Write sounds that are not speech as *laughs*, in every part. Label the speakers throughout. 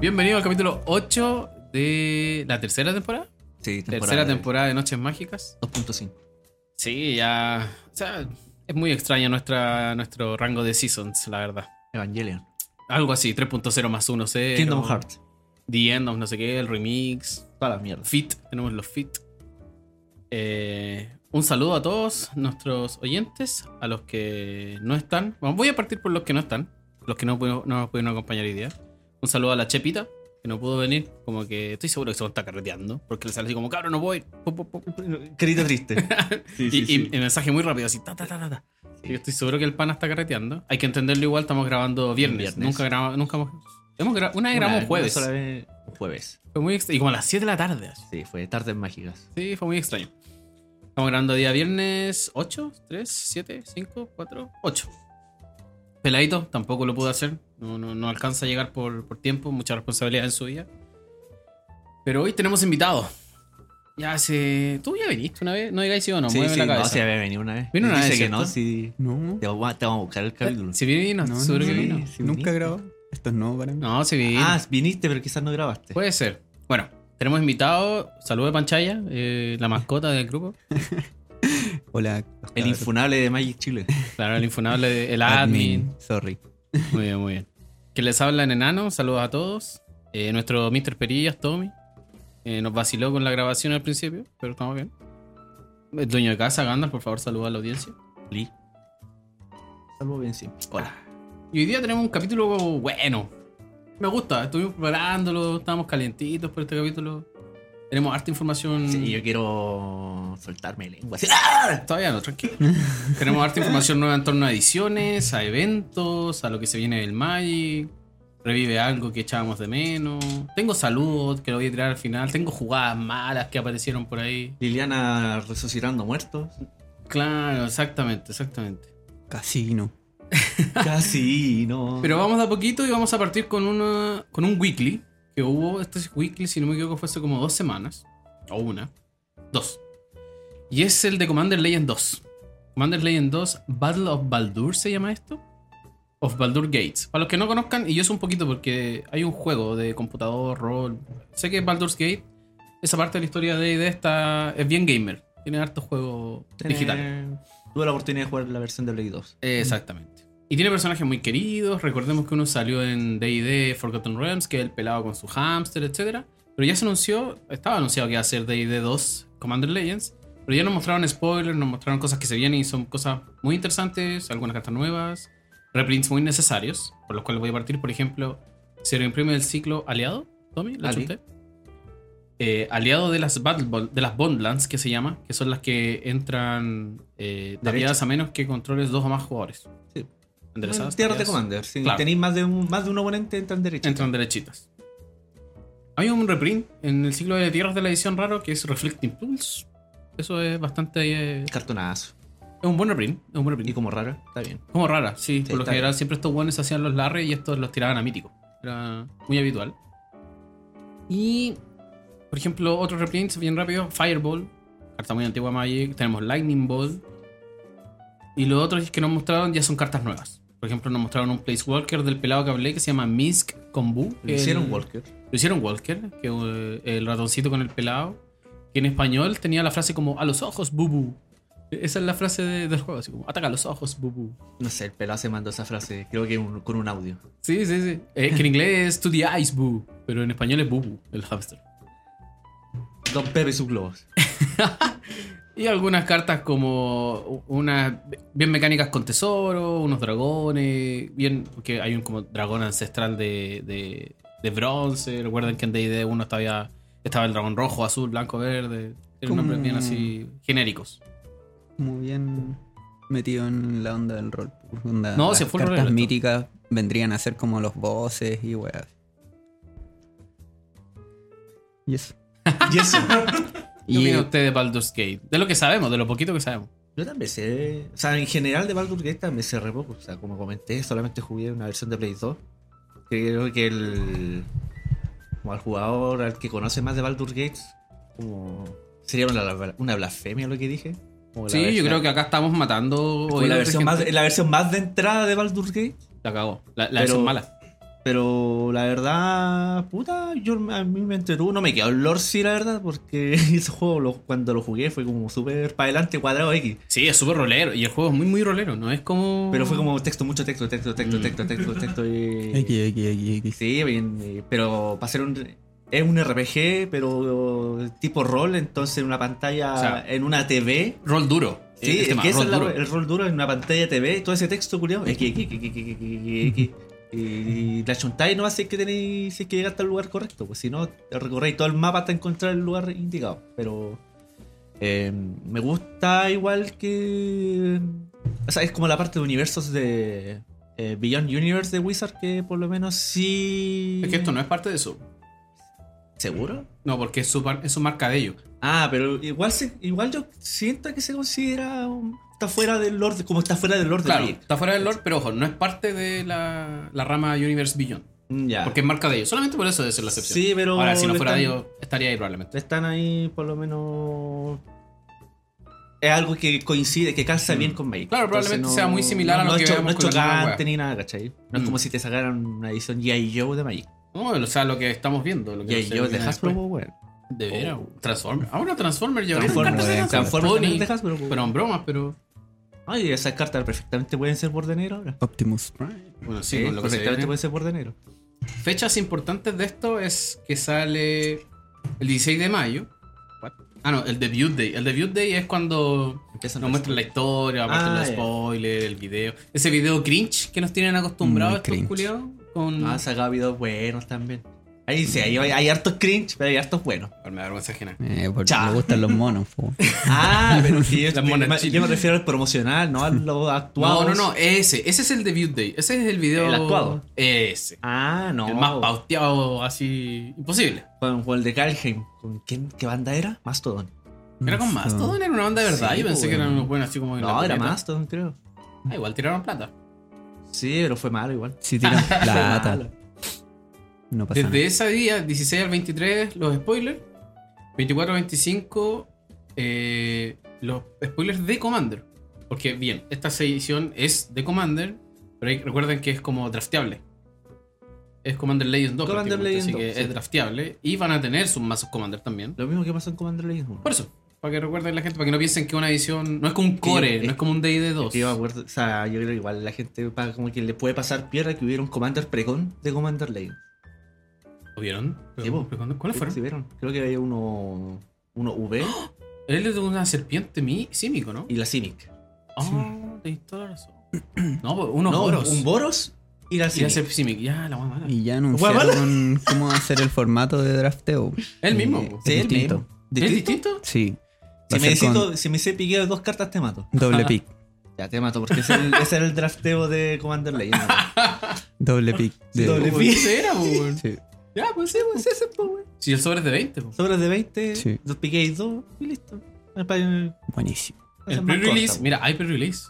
Speaker 1: Bienvenido al capítulo 8 de la tercera temporada.
Speaker 2: Sí,
Speaker 1: Tercera temporada de Noches Mágicas.
Speaker 2: 2.5.
Speaker 1: Sí, ya. O sea, es muy extraño nuestra, nuestro rango de seasons, la verdad.
Speaker 2: Evangelion.
Speaker 1: Algo así, 3.0 más 1, sé.
Speaker 2: Kingdom Hearts.
Speaker 1: The End of no sé qué, el remix.
Speaker 2: Toda la
Speaker 3: *laughs*
Speaker 2: mierda.
Speaker 1: Fit, tenemos los fit. Eh, un saludo a todos nuestros oyentes, a los que no están. Bueno, voy a partir por los que no están, los que no, pudieron- no nos pudieron acompañar hoy día. Un saludo a la Chepita, que no pudo venir. Como que estoy seguro que se está carreteando, porque le sale así como, cabrón, no voy. Pum, pum, pum.
Speaker 2: Carita *laughs* triste.
Speaker 3: Sí,
Speaker 1: y, y el mensaje muy rápido, así, ta, ta, ta, ta, ta. Y Yo estoy seguro que el pana está carreteando. Hay que entenderlo igual, estamos grabando viernes.
Speaker 2: viernes.
Speaker 1: Nunca grabamos, nunca hemos, hemos gra- una vez grabamos
Speaker 2: Una-
Speaker 1: jueves.
Speaker 2: una sola vez, un jueves.
Speaker 1: Fue muy extra- y como a las 7 de la tarde. así.
Speaker 2: Sí, fue Tardes Mágicas.
Speaker 1: Sí, fue muy extraño. Estamos grabando día viernes 8, 3, 7, 5, 4, 8. Peladito, tampoco lo pudo hacer. No, no, no alcanza a llegar por, por tiempo, mucha responsabilidad en su vida. Pero hoy tenemos invitados. Ya se. Tú ya viniste una vez, no digáis sí o no,
Speaker 2: sí,
Speaker 1: mueve
Speaker 2: sí,
Speaker 1: la
Speaker 2: no,
Speaker 1: cabeza.
Speaker 2: sí, había venido una vez.
Speaker 1: Vino una
Speaker 2: Dice
Speaker 1: vez,
Speaker 2: que
Speaker 1: ¿cierto? Eh,
Speaker 2: no, sí.
Speaker 3: No,
Speaker 2: Te vamos, a- te vamos a buscar el capítulo.
Speaker 1: Si vino,
Speaker 3: No,
Speaker 1: seguro
Speaker 3: no,
Speaker 1: que vino.
Speaker 2: no. Sí,
Speaker 3: nunca
Speaker 2: viniste.
Speaker 3: grabó. Esto es nuevo para mí.
Speaker 1: No, si vino.
Speaker 2: Ah, viniste, pero quizás no grabaste.
Speaker 1: Puede ser. Bueno, tenemos invitado. Saludos de Panchaya, eh, la mascota del grupo.
Speaker 3: Hola.
Speaker 2: el infunable de
Speaker 1: *laughs*
Speaker 2: Magic Chile.
Speaker 1: Claro, el infunable, el admin.
Speaker 3: Sorry.
Speaker 1: Muy bien, muy bien. Que les habla en enano, saludos a todos. Eh, nuestro Mr. Perillas, Tommy, eh, nos vaciló con la grabación al principio, pero estamos bien. El dueño de casa, Gandalf, por favor, saluda a la audiencia.
Speaker 2: Lee. Salvo bien, sí. Hola.
Speaker 1: Y hoy día tenemos un capítulo bueno. Me gusta, estuvimos preparándolo, estábamos calientitos por este capítulo. Tenemos harta información.
Speaker 2: Sí, yo quiero soltarme
Speaker 1: *laughs*
Speaker 2: lengua. así.
Speaker 1: Todavía no, tranquilo. *laughs* Tenemos harta información nueva en torno a ediciones, a eventos, a lo que se viene del Magic. Revive algo que echábamos de menos. Tengo saludos que lo voy a tirar al final. Tengo jugadas malas que aparecieron por ahí.
Speaker 2: Liliana resucitando muertos. *laughs*
Speaker 1: Claro, exactamente, exactamente.
Speaker 3: Casino.
Speaker 2: Casi, no.
Speaker 1: Pero vamos de a poquito y vamos a partir con, una, con un weekly. Que hubo, este es weekly, si no me equivoco, fue hace como dos semanas. O una. Dos. Y es el de Commander Legend 2. Commander Legend 2, Battle of Baldur se llama esto. Of Baldur Gates. Para los que no conozcan, y yo es un poquito porque hay un juego de computador, rol. Sé que Baldur's Gate, esa parte de la historia de ID está, es bien gamer. Tiene hartos juegos
Speaker 2: Tener-
Speaker 1: digitales.
Speaker 2: Eh, Tuve la oportunidad de jugar la versión de Play 2.
Speaker 1: Exactamente. Y tiene personajes muy queridos. Recordemos que uno salió en DD Forgotten Realms, que es el pelado con su hámster, etc. Pero ya se anunció, estaba anunciado que iba a ser DD 2 Commander Legends. Pero ya nos mostraron spoilers, nos mostraron cosas que se vienen y son cosas muy interesantes, algunas cartas nuevas, reprints muy necesarios, por los cuales voy a partir. Por ejemplo, se reimprime del ciclo aliado, Tommy, la
Speaker 2: Ali.
Speaker 1: chuté. Eh, aliado de las Battle Bond- de las Bondlands, que se llama, que son las que entran eh, tapiadas a menos que controles dos o más jugadores.
Speaker 2: Sí.
Speaker 1: Enderezadas,
Speaker 2: Tierra de
Speaker 1: tapiadas,
Speaker 2: Commander. Si
Speaker 1: Claro.
Speaker 2: tenéis más de, un, más de un oponente, entran derecho.
Speaker 1: Entran derechitas. Hay un reprint en el ciclo de tierras de la edición raro que es Reflecting Pulse. Eso es bastante. eh,
Speaker 2: Cartonazo.
Speaker 1: es un buen reprint. Es un buen
Speaker 2: Y
Speaker 1: reprint.
Speaker 2: como rara, está bien.
Speaker 1: Como rara, sí.
Speaker 2: Sí,
Speaker 1: por lo
Speaker 2: está
Speaker 1: general siempre estos buenos hacían los larres y estos los tiraban a mítico. Era muy habitual. Y, por ejemplo, otros reprints bien rápido. Fireball, carta muy antigua Magic. Tenemos Lightning Ball. Y los otros que nos mostraron ya son cartas nuevas. Por ejemplo, nos mostraron un Placewalker del pelado que hablé que se llama Misk Kombu.
Speaker 2: Lo hicieron Walker.
Speaker 1: Lo hicieron Walker, que eh, el ratoncito con el pelado. Que en español tenía la frase como, a los ojos, bubu. Esa es la frase de- del juego, así como, ataca a los ojos, bubu.
Speaker 2: No sé, el pelado se mandó esa frase, creo que un- con un audio.
Speaker 1: Sí, sí, sí. Eh, *laughs* que en inglés es To the Ice Boo, pero en español es Bubu, el hamster.
Speaker 2: Don Pepe y sus globos. *laughs*
Speaker 1: Y algunas cartas como unas bien mecánicas con tesoro, unos dragones, bien, porque hay un como dragón ancestral de, de, de bronce. Recuerden que en D&D 1 estaba, estaba el dragón rojo, azul, blanco, verde. Tiene nombres
Speaker 3: Como-
Speaker 1: bien así genéricos.
Speaker 3: Muy bien metido en la onda del rol. Onda,
Speaker 1: No,
Speaker 3: las
Speaker 1: se fue el
Speaker 3: cartas
Speaker 1: rolero esto.
Speaker 3: míticas vendrían a ser como los voces y weas. Y eso.
Speaker 2: Y eso.
Speaker 1: ¿Qué
Speaker 3: Y
Speaker 1: opina usted de Baldur's Gate? De lo que sabemos, de lo poquito que sabemos.
Speaker 2: Yo también sé. O sea, en general de Baldur's Gate también sé re poco. O sea, como comenté, solamente jugué una versión de Play 2. Creo que el. Como al jugador, al que conoce más de Baldur's Gate, como. Sería una, una blasfemia lo que dije. Como la
Speaker 1: Sí, yo
Speaker 2: versión-
Speaker 1: creo que acá estamos matando...
Speaker 2: como
Speaker 1: oídos
Speaker 2: la
Speaker 1: de
Speaker 2: versión, más,
Speaker 1: gente.
Speaker 2: la versión más de entrada de Baldur's Gate.
Speaker 1: La cagó. La, la
Speaker 2: Pero-
Speaker 1: versión mala.
Speaker 2: Pero la verdad, puta, yo a mí me entretuvo. No me quedó el Lord sí, la verdad, porque *laughs* ese juego lo- cuando lo jugué fue como súper para adelante, cuadrado X.
Speaker 1: Sí, es súper rolero. Y el juego es muy, muy rolero. No es como.
Speaker 2: Pero fue como texto, mucho texto, texto, texto,
Speaker 1: Mm.
Speaker 2: texto, texto, texto. Y...
Speaker 3: X, X, X, X.
Speaker 2: Sí, bien, eh, pero para ser un. Es un RPG, pero tipo rol, entonces en una pantalla,
Speaker 1: O sea,
Speaker 2: en una TV.
Speaker 1: Rol duro.
Speaker 2: Sí,
Speaker 1: el
Speaker 2: es
Speaker 1: tema,
Speaker 2: que ese
Speaker 1: Eh, este rol
Speaker 2: es la-
Speaker 1: duro.
Speaker 2: el rol duro en una pantalla de TV, todo ese texto, culiado. X, X, X, X, X, X, X. Y la chuntáis no hace que tenéis, si es que llegaste al lugar correcto, pues si no, recorréis todo el mapa hasta encontrar el lugar indicado. Pero eh, me gusta igual que. O sea, es como la parte de universos de eh, Beyond Universe de Wizard, que por lo menos sí.
Speaker 1: Es que esto no es parte de eso.
Speaker 2: ¿Seguro?
Speaker 1: No, porque es su, par- es su marca de ellos.
Speaker 2: Ah, pero igual se, igual yo siento que se considera un- está fuera del orden, como está fuera del orden.
Speaker 1: Claro, está fuera del lore, pero ojo, no es parte de la, la rama Universe Beyond.
Speaker 2: Mm, Ya.
Speaker 1: Porque es marca de ellos. Solamente por eso debe ser la excepción.
Speaker 2: Sí, pero
Speaker 1: Ahora, si no
Speaker 2: le
Speaker 1: fuera de
Speaker 2: están-
Speaker 1: ellos, estaría ahí probablemente.
Speaker 2: Están ahí por lo menos es algo que coincide, que calza
Speaker 1: Mm.
Speaker 2: bien con Magic.
Speaker 1: Claro, probablemente sea muy similar a lo
Speaker 2: no
Speaker 1: que
Speaker 2: es cho-
Speaker 1: veamos
Speaker 2: No es
Speaker 1: con la nueva
Speaker 2: chocante
Speaker 1: wea.
Speaker 2: ni nada, ¿cachai? No
Speaker 1: Mm.
Speaker 2: es como si te sacaran una edición G.I. Joe de Magic.
Speaker 1: No, o sea, lo que estamos viendo. Lo que
Speaker 2: G.I.
Speaker 1: no sé,
Speaker 2: Joe
Speaker 1: viene
Speaker 2: de Hasbro,
Speaker 1: después.
Speaker 2: weón.
Speaker 1: De veras.
Speaker 2: Oh.
Speaker 1: Transformer. Ahora Transformer ya
Speaker 2: Transformers,
Speaker 1: abrieron cartas de
Speaker 2: weón.
Speaker 1: Hasbro.
Speaker 2: Transformers
Speaker 1: Pony,
Speaker 2: eh, también es de Hasbro, weón.
Speaker 1: Pero en bromas, pero.
Speaker 2: Ay, esas cartas perfectamente pueden ser por de negro ahora.
Speaker 3: Optimus Prime.
Speaker 1: Bueno, sí,
Speaker 2: Sí,
Speaker 1: con lo que se
Speaker 2: Eh, perfectamente
Speaker 1: viene.
Speaker 2: pueden ser por de negro.
Speaker 1: Fechas importantes de esto es que sale el 16 de mayo. Ah, no, el debut day. El debut day es cuando
Speaker 2: Empiezan
Speaker 1: nos muestran la historia, muestran
Speaker 2: Ah,
Speaker 1: los
Speaker 2: ya.
Speaker 1: spoilers, el video. Ese video cringe que nos tienen acostumbrados
Speaker 3: Muy
Speaker 1: estos
Speaker 3: cringe.
Speaker 1: culiados. Con.
Speaker 2: Ah, han sacado videos buenos también. Ahí sí, ahí hay, hay hartos cringe, pero hay hartos buenos.
Speaker 1: Ah, Me da vergüenza ajena.
Speaker 3: Eh, porque
Speaker 2: Cha.
Speaker 3: me gustan los monos, po.
Speaker 2: Ah, pero
Speaker 1: *laughs*
Speaker 2: sí, yo,
Speaker 1: Las
Speaker 2: me,
Speaker 1: monas
Speaker 2: yo
Speaker 1: chinas.
Speaker 2: me refiero al promocional, no a los
Speaker 1: No,
Speaker 2: actuados.
Speaker 1: no, no, ese. Ese es el debut day. Ese es el video.
Speaker 2: El actuado.
Speaker 1: Ese.
Speaker 2: Ah, no.
Speaker 1: El más pauteado, así. Imposible.
Speaker 2: Con, con el de Calheim. ¿Con quién, qué banda era? Mastodon.
Speaker 1: *laughs* Era con Mastodon, era una banda de verdad.
Speaker 2: Sí,
Speaker 1: Yo pensé
Speaker 2: pues,
Speaker 1: que eran
Speaker 2: bueno.
Speaker 1: unos buenos así como. en la
Speaker 2: No, era
Speaker 1: cuneta.
Speaker 2: Mastodon, creo.
Speaker 1: Ah, igual tiraron plata.
Speaker 2: Sí, pero fue malo igual.
Speaker 3: Si tiran plata,
Speaker 2: Malo.
Speaker 3: no pasa
Speaker 1: Ah, Desde ese día, 16 al 23, los spoilers. 24 al 25, eh, los spoilers de Commander. Porque, bien, esta edición es de Commander, pero hay- recuerden que es como drafteable. Es Commander Legends 2,
Speaker 2: Commander
Speaker 1: prácticamente, así
Speaker 2: Legends
Speaker 1: que
Speaker 2: 2, sí.
Speaker 1: es drafteable. Y van a tener sus mazos Commander también.
Speaker 2: Lo mismo que pasó en Commander Legends 1.
Speaker 1: Por eso, para que recuerden la gente, para que no piensen que una edición no es como un core,
Speaker 2: es-
Speaker 1: no es como un D&D 2.
Speaker 2: Que yo, me acuerdo, o sea, yo creo que igual la gente pa- como que le puede pasar piedra que hubiera un Commander precon de Commander Legends.
Speaker 1: ¿Lo vieron?
Speaker 2: Sí, po.
Speaker 1: ¿Cuáles
Speaker 2: Sí,
Speaker 1: fueron? ¡Ah!
Speaker 2: vieron? Creo que había uno, uno V
Speaker 1: Él es de una serpiente mi, símico, ¿no?
Speaker 2: y la Simic.
Speaker 1: Ah, tenéis toda la razón. *clears throat* No, pues, unos
Speaker 2: no,
Speaker 1: boros.
Speaker 2: un Boros y la
Speaker 1: Y la
Speaker 2: Simic.
Speaker 1: Sepsimic, ya, la guay
Speaker 3: nada.
Speaker 1: mala.
Speaker 3: Y ya
Speaker 2: Guau,
Speaker 3: anunciaron cómo va a ser el formato de drafteo.
Speaker 1: Él
Speaker 3: Y
Speaker 1: mismo.
Speaker 3: es
Speaker 1: po.
Speaker 2: Sí, el
Speaker 3: distinto.
Speaker 2: mismo.
Speaker 1: ¿Es
Speaker 2: ¿Distinto?
Speaker 1: distinto?
Speaker 3: Sí.
Speaker 2: Si
Speaker 3: Va a
Speaker 2: me,
Speaker 3: ser con
Speaker 2: necesito, si me sé piqueo de dos cartas, te mato.
Speaker 3: doble pick.
Speaker 2: Ya te mato, porque ese, es el- ese era el drafteo de Commander Legends.
Speaker 3: Doble pick. de-
Speaker 2: Doble
Speaker 1: Como
Speaker 2: pick.
Speaker 1: ese era, po, *laughs* weón.
Speaker 3: Sí.
Speaker 1: Ya, pues sí, pues.
Speaker 2: Pues ese, po, wey.
Speaker 1: Si el sobre es de pues. 20, po.
Speaker 2: Sobres de 20,
Speaker 3: Sí.
Speaker 2: los piquéis dos y listo. Es para- no
Speaker 3: Buenísimo.
Speaker 2: hacer
Speaker 1: El
Speaker 2: más
Speaker 1: pre-release,
Speaker 2: cosas,
Speaker 1: mira, hay pre-release.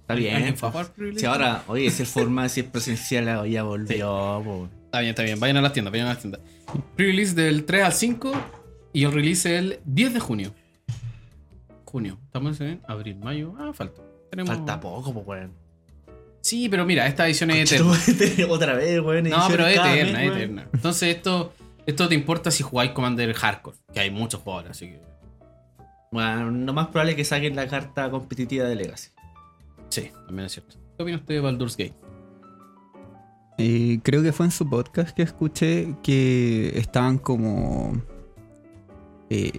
Speaker 2: Está bien.
Speaker 1: ¿Alguien fue a jugar pre-release?
Speaker 2: Si ahora, oye, si el forma, si es presencial, ahora ya volvió, po.
Speaker 1: Está bien, está bien. Vayan a las tiendas, vayan a las tiendas. Pre-release del 3 al 5 y el release el 10 de junio. Junio. Estamos en abril, mayo. Ah, falta. Tenemos-
Speaker 2: Falta poco, po, weón.
Speaker 1: Sí, pero mira, esta edición es eterna.
Speaker 2: *laughs* Conchetumare, Otra vez, weón.
Speaker 1: No, pero es
Speaker 2: edición cada mes,
Speaker 1: eterna, es
Speaker 2: weón.
Speaker 1: eterna. Entonces esto, esto te importa si jugáis Commander Hardcore, que hay muchos jugadores, así que...
Speaker 2: Bueno, lo más probable es que saquen la carta competitiva de Legacy.
Speaker 1: Sí, también es cierto. ¿Qué opina usted de Baldur's Gate?
Speaker 3: Eh, creo que fue en su podcast que escuché que estaban como eh,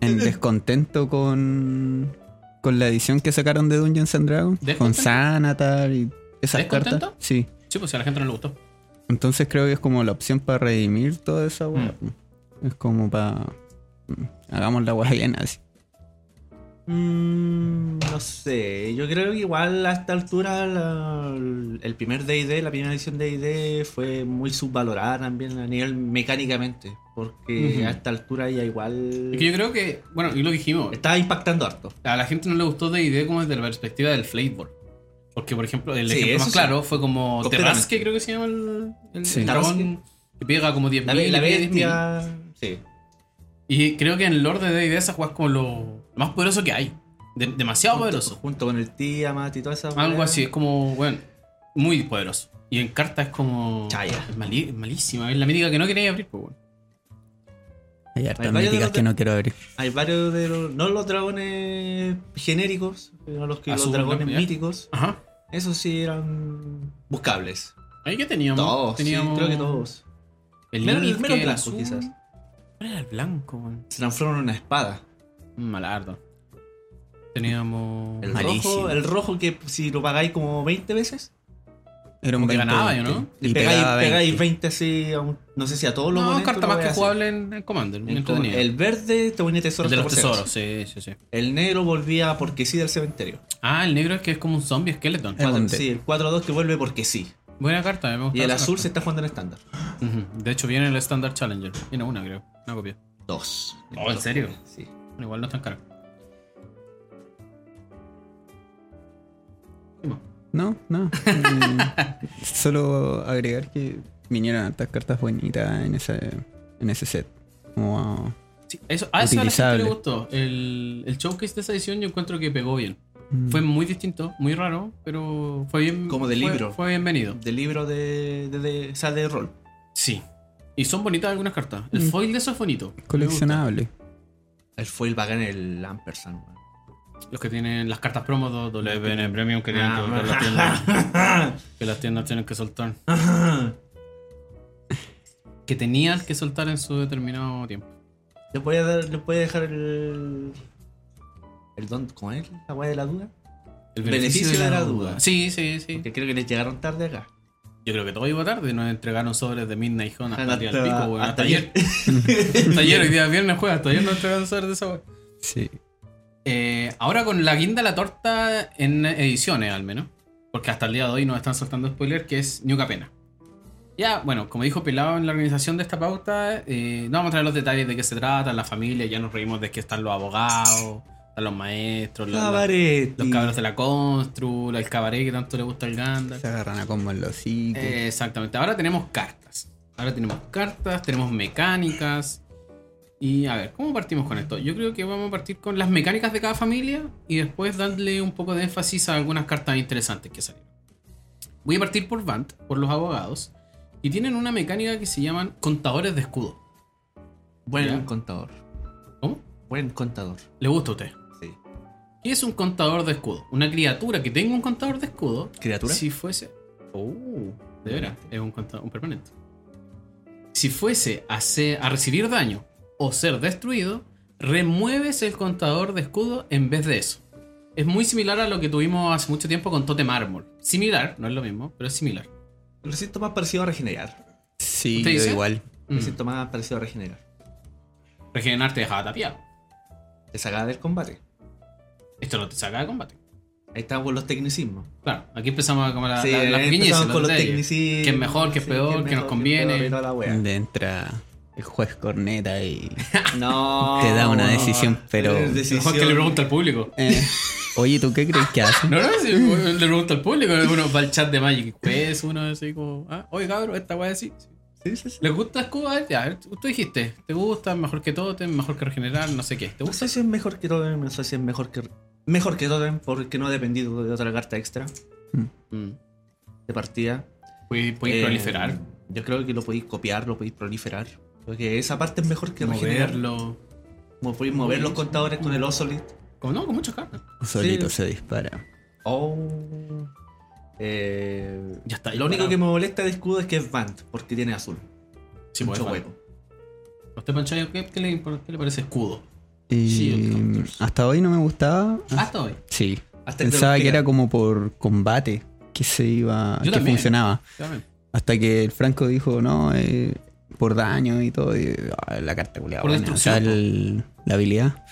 Speaker 3: en descontento con, con la edición que sacaron de Dungeons and Dragons, con
Speaker 1: ¿Descontento?
Speaker 3: Sanatar y esas
Speaker 1: ¿Descontento?
Speaker 3: cartas. Sí.
Speaker 1: Sí, pues si a la gente no le gustó.
Speaker 3: Entonces creo que es como la opción para redimir toda esa weá. Es como para. Hagamos la weá bien así.
Speaker 2: Mm, no sé, yo creo que igual a esta altura la- el primer DD, la primera edición de DD fue muy subvalorada también a nivel mecánicamente, porque
Speaker 1: Ujú.
Speaker 2: a esta altura ya igual
Speaker 1: Es que yo creo que, bueno, y lo dijimos,
Speaker 2: estaba impactando harto.
Speaker 1: a la gente no le gustó de idea como desde la perspectiva del flavor. Porque, por ejemplo, el
Speaker 2: Sí,
Speaker 1: ejemplo
Speaker 2: eso
Speaker 1: más
Speaker 2: sí.
Speaker 1: claro fue como
Speaker 2: Completamente.
Speaker 1: Terras, que creo que se llama el, el,
Speaker 3: Sí.
Speaker 1: el dragón que pega como 10.000
Speaker 2: La, be- la
Speaker 1: y pega 10.000.
Speaker 2: bestia, sí.
Speaker 1: Y creo que en el Lord de D&D esa jugás como lo, lo más poderoso que hay. De- demasiado
Speaker 2: Junto,
Speaker 1: poderoso.
Speaker 2: junto con el Tiamat y toda esa
Speaker 1: Algo
Speaker 2: weá.
Speaker 1: así, es como, bueno, muy poderoso. Y en carta es como.
Speaker 2: Chaya.
Speaker 1: es mali- es malísima. Es la mítica que no queréis abrir, pues bueno.
Speaker 3: Hay hartas
Speaker 2: varios de
Speaker 3: míticas
Speaker 2: los
Speaker 3: que
Speaker 2: de-
Speaker 3: no quiero abrir.
Speaker 2: Hay varios de los. No los dragones genéricos, sino los, que, los
Speaker 1: Azul,
Speaker 2: dragones
Speaker 1: ¿ya?
Speaker 2: míticos.
Speaker 1: Ajá.
Speaker 2: Esos sí eran buscables.
Speaker 1: Ahí que teníamos.
Speaker 2: Todos, sí,
Speaker 1: teníamos
Speaker 2: creo que todos.
Speaker 1: El
Speaker 2: Menos-
Speaker 1: Nilfgaard,
Speaker 2: menos
Speaker 1: el
Speaker 2: blanco,
Speaker 1: azul.
Speaker 2: quizás.
Speaker 1: ¿Cuál era el blanco, weón?
Speaker 2: Se transforman en una espada.
Speaker 1: Malardo. Teníamos.
Speaker 2: El
Speaker 3: Malísimo.
Speaker 2: rojo, el rojo que si lo pagáis como 20 veces,
Speaker 3: Era
Speaker 1: como que
Speaker 3: 20,
Speaker 1: ganaba yo, ¿no?
Speaker 3: 20.
Speaker 2: le
Speaker 3: Y
Speaker 2: pegáis,
Speaker 3: pegaba 20.
Speaker 2: pegáis 20 así, a un- no sé si a todos los
Speaker 1: No,
Speaker 2: oponentes,
Speaker 1: carta
Speaker 2: una
Speaker 1: más que
Speaker 2: wea así.
Speaker 1: jugable en, en Commander. muy
Speaker 2: El,
Speaker 1: entretenido.
Speaker 2: el verde te ponía
Speaker 1: El
Speaker 2: tesoros.
Speaker 1: de los
Speaker 2: por si acaso.
Speaker 1: tesoros, sí, sí, sí.
Speaker 2: El negro volvía porque sí del cementerio.
Speaker 1: Ah, el negro es que es como un zombie skeleton.
Speaker 3: Eh.
Speaker 2: Cuatro-
Speaker 3: Monte.
Speaker 2: sí, el 4-2 que vuelve porque sí.
Speaker 1: Buena carta, me gusta
Speaker 2: Y el
Speaker 1: esa
Speaker 2: azul
Speaker 1: carta.
Speaker 2: se está jugando en estándar.
Speaker 1: Ujú. De hecho, viene el Standard Challenger. Viene una, creo. Una copia.
Speaker 2: Dos.
Speaker 1: Oh, ¿en serio?
Speaker 2: Sí.
Speaker 1: Bueno, Igual no es tan caro.
Speaker 3: No, no. Eh, *laughs* Solo agregar que vinieron hartas cartas bonitas en ese, en ese set. Como,
Speaker 1: Sí, eso, a eso a la gente
Speaker 3: Utilizable.
Speaker 1: le gustó. El, el showcase de esa edición yo encuentro que pegó bien.
Speaker 3: mm,
Speaker 1: Fue muy distinto, muy raro, pero fue bien.
Speaker 2: Como de
Speaker 1: fue-
Speaker 2: libro.
Speaker 1: Fue bienvenido.
Speaker 2: De libro de, de, de- o sea, de rol.
Speaker 1: Sí. Y son bonitas algunas cartas. El
Speaker 3: Mm.
Speaker 1: foil de eso es bonito. Me
Speaker 3: coleccionable.
Speaker 2: El foil bacán el Ampersand. weón.
Speaker 1: gusta. Los que tienen las cartas promo do- WN Premium que tienen que
Speaker 2: Ah,
Speaker 1: volver las
Speaker 3: *laughs*
Speaker 1: tiendas. Que las tiendas tienen que soltar.
Speaker 2: *laughs*
Speaker 1: *laughs* Que tenían que soltar en su determinado tiempo.
Speaker 2: Les voy a dar, les voy a dejar el. El don con él, la weá de la duda.
Speaker 1: El
Speaker 2: Beneficio de la duda.
Speaker 1: Sí, sí, sí.
Speaker 2: Porque creo que les llegaron tarde acá.
Speaker 1: Yo creo que todo iba tarde. Nos entregaron sobres de Midnight Zone hasta, el día del
Speaker 2: Hasta-
Speaker 1: pico, weón. Hasta,
Speaker 2: hasta
Speaker 1: ayer. hasta ayer,
Speaker 2: *laughs*
Speaker 1: hoy día viernes juega. Hasta ayer nos entregaron sobres de esa weá.
Speaker 3: Sí.
Speaker 1: Eh, ahora con la guinda a la torta en ediciones, al menos. Porque hasta el día de hoy nos están soltando spoiler, que es New Capena. Ya, bueno, como dijo Pelado en la organización de esta pauta, eh, no vamos a traer los detalles de qué se trata, la familia, ya nos reímos de que están los abogados, están los maestros, los, los,
Speaker 2: Cabaret.
Speaker 1: cabros de la Constru, el cabaret que tanto le gusta al Gandalf.
Speaker 3: Se agarran a combo en los hocico.
Speaker 1: Eh, exactamente. Ahora tenemos cartas. Ahora tenemos cartas, tenemos mecánicas. Y a ver, ¿cómo partimos con esto? Yo creo que vamos a partir con las mecánicas de cada familia y después darle un poco de énfasis a algunas cartas interesantes que salieron. Voy a partir por Vant, por los abogados. Y tienen una mecánica que se llaman contadores de escudo.
Speaker 2: Buen
Speaker 1: Ya.
Speaker 2: contador.
Speaker 1: ¿Cómo?
Speaker 2: Buen contador.
Speaker 1: ¿Le gusta a usted?
Speaker 2: Sí.
Speaker 1: ¿Qué es un contador de escudo? Una criatura que tenga un contador de escudo
Speaker 2: ¿Criatura?
Speaker 1: Si fuese. Oh, de veras, es un, conta- un permanente. Si fuese a, se- a recibir daño o ser destruido, remueves el contador de escudo en vez de eso. Es muy similar a lo que tuvimos hace mucho tiempo con Tote Mármol. Similar, no es lo mismo, pero es similar.
Speaker 2: Lo siento más parecido a regenerar.
Speaker 3: sí,
Speaker 1: ¿usted
Speaker 3: yo
Speaker 1: dice?
Speaker 3: igual.
Speaker 2: Lo
Speaker 1: Mm.
Speaker 2: siento más parecido a regenerar.
Speaker 1: Regenerar te dejaba tapiado.
Speaker 2: Te sacaba del combate.
Speaker 1: Esto no te saca de combate.
Speaker 2: Ahí estamos con los tecnicismos.
Speaker 1: Claro, aquí empezamos a como la, la-
Speaker 2: ahí
Speaker 1: las
Speaker 2: empezamos
Speaker 1: pequeñeces, los
Speaker 2: con los
Speaker 1: detalles.
Speaker 2: tecnicismos.
Speaker 1: ¿Qué es mejor, qué es peor,
Speaker 2: que
Speaker 1: qué nos
Speaker 2: y
Speaker 1: conviene?
Speaker 2: toda
Speaker 1: *laughs*
Speaker 2: la wea.
Speaker 3: Donde entra el juez corneta y.
Speaker 2: No.
Speaker 3: Te da una decisión, pero-
Speaker 2: *laughs* Es
Speaker 1: Mejor que le pregunta al público.
Speaker 3: eh, *laughs* Oye, ¿tú qué crees que
Speaker 1: *laughs*
Speaker 3: hace?
Speaker 1: No, no,
Speaker 2: *laughs*
Speaker 1: si le pregunto al público, uno va al chat de Magic Quest, uno así como, ah, oye cabrón, esta weá así.
Speaker 2: Sí, sí, sí.
Speaker 1: ¿Les gusta Scuba? Ya, a ver, tú dijiste, te gusta, mejor que Totem, mejor que Regenerar, no sé qué. ¿Te
Speaker 2: No
Speaker 1: gusta?
Speaker 2: sé si es mejor que Totem, no sé si es mejor que. Mejor que Totem, porque no ha dependido de otra carta extra
Speaker 1: Mm.
Speaker 2: de partida.
Speaker 1: Puedes puedes
Speaker 2: Eh,
Speaker 1: proliferar,
Speaker 2: Yo creo que lo podéis copiar, lo podéis proliferar. Porque esa parte es mejor que regenerar.
Speaker 1: moverlo.
Speaker 2: Como podéis mover los contadores con el Osolid.
Speaker 1: Como no, con muchas cartas.
Speaker 3: Solito
Speaker 2: Sí.
Speaker 3: se dispara.
Speaker 2: Oh. Eh,
Speaker 1: Ya está.
Speaker 2: lo único
Speaker 1: disparado.
Speaker 2: que me molesta de escudo es que es Vant, porque tiene azul.
Speaker 1: Sí, pues,
Speaker 2: mucho
Speaker 1: puede,
Speaker 2: huevo.
Speaker 1: ¿A ¿Usted, Panchayo, qué, qué le, qué le parece escudo?
Speaker 3: Y
Speaker 1: Shield Hunters.
Speaker 3: hasta hoy no me gustaba.
Speaker 2: Ah.
Speaker 1: Hasta hoy.
Speaker 3: Sí.
Speaker 2: Hasta el de
Speaker 3: Pensaba
Speaker 2: los
Speaker 3: que era
Speaker 2: gigantes.
Speaker 3: como por combate que se iba.
Speaker 1: Yo
Speaker 3: que
Speaker 1: también.
Speaker 3: funcionaba.
Speaker 1: claramente.
Speaker 3: Hasta que el Franco dijo, no, eh, por daño y todo. y, ah, la carta culiada.
Speaker 1: Por
Speaker 3: buena, o sea,
Speaker 1: destrucción,
Speaker 3: el- la habilidad.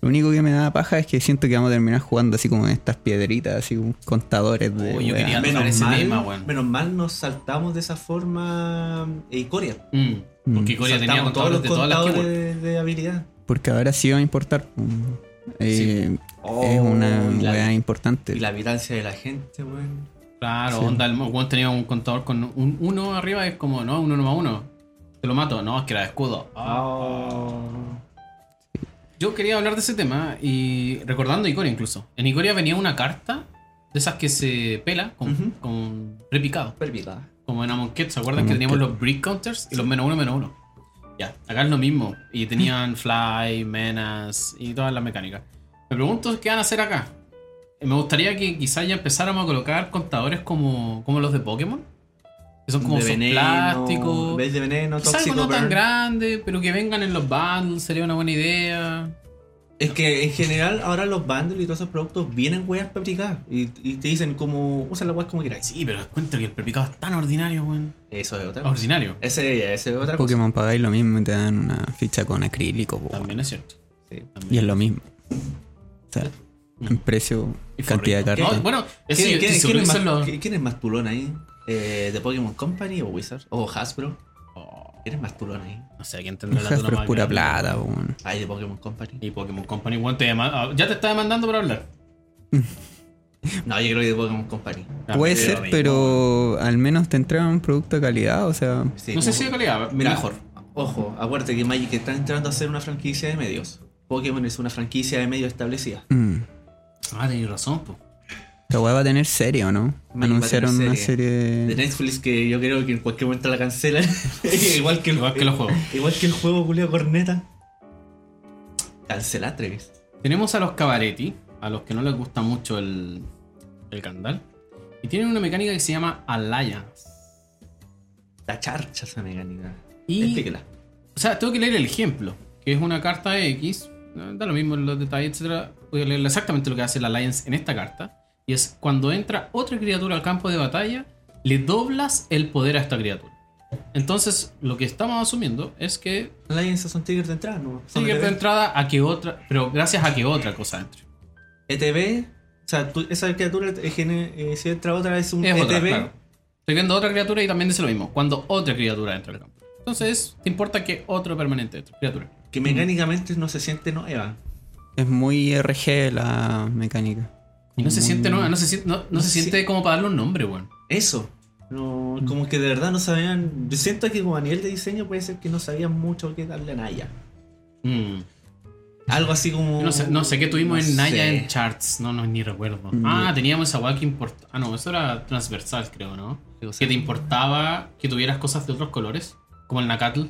Speaker 3: Lo único que me da paja es que siento que vamos a terminar jugando así como en estas piedritas, así como contadores de.
Speaker 1: Oh, yo
Speaker 3: weá.
Speaker 1: quería
Speaker 3: Me-
Speaker 1: tocar
Speaker 2: Menos
Speaker 1: ese
Speaker 2: mal,
Speaker 1: tema, weón.
Speaker 2: menos mal nos saltamos de esa forma eh, Icoria.
Speaker 1: Mm, Porque
Speaker 3: Mm.
Speaker 1: Icoria tenía
Speaker 2: Saltamos todos
Speaker 1: contadores
Speaker 2: los
Speaker 1: de todas las
Speaker 2: contadores
Speaker 1: keywords.
Speaker 2: de, de habilidad.
Speaker 3: Porque ahora sí va a importar. mm, eh,
Speaker 1: Oh,
Speaker 3: es una
Speaker 2: y la-
Speaker 3: weá importante.
Speaker 2: Y la vibrancia de la gente, weón.
Speaker 1: Claro,
Speaker 3: Sí.
Speaker 1: onda, el One tenía un contador con un 1 arriba, es como, no, un 1 más 1. Te lo mato, no, es que era de escudo. Ah. Yo quería hablar de ese tema y recordando Icoria incluso. En Icoria venía una carta de esas que se pela con,
Speaker 2: Ujú.
Speaker 1: con repicado.
Speaker 3: Ah.
Speaker 2: Perpicada.
Speaker 1: Como en Amon Cat, ¿se acuerdan que
Speaker 3: Amon
Speaker 1: teníamos
Speaker 3: Cat.
Speaker 1: los brick counters y los menos uno, menos uno? Ya, acá es lo mismo. Y
Speaker 2: *laughs*
Speaker 1: tenían fly, menas y todas las mecánicas. Me pregunto qué van a hacer acá. Eh, Me gustaría que quizás ya empezáramos a colocar contadores como, como los de Pokémon. Que son como
Speaker 2: de
Speaker 1: esos
Speaker 2: veneno,
Speaker 1: plásticos.
Speaker 2: ¿Ves de veneno?
Speaker 1: Quizás
Speaker 2: Tóxico.
Speaker 1: algo no tan
Speaker 2: burn.
Speaker 1: grande, pero que vengan en los bundles sería una buena idea.
Speaker 2: Es que en general ahora los bundles y todos esos productos vienen weas fabricadas y, y te dicen como usa las weas como queráis.
Speaker 1: Sí, pero encuentro que el prepicado es tan ordinario, weón.
Speaker 2: Eso es otra cosa.
Speaker 1: Ordinario.
Speaker 2: Ese, ese es otra cosa.
Speaker 3: Pokémon pagáis lo mismo y te dan una ficha con acrílico. po,
Speaker 1: También es cierto.
Speaker 2: Sí.
Speaker 3: Y es lo mismo. O sea, en precio,
Speaker 1: Y fue
Speaker 3: cantidad de
Speaker 1: rico.
Speaker 3: cartas.
Speaker 1: No, bueno, eso
Speaker 2: ¿Quién,
Speaker 1: yo-
Speaker 2: quién-
Speaker 1: si se
Speaker 2: quién es
Speaker 1: hubiesen
Speaker 2: más,
Speaker 1: los-
Speaker 2: qui- quién es más tulón ahí? Eh, ¿De Pokémon Company o Wizard? ¿O Hasbro?
Speaker 1: Oh,
Speaker 2: ¿Quién es más tulón ahí?
Speaker 1: no sé, ¿quién tendrá la tula
Speaker 3: Pero *laughs* es
Speaker 1: más
Speaker 3: pura
Speaker 1: grande?
Speaker 3: plata, po, weón.
Speaker 2: Ahí de Pokémon Company.
Speaker 1: Y Pokémon Company, weón, te deman- ah, ya te está demandando por hablar.
Speaker 2: No, yo creo que de Pokémon Company.
Speaker 1: Ah,
Speaker 3: Puede
Speaker 1: pero
Speaker 3: ser,
Speaker 1: amigo.
Speaker 3: pero al menos te entregan un producto de calidad, o sea,
Speaker 2: Sí,
Speaker 1: No sé
Speaker 2: como-
Speaker 1: si de calidad,
Speaker 2: Mira,
Speaker 1: mejor.
Speaker 2: Ojo, acuérdate que Magic está entrando a ser una franquicia de medios. Pokémon es una franquicia de medios establecida.
Speaker 3: mm,
Speaker 1: Ah, tenés razón, po.
Speaker 3: la weá va a tener serie, ¿o no?
Speaker 2: Va a
Speaker 3: Anunciaron
Speaker 2: tener
Speaker 3: una
Speaker 2: serie.
Speaker 3: serie
Speaker 2: De
Speaker 3: de...
Speaker 2: Netflix que yo creo que en cualquier momento la cancelan. *laughs* igual que el,
Speaker 1: Igual que los juegos.
Speaker 2: igual que el juego Julio Corneta. Cancelar Trevis.
Speaker 1: Tenemos a los Cabaretti, a los que no les gusta mucho el, el candal. Y tienen una mecánica que se llama Alliance.
Speaker 2: La charcha esa mecánica.
Speaker 1: Y-
Speaker 2: Explíquela.
Speaker 1: O sea, tengo que leer el ejemplo, que es una carta X, ¿no? da lo mismo los detalles, etcétera. Voy a leer exactamente lo que hace la Alliance en esta carta. Y es cuando entra otra criatura al campo de batalla, le doblas el poder a esta criatura. Entonces, lo que estamos asumiendo es que
Speaker 2: Alliance son triggers de entrada, ¿no? Son
Speaker 1: sigue de
Speaker 2: ETB.
Speaker 1: entrada a que otra, pero gracias a que otra cosa entre.
Speaker 2: E ETB. O sea, tú- esa criatura, eh, gene- eh, si entra otra, es un E
Speaker 1: Es
Speaker 2: ETB.
Speaker 1: otra, claro. Estoy viendo otra criatura y también dice lo mismo, cuando otra criatura entra al campo. Entonces, te importa que otro permanente entre, criatura.
Speaker 2: Que mecánicamente no se siente nueva.
Speaker 3: Es muy RG la mecánica.
Speaker 1: Y no se
Speaker 3: Muy-
Speaker 1: siente, no, no se siente, no, no
Speaker 2: No
Speaker 1: se
Speaker 2: se
Speaker 1: siente como para darle un nombre, weón.
Speaker 2: Eso. No,
Speaker 1: Mm.
Speaker 2: como que de verdad no sabían. Yo siento que como a nivel de diseño puede ser que no sabían mucho qué darle a Naya.
Speaker 1: Mm.
Speaker 2: Algo así como.
Speaker 1: Yo No sé, no sé qué tuvimos
Speaker 2: no
Speaker 1: en Naya
Speaker 2: sé.
Speaker 1: en charts, no, no, ni recuerdo.
Speaker 3: Mm.
Speaker 1: Ah, teníamos esa weá que importaba. Ah, no, eso era transversal, creo, ¿no?
Speaker 2: O sea,
Speaker 1: Que te importaba que tuvieras cosas de otros colores, como el Nakatl.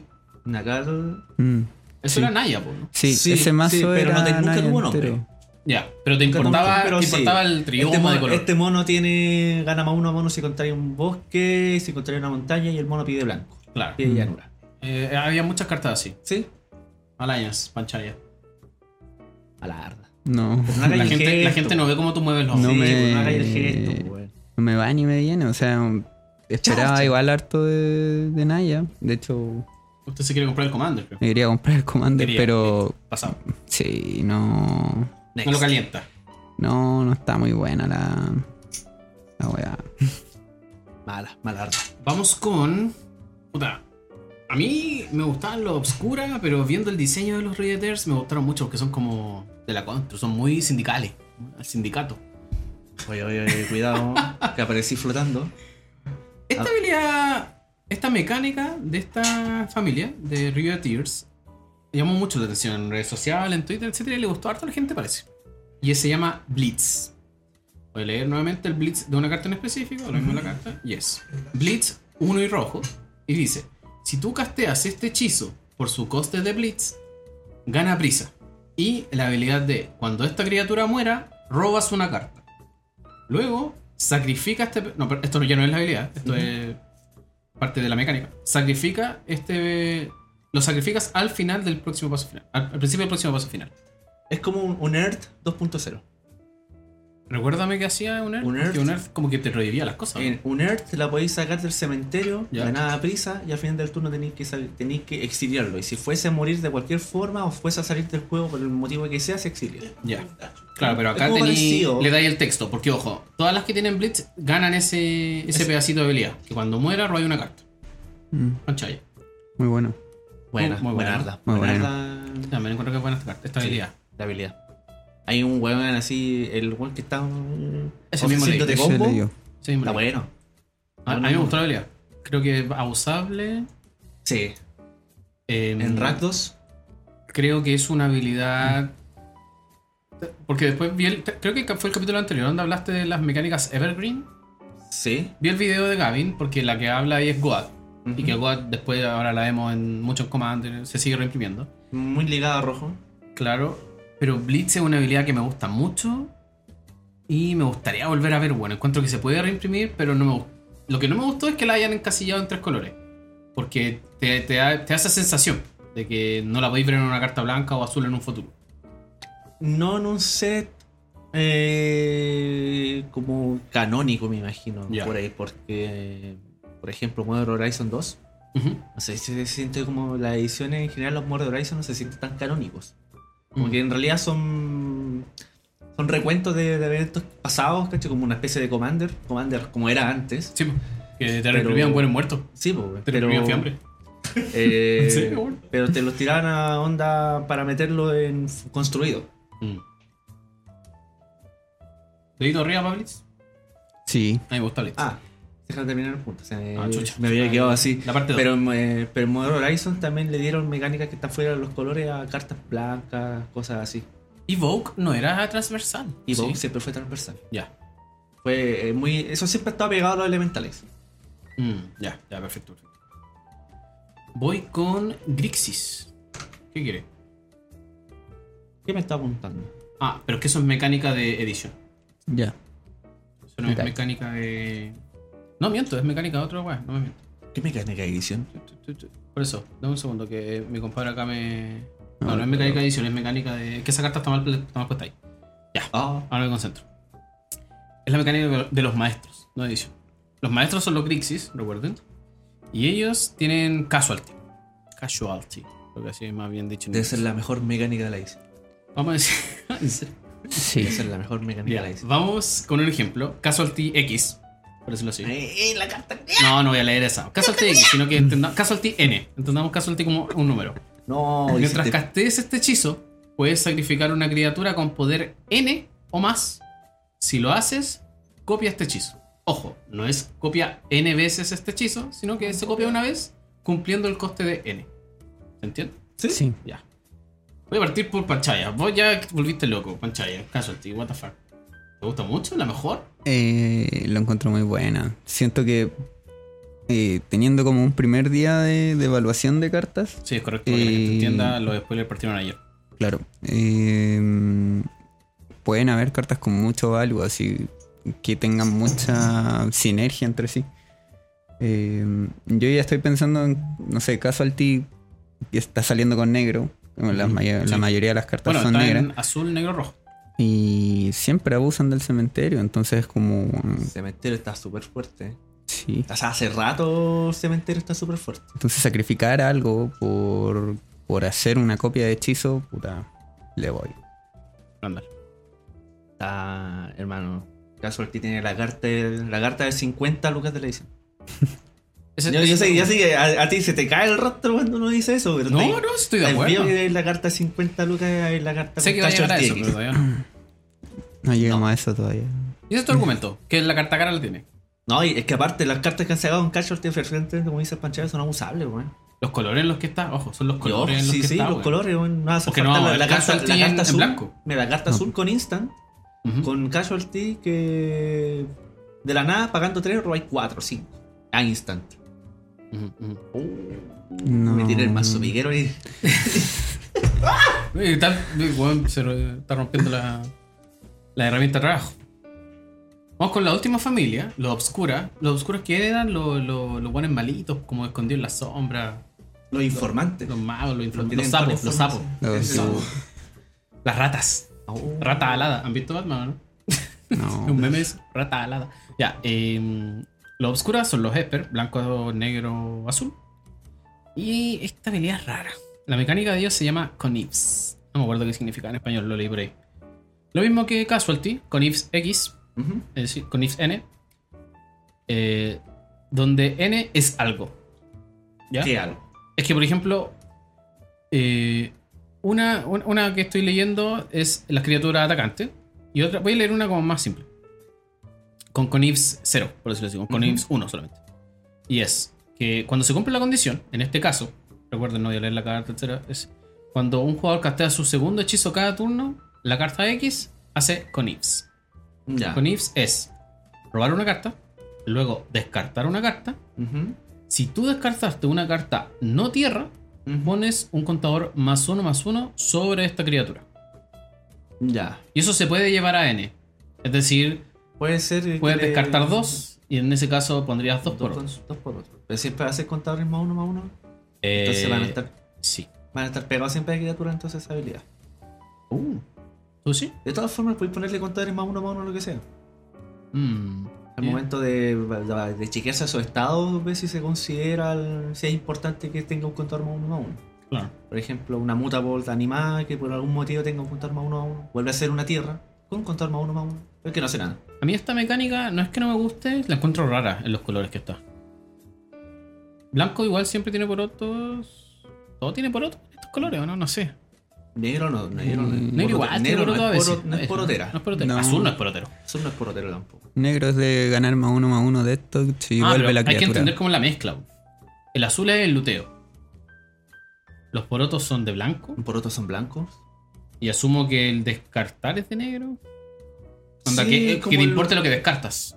Speaker 2: Nakal.
Speaker 3: Mm.
Speaker 1: Eso
Speaker 3: Sí.
Speaker 1: era Naya, po, ¿no?
Speaker 3: Sí,
Speaker 2: Sí,
Speaker 3: ese mazo
Speaker 2: sí, pero
Speaker 3: era
Speaker 2: no te- nunca
Speaker 3: nadie
Speaker 2: tuvo nombre.
Speaker 3: entero.
Speaker 1: Ya, pero te
Speaker 2: Nunca
Speaker 1: importaba,
Speaker 2: tuvo- pero
Speaker 1: te
Speaker 2: sí.
Speaker 1: importaba el trioma
Speaker 2: Este
Speaker 1: de
Speaker 2: mono,
Speaker 1: color.
Speaker 2: este mono tiene. Gana más uno a mono si contrae un bosque, si contrae una montaña y el mono pide blanco.
Speaker 1: Claro.
Speaker 2: Pide
Speaker 3: Mm.
Speaker 2: llanura.
Speaker 1: Eh, había muchas cartas así.
Speaker 2: ¿Sí?
Speaker 1: Alliance, Panchaya.
Speaker 2: A la arda.
Speaker 3: No,
Speaker 2: Pero no hagáis
Speaker 1: La
Speaker 2: el
Speaker 1: gente, la
Speaker 2: gesto,
Speaker 1: gente no ve cómo tú mueves los
Speaker 2: Sí,
Speaker 3: No
Speaker 2: pues,
Speaker 3: me-
Speaker 2: no hagáis el gesto, pues.
Speaker 3: no me va ni me viene, o sea, esperaba
Speaker 2: Chacha.
Speaker 3: igual harto de, de Naya. De hecho,
Speaker 1: Usted se quiere comprar el Commander, creo.
Speaker 3: me quería comprar el Commander,
Speaker 1: Quería,
Speaker 3: pero
Speaker 1: Pasado.
Speaker 3: sí, no,
Speaker 1: No lo
Speaker 2: Next.
Speaker 1: calienta.
Speaker 3: no, no está muy buena la, la weá.
Speaker 2: Mala, mala arda.
Speaker 1: Vamos con. Puta. A mí me gustaban los obscura, pero viendo el diseño de los Redditors me gustaron mucho porque son como de la contra, son muy sindicales. Al sindicato.
Speaker 2: Oye, oye, oye,
Speaker 1: *laughs*
Speaker 2: cuidado. que aparecí flotando.
Speaker 1: Esta
Speaker 2: Ah.
Speaker 1: habilidad, esta mecánica de esta familia de River Tears llamó mucho la atención en redes sociales, en Twitter, etcétera, y le gustó harto a la gente, parece. Y ese se llama Blitz. Voy a leer nuevamente el Blitz de una carta en específico, lo mismo la carta, y es Blitz 1 y rojo, y dice, si tú casteas este hechizo por su coste de Blitz, gana prisa. Y la habilidad de, cuando esta criatura muera, robas una carta. Luego, sacrifica este. No, pero esto ya no es la habilidad, esto es parte de la mecánica. Sacrifica este. Lo sacrificas al final del próximo paso final. Al, al principio del próximo paso final.
Speaker 2: Es como un, un Earth 2.0.
Speaker 1: Recuérdame que hacía un Earth.
Speaker 2: Un
Speaker 1: porque
Speaker 2: Earth.
Speaker 1: un Earth como que te revivía las cosas. ¿no?
Speaker 2: En un Earth la podéis sacar del cementerio,
Speaker 1: Ya.
Speaker 2: ganada prisa, y al final del turno tenéis que, sal- tenéis que exiliarlo. Y si fuese a morir de cualquier forma o fuese a salir del juego por el motivo que sea, se exilia.
Speaker 1: Ya. Claro, pero
Speaker 2: Es
Speaker 1: acá
Speaker 2: como
Speaker 1: tení-
Speaker 2: parecido.
Speaker 1: le dais el texto, porque ojo, todas las que tienen Blitz ganan ese, ese
Speaker 2: Es-
Speaker 1: pedacito de habilidad. Que cuando muera, roba una carta.
Speaker 3: Mm,
Speaker 1: Conchaya.
Speaker 3: muy bueno.
Speaker 2: Buena,
Speaker 1: Muy
Speaker 2: muy
Speaker 1: buena.
Speaker 2: buena arda.
Speaker 3: Muy
Speaker 2: buena arda
Speaker 1: También encuentro que es buena esta carta, esta
Speaker 2: Sí.
Speaker 1: habilidad.
Speaker 2: la habilidad. Hay un weón así, el weón que está mm,
Speaker 1: Ese mismo
Speaker 2: ofreciéndote
Speaker 1: ¿De
Speaker 3: Ese
Speaker 2: combo.
Speaker 3: leí yo.
Speaker 1: Sí, muy
Speaker 2: Está
Speaker 1: bien.
Speaker 2: bueno.
Speaker 1: a, a mí me gustó la habilidad. Creo que es abusable.
Speaker 2: Sí,
Speaker 1: em,
Speaker 2: en Rakdos.
Speaker 1: creo que es una habilidad. Porque después vi el. Creo que fue el capítulo anterior donde hablaste de las mecánicas Evergreen.
Speaker 2: Sí.
Speaker 1: Vi el video de Gavin, porque la que habla ahí es Goat. Y que
Speaker 2: Ujú.
Speaker 1: Goat después ahora la vemos en muchos comandos, se sigue reimprimiendo.
Speaker 2: Muy ligado a rojo.
Speaker 1: Claro, pero Blitz es una habilidad que me gusta mucho y me gustaría volver a ver. Bueno, encuentro que se puede reimprimir, pero no me gu- lo que no me gustó es que la hayan encasillado en tres colores. Porque te, te da, te da esa sensación de que no la podéis ver en una carta blanca o azul en un futuro.
Speaker 2: No en un set eh, como canónico, me imagino.
Speaker 1: Ya.
Speaker 2: Por ahí, porque, por ejemplo, Modern Horizon 2.
Speaker 1: Ujú.
Speaker 2: No sé si se siente como las ediciones en general, los Modern Horizon no se sienten tan canónicos.
Speaker 1: Mm.
Speaker 2: Como que en realidad son. Son recuentos de, de eventos pasados, ¿cachai? Como una especie de Commander. Commander como era antes.
Speaker 1: Sí, po, que te
Speaker 2: Pero-
Speaker 1: reimprimían buenos muertos.
Speaker 2: Sí, pues,
Speaker 1: Te
Speaker 2: pero.
Speaker 1: reimprimían fiambre.
Speaker 2: eh,
Speaker 1: *laughs* ¿En serio, bueno?
Speaker 2: pero te los tiraban a onda para meterlo en f- construido.
Speaker 1: Mm. Dedito arriba para Blitz.
Speaker 3: Sí.
Speaker 1: A mí me gusta Blitz.
Speaker 2: Ah, déjame terminar el punto. se me,
Speaker 1: Ah, chucha.
Speaker 2: me había quedado así.
Speaker 1: la parte 2.
Speaker 2: Pero, eh, pero en Modern Horizon también le dieron mecánicas que están fuera de los colores a cartas blancas, cosas así.
Speaker 1: Evoke no era transversal.
Speaker 2: Y Vogue
Speaker 1: Sí,
Speaker 2: siempre fue transversal.
Speaker 1: Ya.
Speaker 2: Fue eh, muy. Eso siempre estaba pegado a los elementales.
Speaker 1: Mm, ya, ya, perfecto, perfecto. Voy con Grixis. ¿Qué quiere?
Speaker 2: ¿Qué me está apuntando?
Speaker 1: Ah, pero es que eso es mecánica de edición.
Speaker 3: Ya.
Speaker 1: Eso no es
Speaker 3: Ok.
Speaker 1: mecánica de. No miento, es mecánica de otra weá, no me miento.
Speaker 2: ¿Qué mecánica de edición?
Speaker 1: Tu, tu, tu, tu. Por eso, dame un segundo que mi compadre acá me. No, no es mecánica de edición, es mecánica de. Que esa carta está mal, está mal puesta ahí.
Speaker 2: Ah,
Speaker 1: Ahora me concentro. Es la mecánica de los maestros, no de edición. Los maestros son los Grixis, recuerden. Y ellos tienen casualty. Casualty. Lo que así es más bien dicho. en
Speaker 2: debe
Speaker 1: inglés.
Speaker 2: ser la mejor mecánica de la edición.
Speaker 1: Vamos a decir. *laughs*
Speaker 3: Sí.
Speaker 2: Debe ser la mejor mecánica
Speaker 1: Ya,
Speaker 2: de la *laughs* edición.
Speaker 1: vamos con un ejemplo. Casualty X. Por decirlo así.
Speaker 2: Eh, eh, la carta!
Speaker 1: No, no voy a leer esa. Casualty X, sino que entendamos. Casualty N. Entendamos casualty como un número.
Speaker 2: No,
Speaker 1: Mientras
Speaker 2: hiciste-
Speaker 1: castees este hechizo, puedes sacrificar una criatura con poder N o más. Si lo haces, copia este hechizo. Ojo, no es copia N veces este hechizo, sino que se copia una vez cumpliendo el coste de N. ¿Se entiende?
Speaker 3: Sí.
Speaker 1: Ya. Voy a partir por Panchaya. Vos ya volviste loco, Panchaya. Casualty, what the fuck. ¿Te gusta mucho? ¿La mejor?
Speaker 3: Eh, lo encuentro muy buena. Siento que eh, teniendo como un primer día de, de evaluación de cartas,
Speaker 1: Sí, es correcto. Para que la gente
Speaker 3: Eh,
Speaker 1: entienda, los spoilers partieron ayer.
Speaker 3: claro, eh, pueden haber cartas con mucho value, así que tengan mucha sinergia entre sí. Eh, yo ya estoy pensando en, no sé, Casualty que está saliendo con negro. como La,
Speaker 1: Ujú,
Speaker 3: maya- la
Speaker 1: sí.
Speaker 3: mayoría de las cartas
Speaker 1: Bueno,
Speaker 3: son
Speaker 1: está
Speaker 3: negras.
Speaker 1: en azul, negro, rojo.
Speaker 3: Y siempre abusan del cementerio, entonces es como... mm,
Speaker 2: El cementerio está súper fuerte. eh.
Speaker 3: Sí.
Speaker 2: O sea, hace rato el cementerio está súper fuerte.
Speaker 3: Entonces sacrificar algo por, por hacer una copia de hechizo, puta, le voy.
Speaker 1: Ándale.
Speaker 2: Está, hermano. Casualty tiene la carta, la carta de 50 lucas de la edición.
Speaker 1: Ese-
Speaker 2: Yo, yo
Speaker 1: ese-
Speaker 2: sé, yo sé que a, a ti se te cae el rostro cuando uno dice eso, pero
Speaker 1: No,
Speaker 2: te-
Speaker 1: no, estoy de
Speaker 2: te envío
Speaker 1: acuerdo.
Speaker 2: que es la carta 50 lucas es la carta
Speaker 1: Sé que va a llegar a eso, pero todavía no.
Speaker 3: No llegamos a eso todavía.
Speaker 1: Y ese es tu argumento, que la carta cara la tiene.
Speaker 2: No, y es que aparte las cartas que han sacado en Casualty frente, como dice Panchero, son abusables, weón.
Speaker 1: Los colores en los que está, ojo, son los colores
Speaker 2: Yo,
Speaker 1: en los
Speaker 2: sí,
Speaker 1: que
Speaker 2: sí,
Speaker 1: está.
Speaker 2: los
Speaker 1: weón.
Speaker 2: colores, weón. No hace
Speaker 1: Porque
Speaker 2: falta
Speaker 1: no,
Speaker 2: la,
Speaker 1: el
Speaker 2: la carta,
Speaker 1: Casualty
Speaker 2: la carta
Speaker 1: en- en
Speaker 2: azul.
Speaker 1: blanco. ¿Mm?
Speaker 2: Mira, la carta
Speaker 3: No.
Speaker 2: azul con instant,
Speaker 1: Ujú.
Speaker 2: con Casualty que de la nada pagando 3 robáis 4, 5. A instant.
Speaker 1: Ujú, ujú.
Speaker 3: No.
Speaker 2: Me tiré el mazo piguero y.
Speaker 1: Y tal, y, weón, se ro- está rompiendo la, la herramienta de trabajo. Vamos con la última familia, los obscuras. Los obscuros que eran los, los, los buenos malitos, como escondidos en la sombra.
Speaker 2: Los informantes.
Speaker 1: Los magos, los, infantiles,
Speaker 2: Tienen
Speaker 1: los
Speaker 2: toda la
Speaker 1: sapos, los sapos.
Speaker 2: información.
Speaker 3: Los-
Speaker 2: Ese sapo.
Speaker 1: Las ratas.
Speaker 2: Oh.
Speaker 1: Rata alada. ¿Han visto Batman, no?
Speaker 3: No.
Speaker 1: *laughs* Un meme es rata alada. Ya, eh, los obscuras son los Esper, blanco, negro, azul. Y esta habilidad es rara. La mecánica de ellos se llama Conips. No me acuerdo qué significa en español, lo leí por ahí. Lo mismo que Casualty, Conips X,
Speaker 2: Ujú.
Speaker 1: es decir, Conips N, eh, donde N es algo. ¿Ya?
Speaker 2: ¿Qué algo?
Speaker 1: Es que, por ejemplo, eh, una, un- una que estoy leyendo es las criaturas atacantes. Y otra, voy a leer una como más simple. Con Conivs 0, por decirlo así, con Conivs 1 solamente. Y es que cuando se cumple la condición, en este caso, recuerden, no voy a leer la carta, etcétera, es cuando un jugador castea su segundo hechizo cada turno, la carta X hace Conivs.
Speaker 2: Ya.
Speaker 1: Con ifs es robar una carta, luego descartar una carta.
Speaker 2: Ujú.
Speaker 1: Si tú descartaste una carta no tierra, pones un contador más uno más uno sobre esta criatura.
Speaker 2: Ya.
Speaker 1: Y eso se puede llevar a N. Es decir,
Speaker 2: Puede ser.
Speaker 1: puedes
Speaker 2: que-
Speaker 1: descartar dos y en ese caso pondrías dos
Speaker 2: Este, eh, Dos
Speaker 1: por
Speaker 2: por,
Speaker 1: otro.
Speaker 2: dos por otro. Pero siempre haces contadores más uno más uno. Entonces
Speaker 1: Eh,
Speaker 2: van a estar
Speaker 1: Sí.
Speaker 2: van a estar pegados siempre a criatura entonces esa habilidad.
Speaker 1: Uh. ¿Tú sí?
Speaker 2: De todas formas, puedes ponerle contadores más uno más uno lo que sea.
Speaker 1: Mm,
Speaker 2: Al
Speaker 1: bien.
Speaker 2: momento de, de, de chequearse a su estado, ver si se considera el- si es importante que tenga un contador más uno más uno.
Speaker 1: Claro.
Speaker 2: Por ejemplo, una mutable animada que por algún motivo tenga un contador más uno más uno. Vuelve a ser una tierra con un contador más uno más uno. Pero que no hace nada.
Speaker 1: A mí esta mecánica no es que no me guste, la encuentro rara en los colores que está. Blanco igual siempre tiene porotos. Todo tiene porotos en estos colores, ¿o no? No sé.
Speaker 2: Negro no, negro no.
Speaker 3: Mm,
Speaker 1: Negro igual, tiene
Speaker 2: negro no
Speaker 1: porotos a
Speaker 2: es,
Speaker 1: veces.
Speaker 2: poro- no
Speaker 1: *laughs*
Speaker 2: es porotera.
Speaker 1: No es porotera.
Speaker 3: No.
Speaker 1: Azul no es porotero.
Speaker 2: Eso no es porotero tampoco.
Speaker 3: Negro es de ganar más uno más uno de esto y
Speaker 1: Ah, pero
Speaker 3: vuelve la
Speaker 1: hay que
Speaker 3: criatura.
Speaker 1: entender cómo es la mezcla. El azul es el luteo. Los porotos son de blanco.
Speaker 2: ¿Los porotos son blancos?
Speaker 1: Y asumo que el descartar es de negro. Onda,
Speaker 2: Sí,
Speaker 1: que,
Speaker 2: como
Speaker 1: que te
Speaker 2: el-
Speaker 1: importe lo que descartas.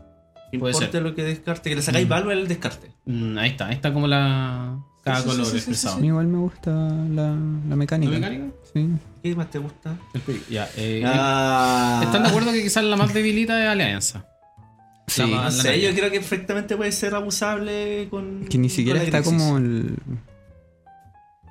Speaker 1: Puede
Speaker 2: Importe
Speaker 1: ser.
Speaker 2: lo que descarte, que le sacáis
Speaker 1: Mm.
Speaker 2: valor al descarte.
Speaker 1: Mm, ahí está, ahí está como la. Cada
Speaker 2: Sí, sí,
Speaker 1: color
Speaker 2: sí, sí, sí,
Speaker 1: expresado.
Speaker 3: A mí igual me gusta la, la mecánica.
Speaker 1: ¿La mecánica?
Speaker 3: Sí.
Speaker 2: ¿Qué más te gusta?
Speaker 1: El pi- Ya, eh,
Speaker 2: Ah,
Speaker 1: ¿Están de acuerdo que quizás la más debilita es Alianza?
Speaker 3: Sí.
Speaker 1: La
Speaker 2: No
Speaker 1: más-
Speaker 2: sé, yo creo que perfectamente puede ser abusable con.
Speaker 3: Que ni siquiera
Speaker 2: con la
Speaker 3: está
Speaker 2: crisis.
Speaker 3: como el.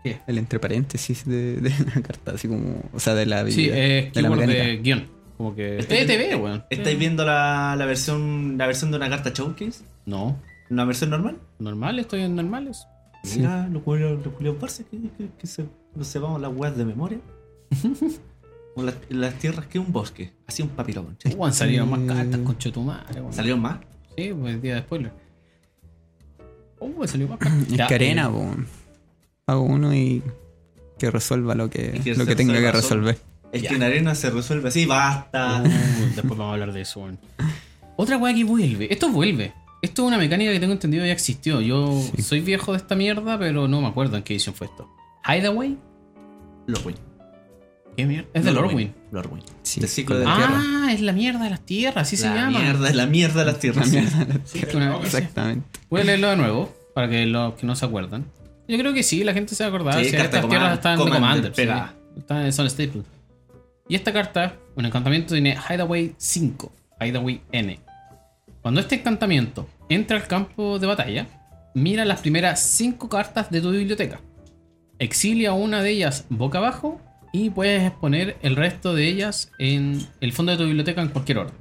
Speaker 1: ¿Qué?
Speaker 3: El entre paréntesis de, de la carta, así como. O sea, de la
Speaker 1: Sí,
Speaker 3: habilidad.
Speaker 1: es
Speaker 3: de la
Speaker 1: keyword de
Speaker 3: mecánica.
Speaker 1: guión. Como que.
Speaker 2: Estáis-
Speaker 1: Este TV, weón.
Speaker 2: ¿Estáis viendo la, la versión la versión de una carta showcase?
Speaker 1: No,
Speaker 2: ¿Una versión normal?
Speaker 1: normal, estoy en normales.
Speaker 3: Sí.
Speaker 2: Mira, los culios los culios parces que, que, que se, nos sepamos las weas
Speaker 1: *laughs*
Speaker 2: de memoria. Como las, las tierras que un bosque, así un papirón. che.
Speaker 1: Weón, salieron más
Speaker 3: Eh.
Speaker 1: cartas, concho tu madre, weón.
Speaker 2: ¿Salieron más?
Speaker 1: Sí, pues día de spoiler. Uh, salió
Speaker 3: *coughs*
Speaker 1: más cartas.
Speaker 3: Es
Speaker 1: Ya,
Speaker 3: que arena,
Speaker 1: eh,
Speaker 3: po. Hago uno y. Que resuelva lo que,
Speaker 2: Y que
Speaker 3: lo
Speaker 2: se
Speaker 3: que tenga que
Speaker 2: resuelva
Speaker 3: resolver.
Speaker 2: Es
Speaker 1: Ya.
Speaker 2: que en arena se resuelve
Speaker 1: *laughs*
Speaker 2: así, basta.
Speaker 1: uh, después vamos a hablar de eso, weón. Otra weá que vuelve. Esto vuelve. Esto es una mecánica que tengo entendido ya existió. Yo
Speaker 3: Sí.
Speaker 1: soy viejo de esta mierda, pero no me acuerdo en qué edición fue esto. Hideaway?
Speaker 2: Lorwyn.
Speaker 1: ¿Qué mierda? Es de Lorwyn.
Speaker 2: Lorwyn.
Speaker 3: Sí,
Speaker 2: Del ciclo
Speaker 3: con
Speaker 2: de
Speaker 3: la
Speaker 1: ah,
Speaker 3: tierra.
Speaker 1: es la mierda de las tierras, así se
Speaker 2: la
Speaker 1: llama.
Speaker 2: mierda, la mierda de las
Speaker 3: La
Speaker 2: tierras.
Speaker 3: mierda de la
Speaker 1: Sí,
Speaker 3: tierra.
Speaker 1: que una-
Speaker 3: Exactamente.
Speaker 1: Voy a leerlo de nuevo, para que los que no se acuerdan. Yo creo que sí, la gente se va a acordar.
Speaker 2: Sí,
Speaker 1: si
Speaker 2: carta
Speaker 1: estas
Speaker 2: Commander,
Speaker 1: tierras están de
Speaker 2: Commander,
Speaker 1: Commander. sí.
Speaker 2: pegada.
Speaker 1: Están- son staple. Y esta carta, un encantamiento, tiene Hideaway 5, Hideaway N. Cuando este encantamiento entra al campo de batalla, mira las primeras 5 cartas de tu biblioteca. Exilia una de ellas boca abajo y puedes exponer el resto de ellas en el fondo de tu biblioteca en cualquier orden.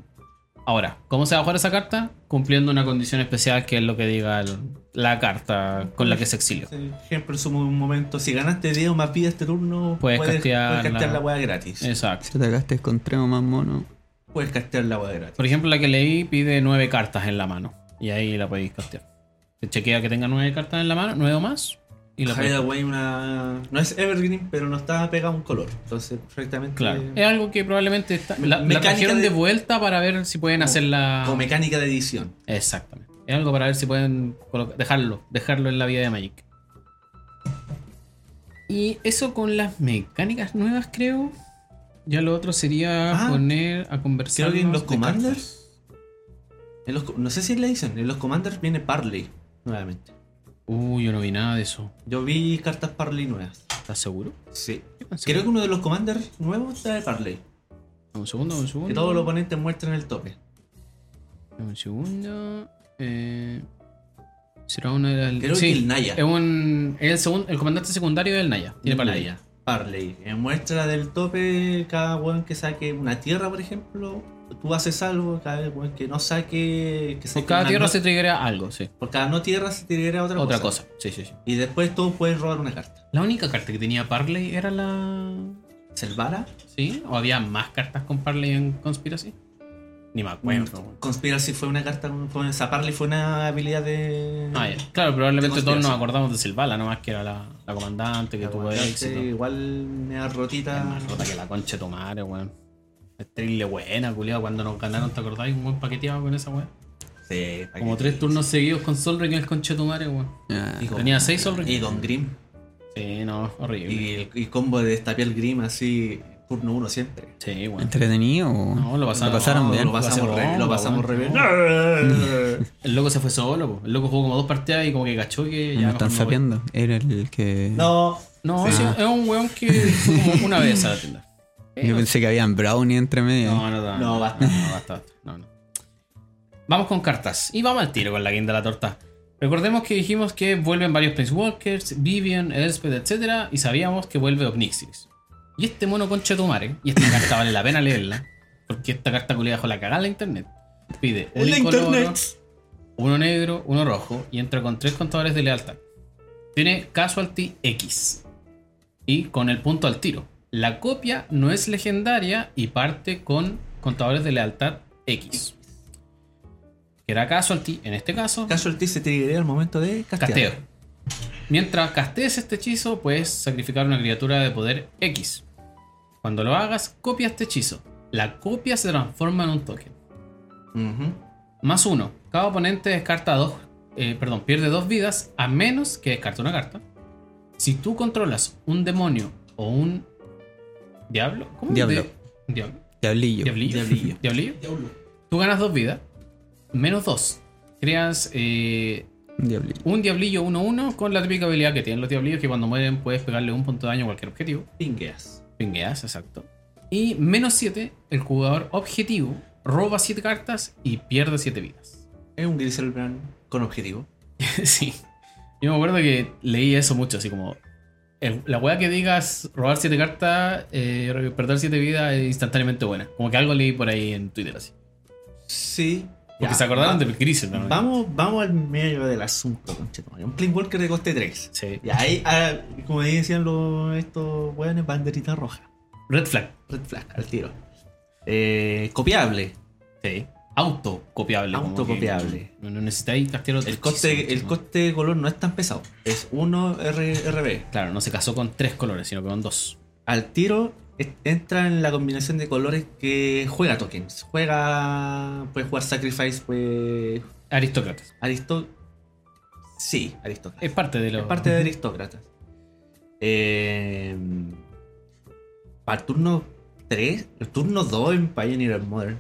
Speaker 1: Ahora, ¿cómo se va a jugar esa carta? Cumpliendo una condición especial que es lo que diga el- la carta con la que se exilió.
Speaker 2: Por ejemplo, en un momento, si ganaste 10 o más vidas este turno,
Speaker 1: Puedes castear
Speaker 2: castear
Speaker 1: la-
Speaker 2: la wea gratis.
Speaker 1: Exacto.
Speaker 3: Si atacaste con tremo más mono.
Speaker 2: Puedes castear la wea gratis.
Speaker 1: Por ejemplo, la que leí pide nueve cartas en la mano. Y ahí la podéis castear. Te chequea que tenga nueve cartas en la mano, nueve o más. Y la podéis-
Speaker 2: Hideaway una... no es Evergreen, pero no está pegado a un color. Entonces, perfectamente.
Speaker 1: Claro. Es algo que probablemente está, la, la
Speaker 2: Mecánica
Speaker 1: trajeron de...
Speaker 2: de-
Speaker 1: vuelta para ver si pueden
Speaker 2: Como-
Speaker 1: hacerla.
Speaker 2: Como mecánica de edición.
Speaker 1: Exactamente. Es algo para ver si pueden coloca- dejarlo, dejarlo en la vida de Magic. Y eso con las mecánicas nuevas, creo. Ya lo otro sería
Speaker 2: Ah,
Speaker 1: poner a conversar.
Speaker 2: Creo que en los
Speaker 1: de cartas.
Speaker 2: Commanders. En los, co- no sé si es la edición. En los Commanders viene Parley nuevamente.
Speaker 1: Uy, yo no vi nada de eso.
Speaker 2: Yo vi cartas Parley nuevas.
Speaker 1: ¿Estás seguro?
Speaker 2: Sí.
Speaker 1: Yo pensé
Speaker 2: Creo que uno de los Commanders nuevos trae Parley.
Speaker 1: Un segundo, un segundo.
Speaker 2: Que todos los oponentes muestran el tope.
Speaker 1: Un segundo. Eh, será una de las.
Speaker 2: Creo
Speaker 1: sí,
Speaker 2: que el Naya.
Speaker 1: es un. Es el, segundo, el comandante secundario del Naya. Tiene para
Speaker 2: Parley. Parley. En muestra del tope, cada weón que saque una tierra, por ejemplo, tú haces algo. Cada weón que no saque. Que
Speaker 1: Por
Speaker 2: saque
Speaker 1: cada
Speaker 2: una
Speaker 1: tierra
Speaker 2: no-
Speaker 1: se triggera algo, sí.
Speaker 2: Por cada no tierra se tiraría otra,
Speaker 1: Otra cosa. Sí, sí, sí.
Speaker 2: Y después todos pueden robar una carta.
Speaker 1: La única carta que tenía Parley era la.
Speaker 2: Selvara,
Speaker 1: ¿Sí? ¿O había más cartas con Parley en Conspiracy? Ni me acuerdo. weón.
Speaker 2: Conspiracy fue una carta. Fue, esa Parley fue una habilidad de.
Speaker 1: Ah, ya. Claro, probablemente
Speaker 2: De
Speaker 1: todos nos
Speaker 2: Mm. Conspiracy.
Speaker 1: acordamos de Silvala, nomás que era la, la comandante que
Speaker 2: La
Speaker 1: tuvo
Speaker 2: comandante,
Speaker 1: éxito.
Speaker 2: Igual me da rotita.
Speaker 1: Es más rota que la concha de tu madre, weón. Es terrible buena, culiado. Cuando nos ganaron, ¿te acordáis? Un buen paqueteado con esa weón.
Speaker 2: Sí, pa'
Speaker 1: Como
Speaker 2: que-
Speaker 1: tres turnos seguidos con Solring en el concha de tu madre, weón.
Speaker 3: Ah,
Speaker 2: Y con-
Speaker 1: Tenía seis Sol Ring.
Speaker 2: Y con Grim.
Speaker 1: Sí, no, horrible.
Speaker 2: Y, el- y combo de destapear Grim así. turno uno siempre.
Speaker 1: Sí, bueno.
Speaker 3: ¿Entretenido?
Speaker 1: No, lo pasaron-
Speaker 2: No,
Speaker 3: bien.
Speaker 2: Lo pasamos
Speaker 1: Lo
Speaker 2: re bien. Lo pasamos
Speaker 1: pasamos
Speaker 2: re bien.
Speaker 1: bomba, El loco se fue solo, po. el loco jugó como dos partidas y como que cachó que
Speaker 3: Me
Speaker 1: ya.
Speaker 3: están
Speaker 1: mejor no voy.
Speaker 3: sapeando. Era el que.
Speaker 2: No.
Speaker 1: No,
Speaker 2: Sí.
Speaker 1: sí, es un weón que fue como una vez a la *laughs* tienda.
Speaker 3: Yo pensé que habían brownie entre medio.
Speaker 1: eh, No, no, no.
Speaker 2: No, basta.
Speaker 1: No, basta, basta. No, no. Vamos con cartas. Y vamos al tiro con la guinda de la torta. Recordemos que dijimos que vuelven varios Planeswalkers, Vivian, Elspeth, etc. Y sabíamos que vuelve Obnixilis. Y este mono concha de tu madre, y esta carta vale la pena leerla, porque esta carta culia dejó la cagada en la internet. Pide un
Speaker 2: En la
Speaker 1: incoloro,
Speaker 2: internet.
Speaker 1: uno negro, uno rojo, y entra con tres contadores de lealtad. Tiene casualty X. Y con el punto al tiro. La copia no es legendaria y parte con contadores de lealtad X. Que era casualty en este caso.
Speaker 2: Casualty se triggería al momento de castear.
Speaker 1: Casteo. Mientras castees este hechizo, puedes sacrificar una criatura de poder X. Cuando lo hagas, copia este hechizo. La copia se transforma en un token.
Speaker 2: Ujú.
Speaker 1: Más uno. Cada oponente descarta dos. eh, perdón, pierde dos vidas a menos que descarte una carta. Si tú controlas un demonio o un. ¿Diablo? ¿Cómo?
Speaker 3: Diablo.
Speaker 1: De- Diablo.
Speaker 3: Diablillo.
Speaker 1: Diablillo.
Speaker 2: Diablillo.
Speaker 1: *laughs* Diablillo. Tú ganas dos vidas. Menos dos. Creas eh,
Speaker 3: Diablillo.
Speaker 1: un diablillo 1-1 con la típica habilidad que tienen los diablillos que cuando mueren puedes pegarle un punto de daño a cualquier objetivo.
Speaker 2: Pingueas.
Speaker 1: Pingueas, exacto. Y menos 7, el jugador objetivo roba 7 cartas y pierde 7 vidas.
Speaker 2: Es un Griselbrand con objetivo.
Speaker 1: *laughs* Sí. Yo me acuerdo que leí eso mucho, así como. el- la weá que digas robar 7 cartas, eh, perder 7 vidas es instantáneamente buena. Como que algo leí por ahí en Twitter así.
Speaker 2: Sí.
Speaker 1: Porque
Speaker 2: Ya,
Speaker 1: se acordaron
Speaker 2: va-
Speaker 1: del Grisel, ¿no?
Speaker 2: Vamos, vamos al medio del asunto, conchetumare. Un Plane Walker de coste 3.
Speaker 1: Sí.
Speaker 2: Y ahí, ah, como decían los, estos weones, banderita roja.
Speaker 1: Red flag.
Speaker 2: Red flag, al tiro. Eh, copiable.
Speaker 1: Sí. Autocopiable. como que
Speaker 2: Autocopiable.
Speaker 1: No no necesitáis castear otro
Speaker 2: El coste,
Speaker 1: hechizo,
Speaker 2: el
Speaker 1: ¿no?
Speaker 2: coste de color no es tan pesado. Es 1 RB.
Speaker 1: Claro, no se casó con tres colores, sino que con dos.
Speaker 2: Al tiro es- entra en la combinación de colores que juega tokens. Juega. Puede jugar Sacrifice, puede.
Speaker 1: Aristócratas.
Speaker 2: Aristo. Sí, aristócrata.
Speaker 1: Es parte de los.
Speaker 2: Es parte de aristócratas. Eh, para el turno 3, el turno 2 en Pioneer and Modern.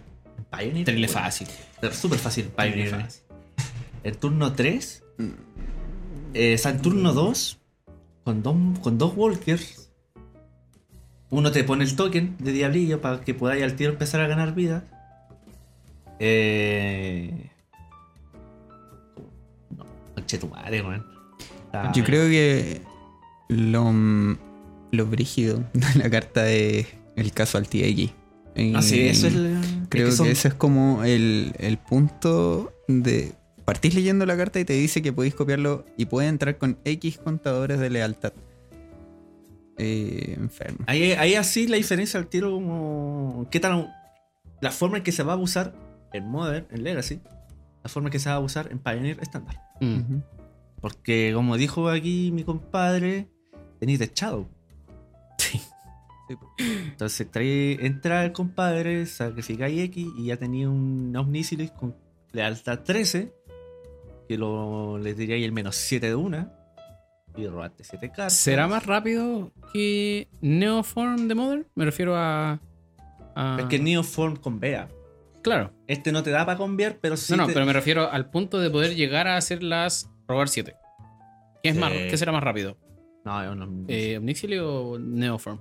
Speaker 2: Pioneer.
Speaker 1: Terrible
Speaker 2: bueno,
Speaker 1: fácil.
Speaker 2: pero Súper fácil,
Speaker 1: Terrible
Speaker 2: Pioneer.
Speaker 1: fácil.
Speaker 2: *laughs* El turno 3. Eh, Saturno 2. Con, dos con dos walkers. Uno te pone el token de diablillo para que podáis al tiro empezar a ganar vida. Eh... No, conche tu madre, weón.
Speaker 1: Ah,
Speaker 2: Está-
Speaker 3: Yo creo que lo, lo brígido de la carta es el caso al TX.
Speaker 2: Ah, sí, eso es el-
Speaker 3: Creo
Speaker 2: es
Speaker 3: que,
Speaker 2: son-
Speaker 3: ese es como el, el punto de... Partís leyendo la carta y te dice que podéis copiarlo y puede entrar con X contadores de lealtad. Eh, enfermo.
Speaker 2: Ahí, ahí así la diferencia al tiro como... ¿Qué tal? La forma en que se va a abusar en Modern, en Legacy. La forma en que se va a abusar en Pioneer estándar.
Speaker 1: Mm.
Speaker 3: Ujú.
Speaker 2: Porque como dijo aquí mi compadre, tenéis de Shadow.
Speaker 1: *laughs* Sí.
Speaker 2: Entonces trae, entra el compadre, sacrificáis X y ya tenía un Omnisilis con lealtad 13. Que lo, le diría el menos 7 de una. Y robaste 7 cartas.
Speaker 1: ¿Será más rápido que Neoform de Mother? Me refiero a. a-
Speaker 2: Es que Neoform convea.
Speaker 1: Claro.
Speaker 2: Este no te da para convear, pero sí.
Speaker 1: no, no,
Speaker 2: te-
Speaker 1: pero me refiero al punto de poder llegar a hacerlas robar 7. ¿Qué, es
Speaker 2: Sí.
Speaker 1: más, ¿Qué será más rápido?
Speaker 2: No, es un Omnisilis.
Speaker 1: Eh, ¿Omnixili o Neoform?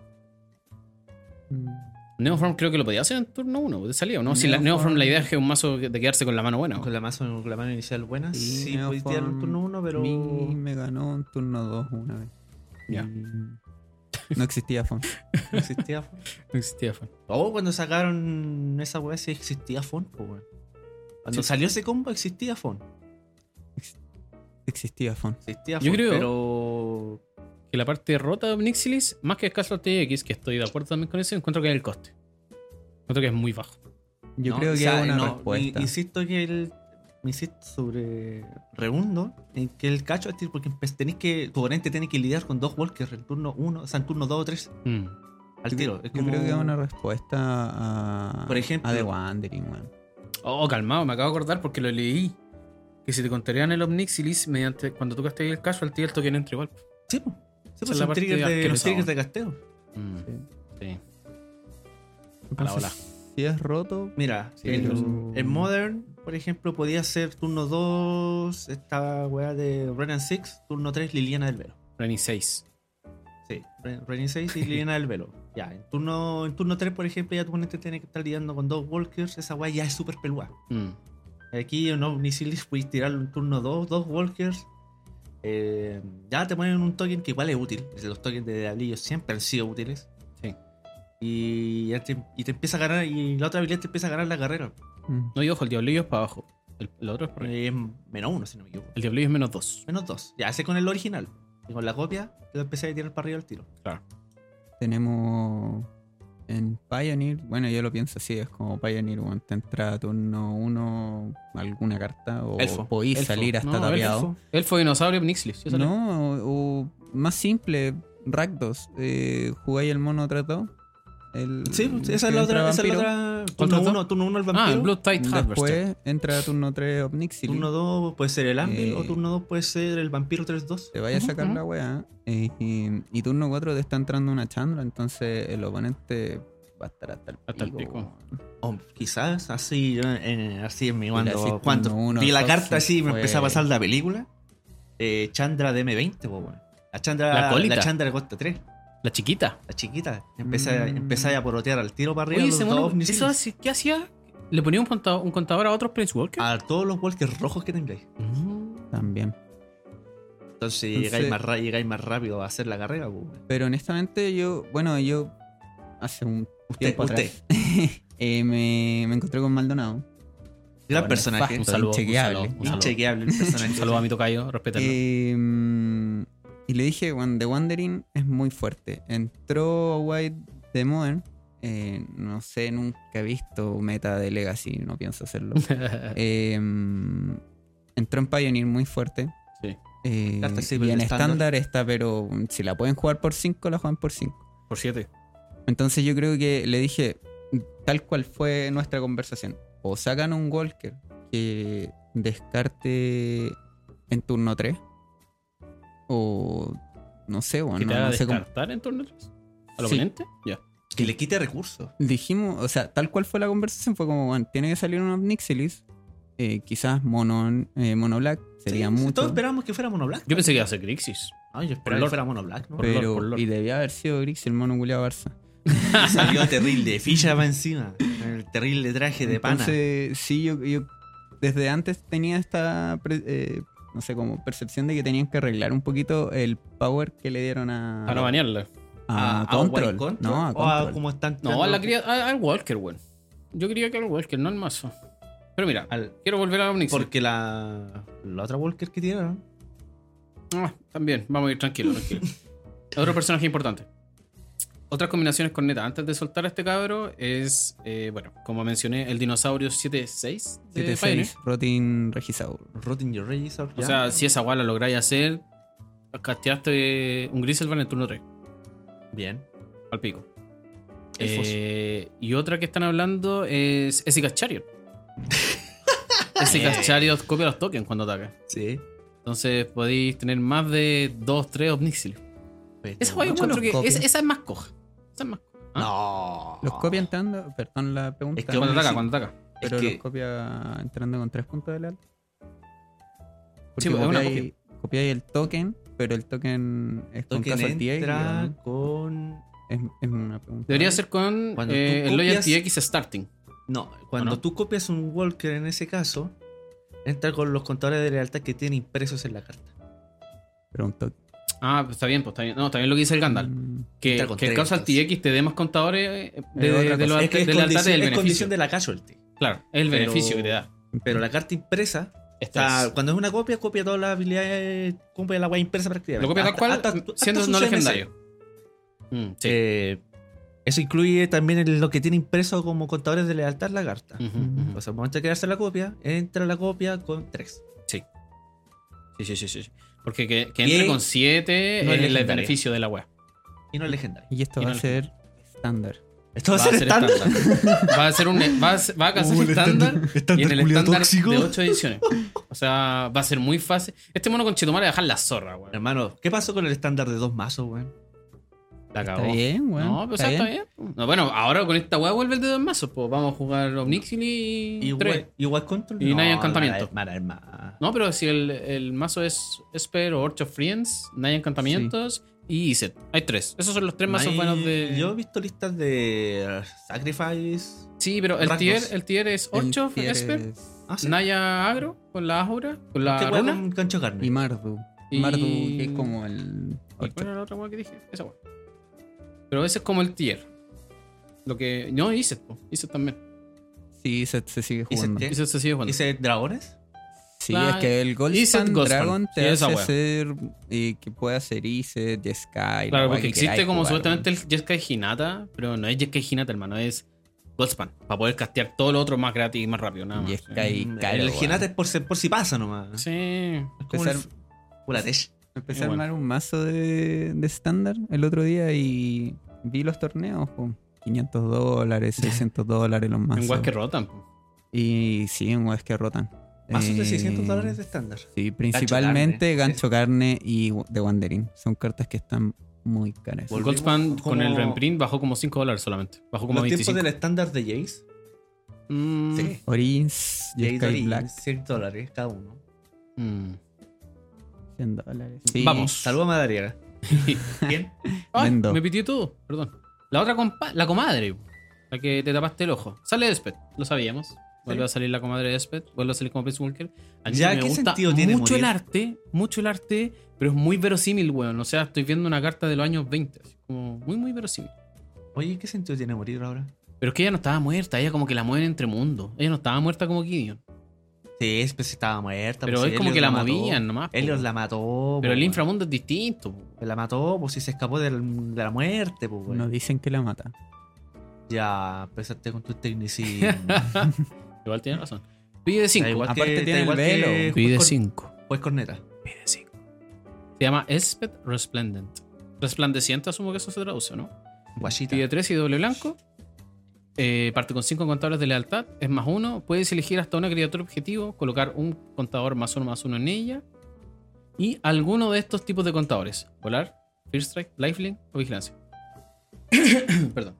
Speaker 1: Neoform creo que lo podía hacer en turno 1, de salida, ¿no? Si la
Speaker 3: Neoform-
Speaker 1: Neoform la idea es que es un mazo de quedarse con la mano buena.
Speaker 2: Con la, mazo- con la mano inicial buena,
Speaker 3: Sí,
Speaker 2: sí, pudiste
Speaker 3: Neoform
Speaker 2: dar un turno 1, pero.
Speaker 3: Mi me ganó en turno 2 una vez.
Speaker 1: Ya.
Speaker 3: Y No existía font.
Speaker 2: No existía Form.
Speaker 1: No existía Form.
Speaker 2: *laughs* Oh, cuando sacaron esa weá, sí existía Fon, po, weón. Cuando
Speaker 1: Sí.
Speaker 2: salió ese combo, existía Fon.
Speaker 3: Existía font.
Speaker 2: Existía
Speaker 1: Yo
Speaker 2: Fon,
Speaker 1: creo-
Speaker 2: pero.
Speaker 1: Que la parte rota de Omnixilis, más que escaso TX, que estoy de acuerdo también con eso, encuentro que es el coste. Encuentro que es muy bajo.
Speaker 3: Yo
Speaker 2: no,
Speaker 3: creo
Speaker 2: o
Speaker 3: que
Speaker 2: sea,
Speaker 3: es una
Speaker 2: no,
Speaker 3: respuesta.
Speaker 2: in- Insisto que el. Me insisto sobre Rebundo, en que el cacho es tipo- porque empe- tenés que. Tu oponente tiene que lidiar con dos walkers en turno 1, o sea, en turno 2 o 3,
Speaker 1: Mm.
Speaker 2: al tiro. Es
Speaker 3: Yo
Speaker 2: como-
Speaker 3: creo que es una respuesta a,
Speaker 2: Por ejemplo-
Speaker 3: a The Wandering, weón.
Speaker 1: Oh, calmado, me acabo de acordar porque lo leí. Que si te contarían el Omnixilis, mediante cuando tú casteas el casualty, el token entra igual.
Speaker 2: Sí, po. Sí, po,
Speaker 1: Esa es la
Speaker 2: son
Speaker 1: parte
Speaker 2: triggers de,
Speaker 1: asquerosa,
Speaker 2: los triggers
Speaker 1: weón.
Speaker 2: de casteo.
Speaker 1: Mm. Sí. a la
Speaker 3: Entonces,
Speaker 1: ola.
Speaker 3: Si es roto,
Speaker 2: Mira,
Speaker 1: Sí,
Speaker 2: en,
Speaker 3: pero-
Speaker 2: en Modern, por ejemplo, podía ser turno 2, esta weá de Renan Six, turno 3, Liliana del Velo.
Speaker 1: Reni 6.
Speaker 2: Sí, Re- Renin 6 y
Speaker 1: *laughs*
Speaker 2: Liliana del Velo. Ya, en turno, en turno 3, por ejemplo, ya tu oponente tiene que estar lidiando con dos Walkers, esa weá ya es súper peluá.
Speaker 1: Mm.
Speaker 2: Aquí en Omnisilic puedes tirarlo en turno 2, dos Walkers. Eh, ya te ponen un token que igual es útil. Los tokens de diablillos siempre han sido útiles.
Speaker 1: Sí.
Speaker 2: Y, ya te, y te empieza a ganar, y la otra habilidad te empieza a ganar la carrera.
Speaker 3: mm,
Speaker 1: No, y ojo, el diablillo es para abajo. El, el otro es para arriba.
Speaker 2: Eh, menos uno, si no me equivoco.
Speaker 1: El diablillo es menos 2.
Speaker 2: Menos dos. Ya, ese con el original. Y con la copia, lo empecé a tirar para arriba al tiro.
Speaker 3: tenemos en Pioneer. Bueno, yo lo pienso así: es como Pioneer, bueno, te entra turno 1 alguna carta o
Speaker 1: Elfo.
Speaker 3: podís
Speaker 1: Elfo.
Speaker 3: salir hasta
Speaker 1: No,
Speaker 3: tapeado.
Speaker 1: Elfo, elfo dinosaurio, Nixley. Sí, sale.
Speaker 3: No, o, o más simple, Rakdos. Eh, jugáis el mono tratado. El,
Speaker 2: Sí, pues, esa es
Speaker 3: que
Speaker 2: la
Speaker 3: entra
Speaker 2: otra. Esa es la
Speaker 3: vampiro.
Speaker 2: otra.
Speaker 1: ¿Otro
Speaker 2: Turno
Speaker 1: dos?
Speaker 2: uno, turno uno el vampiro.
Speaker 1: Ah, el Blood Tide Harvester.
Speaker 3: Después entra turno 3 Omnixil.
Speaker 2: Turno 2 puede ser el Anvil
Speaker 3: Eh.
Speaker 2: o turno 2 puede ser el Vampiro 3-2.
Speaker 3: Te vaya a
Speaker 1: Ujú,
Speaker 3: sacar
Speaker 1: ujú.
Speaker 3: la weá. eh, y, y turno 4 te está entrando una chandra. Entonces el oponente va a estar hasta el pico.
Speaker 1: Hasta el pico.
Speaker 3: weón.
Speaker 2: O quizás así, yo, eh, así en mi cuando,
Speaker 3: así
Speaker 2: cuando
Speaker 3: turno uno,
Speaker 2: vi la
Speaker 3: Sox
Speaker 2: carta así me
Speaker 3: fue-
Speaker 2: empecé a pasar la película. Eh, Chandra de M20, po, weón. La Chandra,
Speaker 1: La colita.
Speaker 2: Chandra costa 3,
Speaker 1: La chiquita.
Speaker 2: la chiquita. Empecé, a-
Speaker 3: Mm.
Speaker 2: empecé a porotear al tiro para arriba.
Speaker 1: Oye,
Speaker 2: los
Speaker 1: ese
Speaker 2: dos
Speaker 1: mono,
Speaker 2: ovnis.
Speaker 1: ¿eso hace- ¿qué hacía? ¿Le ponía un contador, un contador a otros Prince Walker?
Speaker 3: Ah.
Speaker 2: a todos los walkers rojos que tengáis.
Speaker 1: Mm.
Speaker 3: También.
Speaker 2: Entonces,
Speaker 3: Entonces-
Speaker 2: llegáis, más ra- llegáis más rápido a hacer la carrera. po, weón.
Speaker 3: Pero honestamente, yo. Bueno, yo. Hace un
Speaker 2: Usted,
Speaker 3: tiempo
Speaker 1: pues,
Speaker 2: usted,
Speaker 3: atrás. *laughs* eh, me, me encontré con Maldonado.
Speaker 2: gran
Speaker 3: Con
Speaker 2: personaje.
Speaker 1: Un
Speaker 3: Esto es
Speaker 1: saludo.
Speaker 3: inchequeable.
Speaker 1: Un saludo. Un saludo,
Speaker 2: Inchequeable
Speaker 1: *laughs*
Speaker 2: el personaje.
Speaker 1: Un saludo a mi tocayo, respétalo. *laughs*
Speaker 3: Eh, mm, y le dije, "Wan- The Wandering es muy fuerte. Entró White de Modern. eh, no sé, nunca he visto meta de Legacy, no
Speaker 2: *laughs*
Speaker 3: pienso hacerlo. Eh, mm, entró en Pioneer muy fuerte.
Speaker 1: Sí.
Speaker 3: Eh,
Speaker 2: Carta accesible
Speaker 3: y en
Speaker 2: de estándar.
Speaker 3: estándar está, pero mm, si la pueden jugar por 5, la juegan por 5.
Speaker 1: Por 7.
Speaker 3: Entonces yo creo que le dije, tal cual fue nuestra conversación, o sacan un Walker que descarte en turno 3, o no sé, bueno,
Speaker 1: ¿Que te
Speaker 3: no,
Speaker 1: haga
Speaker 3: no sé cómo.
Speaker 1: descartar en turno 3? ¿Al
Speaker 3: Sí.
Speaker 1: oponente? Ya.
Speaker 2: Que le quite recursos.
Speaker 3: Dijimos, o sea, tal cual fue la conversación, fue como, bueno, tiene que salir un Omnixilis, eh, quizás mono, eh, mono black, sería
Speaker 2: Sí, Todos
Speaker 3: mucho,
Speaker 2: esperábamos que fuera Mono Black.
Speaker 1: Yo pensé que iba a ser Grixis.
Speaker 2: Ay, yo
Speaker 1: Por
Speaker 2: esperaba
Speaker 1: Lord.
Speaker 2: que fuera Mono Black, ¿no?
Speaker 1: por lore,
Speaker 3: pero,
Speaker 1: por lore.
Speaker 3: y debía haber sido Grix el mono culiado Barça.
Speaker 2: Salió terrible, ficha va encima. El terrible traje de pana.
Speaker 3: Entonces, sí, yo, yo desde antes tenía esta, pre- eh, no sé, como percepción de que tenían que arreglar un poquito el power que le dieron a...
Speaker 1: Para no banearla.
Speaker 2: Ah,
Speaker 3: a
Speaker 2: a
Speaker 3: control.
Speaker 2: White Control,
Speaker 3: No, a
Speaker 2: o a
Speaker 3: Control.
Speaker 2: como están
Speaker 1: No, a la cría, a- al Walker, weón. Yo quería que al Walker, no al mazo. Pero mira,
Speaker 2: Al-
Speaker 1: quiero volver a Omnix.
Speaker 2: porque la, la otra Walker que tiraron.
Speaker 1: Ah, también, vamos a ir tranquilo, tranquilo. Otro personaje importante. Otras combinaciones con neta. Antes de soltar a este cabro es, eh, bueno, como mencioné, el dinosaurio 7-6 de
Speaker 3: 7-6,
Speaker 1: Pioneer.
Speaker 3: Rotin Regisaur.
Speaker 2: Rotting your razor.
Speaker 1: O sea, si esa guay la lográis hacer, casteaste un Griselvan en el turno 3.
Speaker 2: bien.
Speaker 1: Al pico.
Speaker 2: Elfos.
Speaker 1: Eh, y otra que están hablando es Essica's Chariot. Essica's Chariot copia los tokens cuando ataca.
Speaker 2: Sí.
Speaker 1: Entonces podéis tener más de 2, 3 Omnixiles.
Speaker 2: Pues,
Speaker 1: Esa guay yo
Speaker 3: ¿Mucho
Speaker 1: encuentro
Speaker 3: los
Speaker 1: que
Speaker 3: copian?
Speaker 1: es- esa es más coja. Esa es más coja. ¿Ah?
Speaker 2: No.
Speaker 3: Los copia entrando, perdón la pregunta,
Speaker 2: Es que
Speaker 1: Cuando
Speaker 2: Omnixil-
Speaker 1: ataca, cuando ataca.
Speaker 3: pero
Speaker 2: es que-
Speaker 3: los copia entrando con tres puntos de leal.
Speaker 1: Sí,
Speaker 3: Porque
Speaker 1: es una
Speaker 3: copiáis copiáis el token, pero el token es con
Speaker 2: Token
Speaker 3: caso al TX,
Speaker 2: entra
Speaker 3: ¿no?
Speaker 2: con.
Speaker 3: es, es una pregunta.
Speaker 1: Debería ser con
Speaker 2: Cuando
Speaker 1: eh,
Speaker 2: tú
Speaker 1: el Loyalty
Speaker 2: copias-
Speaker 1: X Starting.
Speaker 2: No, cuando
Speaker 1: ¿O no?
Speaker 2: tú copias un Walker en ese caso, entra con los contadores de lealtad que tiene impresos en la carta.
Speaker 3: Pero un token.
Speaker 1: Ah, pues está bien, pues está bien. No, también lo que dice el Gandalf.
Speaker 3: Mm,
Speaker 1: Que,
Speaker 2: Está con
Speaker 1: que el
Speaker 2: tres,
Speaker 1: caso al
Speaker 2: entonces.
Speaker 1: TX te dé más contadores eh, de,
Speaker 3: Es otra
Speaker 1: de, de,
Speaker 3: cosa.
Speaker 1: lo-
Speaker 2: es que es,
Speaker 1: de la alta
Speaker 2: condición,
Speaker 1: del
Speaker 2: es
Speaker 1: beneficio.
Speaker 2: condición de la casualty.
Speaker 1: Claro, es el
Speaker 2: Pero-
Speaker 1: beneficio que te da.
Speaker 2: Pero la carta impresa
Speaker 1: Es
Speaker 2: O sea,
Speaker 1: tres.
Speaker 2: cuando es una copia, copia todas las habilidades, copia la guay impresa prácticamente.
Speaker 1: Lo copia tal
Speaker 2: Hasta-
Speaker 1: cual,
Speaker 2: hasta- hasta
Speaker 1: siendo
Speaker 2: su
Speaker 1: no
Speaker 2: CMC.
Speaker 1: legendario. Mm, sí.
Speaker 2: Eh, eso incluye también el- lo que tiene impreso como contadores de lealtad la carta.
Speaker 1: Ujú, ujú.
Speaker 2: O sea, al momento de crearse la copia, entra la copia con 3.
Speaker 1: sí, sí, sí, sí, sí. Porque que, que
Speaker 2: Y
Speaker 1: entre
Speaker 2: es-
Speaker 1: con 7
Speaker 2: no es
Speaker 1: es el
Speaker 2: legendaria.
Speaker 1: beneficio de la web.
Speaker 2: Y no es legendario.
Speaker 3: Y esto
Speaker 1: Y
Speaker 3: va
Speaker 1: no
Speaker 3: a
Speaker 1: le-
Speaker 3: ser estándar.
Speaker 2: Esto va a ser estándar.
Speaker 1: Va a ser un va a, ser- va a casar estándar
Speaker 2: *laughs*
Speaker 1: y en el estándar de 8 ediciones. O sea, va a ser muy fácil. Este mono con Chetumar va a dejar la zorra, weón.
Speaker 2: Hermano, ¿qué pasó con el estándar de dos mazos, weón? La
Speaker 3: Está
Speaker 2: cagó.
Speaker 3: bien, weón.
Speaker 1: No, pero o sea, está bien. No, bueno, ahora con esta weá vuelve el de dos mazos. Pues vamos a jugar Omnixil y. tres.
Speaker 2: Igual, igual control.
Speaker 1: Y no hay
Speaker 2: la-
Speaker 1: encantamiento.
Speaker 2: mala hermana.
Speaker 1: No, pero si el, el mazo es Esper o Orch of Friends, no hay encantamientos y Iset. Hay tres. Esos son los tres mazos
Speaker 2: Hay-
Speaker 1: buenos de.
Speaker 2: Yo he visto listas de uh, Sacrifice.
Speaker 1: Sí, pero el
Speaker 2: Rasgos.
Speaker 1: tier, el tier es Orch of Esper,
Speaker 2: Ah, sí.
Speaker 1: Naya Agro, con la Aura, con la
Speaker 2: Este weón
Speaker 1: Runa.
Speaker 2: con gancho de carne.
Speaker 3: Y Mardu.
Speaker 1: Y-
Speaker 3: Mardu, que es como el.
Speaker 1: ¿Y cuál era la otra weá que dije? Esa weá. Pero ese es como el tier. Lo que. No, Iset, po. Iset también.
Speaker 3: Sí, se, se sigue
Speaker 2: ¿Y se
Speaker 3: jugando.
Speaker 2: te-
Speaker 1: Iset se sigue jugando.
Speaker 2: ¿Dice dragones?
Speaker 3: Sí,
Speaker 1: Ah,
Speaker 3: es que el
Speaker 1: Iset
Speaker 3: Goldspan
Speaker 1: Goldspan.
Speaker 3: Dragon
Speaker 1: Sí,
Speaker 3: te
Speaker 1: esa
Speaker 3: hace
Speaker 1: wea.
Speaker 3: ser eh, que pueda ser Iset, Sky.
Speaker 1: Claro, porque existe como supuestamente el Jeskai Hinata, pero no es Jeskai Hinata, hermano, es Goldspan. Para poder castear todo lo otro más gratis y más rápido, nada más.
Speaker 3: Jeskai. Y
Speaker 2: Mm,
Speaker 3: caro,
Speaker 2: el
Speaker 3: weón.
Speaker 2: Genata es por, si- por si pasa nomás.
Speaker 1: Sí.
Speaker 2: Es como el
Speaker 3: Empezar-
Speaker 2: Fulatesh.
Speaker 3: Empecé a
Speaker 1: Igual.
Speaker 3: armar un mazo de de estándar el otro día y vi los torneos. po. 500 dólares, 600 dólares los
Speaker 1: En
Speaker 3: mazos.
Speaker 1: weas que rotan. po.
Speaker 3: Y sí, en weas que rotan.
Speaker 2: Mazos de
Speaker 3: Eh,
Speaker 2: 600 dólares de estándar.
Speaker 3: Sí, principalmente
Speaker 2: carne.
Speaker 3: gancho carne, y de Wanderin. Son cartas que están muy caras.
Speaker 2: Volvimos
Speaker 1: Goldspan con
Speaker 2: como-
Speaker 1: el reimprint bajó como 5 dólares solamente. Bajó como
Speaker 2: Los tiempos
Speaker 1: 25.
Speaker 2: del estándar de Jace.
Speaker 1: Mm,
Speaker 2: Sí.
Speaker 3: Orins,
Speaker 2: Jace
Speaker 3: Sky
Speaker 2: Dorin,
Speaker 3: Black,
Speaker 2: 100 dólares cada uno.
Speaker 1: mm.
Speaker 3: 100 dólares. Sí.
Speaker 1: Vamos.
Speaker 2: Saludos a
Speaker 3: *laughs*
Speaker 2: Madariaga. ¿Quién?
Speaker 1: Ay,
Speaker 3: Vendo.
Speaker 1: Ah, me pitió todo, perdón. La otra compa la comadre, la que te tapaste el ojo. Sale Despet, lo sabíamos. Vuelve
Speaker 2: Sí.
Speaker 1: a salir la comadre de Despet, vuelve a salir como Prince Walker. A mí
Speaker 2: Ya,
Speaker 1: me
Speaker 2: ¿qué
Speaker 1: gusta
Speaker 2: sentido tiene
Speaker 1: mucho el
Speaker 2: morir?
Speaker 1: arte, mucho el arte, pero es muy verosímil, weón. O sea, estoy viendo una carta de los años 20, así como muy, muy verosímil.
Speaker 2: Oye, ¿qué sentido tiene morir ahora?
Speaker 1: Pero es que ella no estaba muerta, ella como que la mueven entre mundos. Ella no estaba muerta como Gideon.
Speaker 2: Sí, es pues estaba muerta.
Speaker 1: Pero
Speaker 2: pues,
Speaker 1: es como
Speaker 2: Helios
Speaker 1: que la
Speaker 2: mató.
Speaker 1: movían nomás. po,
Speaker 2: Helios
Speaker 1: weón.
Speaker 2: la mató.
Speaker 1: pero el
Speaker 2: po, weón.
Speaker 1: inframundo es distinto. po.
Speaker 2: La mató, pues si se escapó del- de la muerte, pues. weón.
Speaker 3: Nos dicen que la mata.
Speaker 2: Ya, empezaste con tu tecnicismo.
Speaker 1: *laughs* Igual tiene razón. Pide
Speaker 2: Da
Speaker 1: 5.
Speaker 2: igual
Speaker 3: Aparte
Speaker 2: que-
Speaker 3: tiene
Speaker 2: da
Speaker 3: el
Speaker 2: igual
Speaker 3: velo.
Speaker 2: que Juez
Speaker 1: Pide
Speaker 2: Cor-
Speaker 1: 5.
Speaker 2: Juez Corneta.
Speaker 1: Pide cinco. Se llama Espet Resplendent. Resplandeciente, asumo que eso se traduce, ¿no?
Speaker 2: Guachita.
Speaker 1: Pide 3 y doble blanco. Eh, parte con 5 contadores de lealtad. Es más uno. Puedes elegir hasta una criatura objetivo, colocar un contador más uno más uno en ella. Y alguno de estos tipos de contadores: Volar, First Strike, Lifelink o Vigilancia. *coughs* Perdón.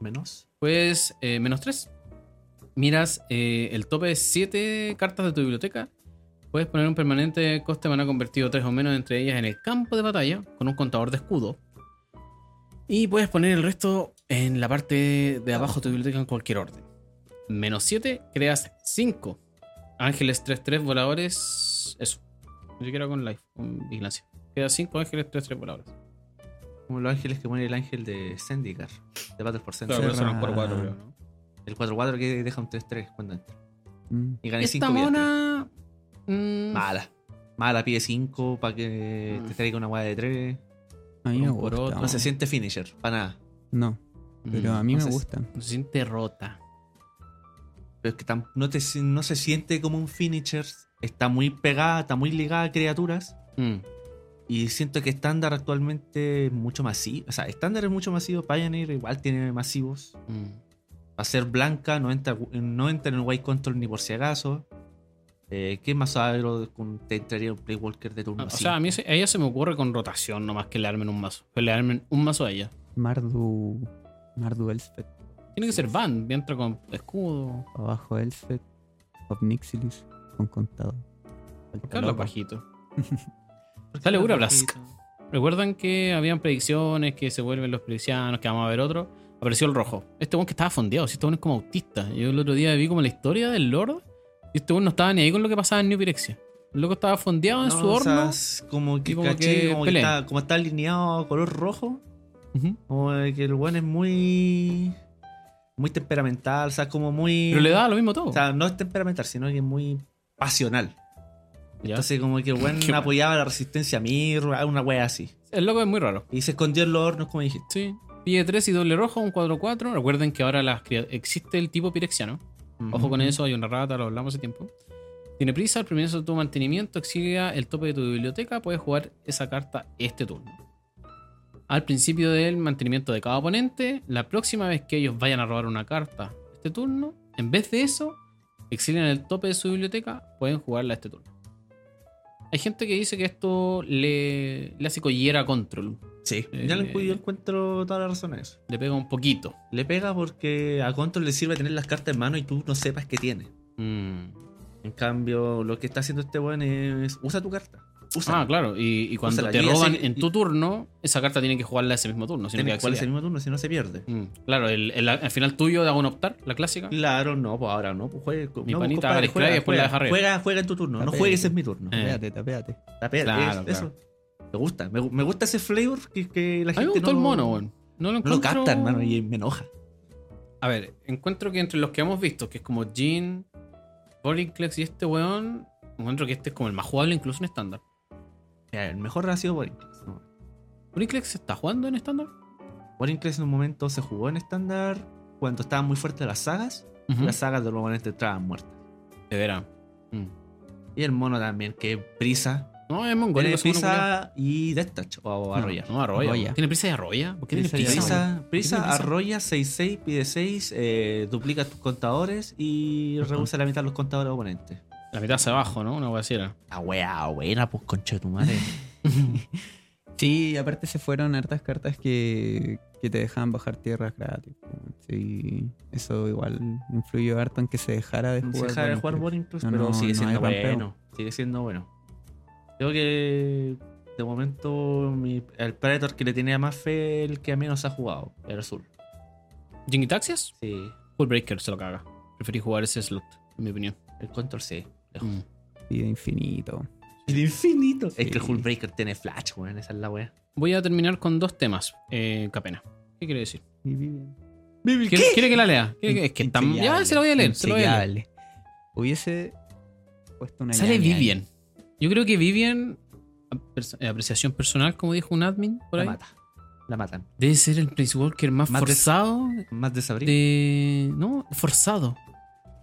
Speaker 2: Menos.
Speaker 1: Pues eh, menos 3. Miras eh, el tope de 7 cartas de tu biblioteca. Puedes poner un permanente coste mana convertido 3 o menos entre ellas en el campo de batalla con un contador de escudo. Y puedes poner el resto en la parte de abajo de tu biblioteca en cualquier orden. Menos 7, creas 5. Ángeles 3-3 voladores. Eso. Ni siquiera con life, con vigilancia. Creas 5 ángeles 3-3 voladores.
Speaker 2: Como los ángeles que muere el ángel de Zendikar. De Battle for
Speaker 1: Claro, pero
Speaker 2: Zendikar.
Speaker 3: pero
Speaker 1: eso
Speaker 3: eso
Speaker 1: no
Speaker 3: eran
Speaker 1: por 4
Speaker 3: 4-4,
Speaker 1: creo,
Speaker 3: creo,
Speaker 1: ¿no?
Speaker 2: El 4-4 que deja un 3-3 cuando entra.
Speaker 3: Mm.
Speaker 2: Y gané 5
Speaker 1: Esta
Speaker 2: vidas.
Speaker 1: mona. mm,
Speaker 2: Mala. Mala, pide 5 para que
Speaker 1: Mm.
Speaker 2: te traiga una guada de 3.
Speaker 3: A mí
Speaker 1: Por
Speaker 3: me
Speaker 1: un poroto. Mm,
Speaker 3: gusta.
Speaker 2: No
Speaker 3: No,
Speaker 2: se siente finisher, para nada.
Speaker 3: pero a mí
Speaker 2: no
Speaker 3: me
Speaker 2: sé si-
Speaker 3: gusta.
Speaker 1: Se siente rota.
Speaker 2: Pero es que tam- no, te, si- no se siente como un finisher. Está muy pegada, está muy ligada a criaturas. Y siento que estándar actualmente es mucho masivo. O sea, estándar es mucho masivo. Pioneer igual tiene masivos. Va a ser blanca, no entra, no entra en el white control ni por si acaso. Eh, ¿Qué más agro con- te entraría un playwalker de turno?
Speaker 1: Ah, O
Speaker 2: cinco?
Speaker 1: sea, a mí se- a ella se me ocurre con rotación nomás que le armen un mazo. Que le armen un mazo a ella.
Speaker 3: Mardu. Mardu Elspeth.
Speaker 1: Tiene que ser Van, entra con escudo.
Speaker 3: Abajo Elspeth. Obnixilis. Con contado. Falta
Speaker 1: Carlos
Speaker 3: loco.
Speaker 1: bajito.
Speaker 2: ¿Por qué
Speaker 1: sale
Speaker 2: tan
Speaker 1: Ura
Speaker 2: bajito?
Speaker 1: ¿Recuerdan que habían predicciones que se vuelven los predicciones, que vamos a ver otro? Apareció el rojo. Este buen que estaba fondeado, si este buen es como autista. Yo el otro día vi como la historia del Lord y este buen no estaba ni ahí con lo que pasaba en New Pirexia. El loco estaba fondeado en
Speaker 2: No,
Speaker 1: su
Speaker 2: o sea,
Speaker 1: horno.
Speaker 2: es como
Speaker 1: y
Speaker 2: que,
Speaker 1: como
Speaker 2: caché,
Speaker 1: que
Speaker 2: como que
Speaker 1: pelea.
Speaker 2: está, como está alineado a color rojo.
Speaker 1: Ujú.
Speaker 2: Como de que el one es muy. Muy temperamental. O sea, como muy.
Speaker 1: Pero le daba lo mismo todo.
Speaker 2: O sea, no es temperamental, sino que es muy pasional.
Speaker 1: ¿ya?
Speaker 2: Entonces, como que el weón
Speaker 1: Qué bueno.
Speaker 2: apoyaba la resistencia a Mir, una wea así.
Speaker 1: el loco es muy raro.
Speaker 2: Y se escondió en los hornos, como dijiste.
Speaker 1: Sí. Pie 3 y doble rojo, un 4-4. Recuerden que ahora las cria- existe el tipo pirexiano. Ojo con eso, hay una rata, lo hablamos hace tiempo. Tiene prisa, el primero de tu mantenimiento, exilia el tope de tu biblioteca, puedes jugar esa carta este turno. Al principio del mantenimiento de cada oponente, la próxima vez que ellos vayan a robar una carta este turno, en vez de eso, exilian el tope de su biblioteca, pueden jugarla este turno. Hay gente que dice que esto le, le hace collera a control.
Speaker 2: Sí, ya
Speaker 1: Eh,
Speaker 2: le yo encuentro todas las razones.
Speaker 1: Le pega un poquito.
Speaker 2: Le pega porque a Control le sirve tener las cartas en mano y tú no sepas que tiene.
Speaker 1: Mm.
Speaker 2: En cambio, lo que está haciendo este weón es. Usa tu carta. Usa.
Speaker 1: Ah, claro. Y, y cuando
Speaker 2: Úsala.
Speaker 1: te
Speaker 2: Yo ya
Speaker 1: roban
Speaker 2: sé-
Speaker 1: en tu turno, esa carta tienen que jugarla ese mismo turno. Si no
Speaker 2: Tiene
Speaker 1: queda
Speaker 2: que jugar ese
Speaker 1: exiliada.
Speaker 2: mismo turno, si no se pierde.
Speaker 1: Mm, Claro, el, el- al final tuyo de un optar, la clásica.
Speaker 2: Claro, no, pues ahora no, pues juegue.
Speaker 1: Mi panita,
Speaker 2: no, compadre,
Speaker 1: haga la esclava y después la deja arriba.
Speaker 2: juega, juega en tu turno, no
Speaker 3: Tapete.
Speaker 2: juegues en mi turno.
Speaker 1: Eh.
Speaker 3: Tapéate, tapéate.
Speaker 2: Tapete,
Speaker 1: Claro,
Speaker 2: es-
Speaker 1: claro.
Speaker 2: eso. Me gusta, me, me gusta ese flavor que, que la
Speaker 1: A mí
Speaker 2: gente
Speaker 1: me gustó
Speaker 2: no,
Speaker 1: el mono, weón. No lo
Speaker 2: no lo
Speaker 1: encuentro.
Speaker 2: capta, hermano, y me enoja.
Speaker 1: A ver, encuentro que entre los que hemos visto, que es como Jean, Borinclex y este weón, encuentro que este es como el más jugable incluso en estándar.
Speaker 2: Mira, el mejor ha sido Borinclex. ¿no?
Speaker 1: ¿Borinclex se está jugando en estándar?
Speaker 2: Borinclex en un momento se jugó en estándar cuando estaban muy fuertes las sagas.
Speaker 1: Ujú.
Speaker 2: Las sagas de los oponentes estaban muertas.
Speaker 1: De veras. Mm.
Speaker 2: Y el mono también, que prisa.
Speaker 1: No, es mongol.
Speaker 2: Tiene prisa y Destach o arrolla.
Speaker 1: No, arroya.
Speaker 3: Arroya.
Speaker 1: ¿Tiene prisa y arroya? ¿Por qué
Speaker 3: Prisa y
Speaker 1: tiene prisa? weón?
Speaker 2: Prisa, prisa,
Speaker 1: Prisa.
Speaker 2: arrolla 6-6, pide 6, eh, duplica tus contadores y
Speaker 1: Ujú.
Speaker 2: reduce la mitad los contadores oponentes.
Speaker 1: La mitad hacia abajo, ¿no? Una wea así era.
Speaker 2: La wea buena, pues concha de tu *laughs* madre.
Speaker 3: Sí, aparte se fueron hartas cartas que, que te dejaban bajar tierras gratis. weón. Sí, eso igual influyó harto en que se dejara de
Speaker 2: Se deja
Speaker 3: jugar.
Speaker 2: de jugar
Speaker 3: Bonnie Press.
Speaker 2: Boring Plus,
Speaker 3: No,
Speaker 2: pero
Speaker 3: no,
Speaker 2: sigue
Speaker 3: no
Speaker 2: siendo
Speaker 3: hay rampeo.
Speaker 2: bueno. Sigue siendo bueno. Creo que de momento mi- el Predator que le tenía más fe el que a menos ha jugado, el azul.
Speaker 1: ¿Jingy Taxias?
Speaker 2: Sí,
Speaker 1: Full Breaker se lo caga. Preferí jugar ese slot, en mi opinión.
Speaker 2: el Control sí.
Speaker 1: Mm.
Speaker 3: Vida infinito.
Speaker 2: El infinito. Es
Speaker 3: Sí.
Speaker 2: que el Hullbreaker tiene flash, weón, esa es la wea.
Speaker 1: Voy a terminar con dos temas. Eh, capena. ¿Qué quiere decir?
Speaker 3: Y viven.
Speaker 1: ¿Quiere, quiere que la lea? ¿Quiere que- es que tam- Ya se la voy a leer. Se la voy a leer.
Speaker 3: Insellable. Hubiese puesto una
Speaker 1: Sale
Speaker 3: llave ahí.
Speaker 1: Vivian. Yo creo que Vivian, apre- eh, apreciación personal, como dijo un admin por
Speaker 2: La
Speaker 1: ahí,
Speaker 2: mata. La matan.
Speaker 1: debe ser el Prince Walker más
Speaker 2: Más des-
Speaker 1: forzado
Speaker 2: Más desabrido.
Speaker 1: de. No, forzado.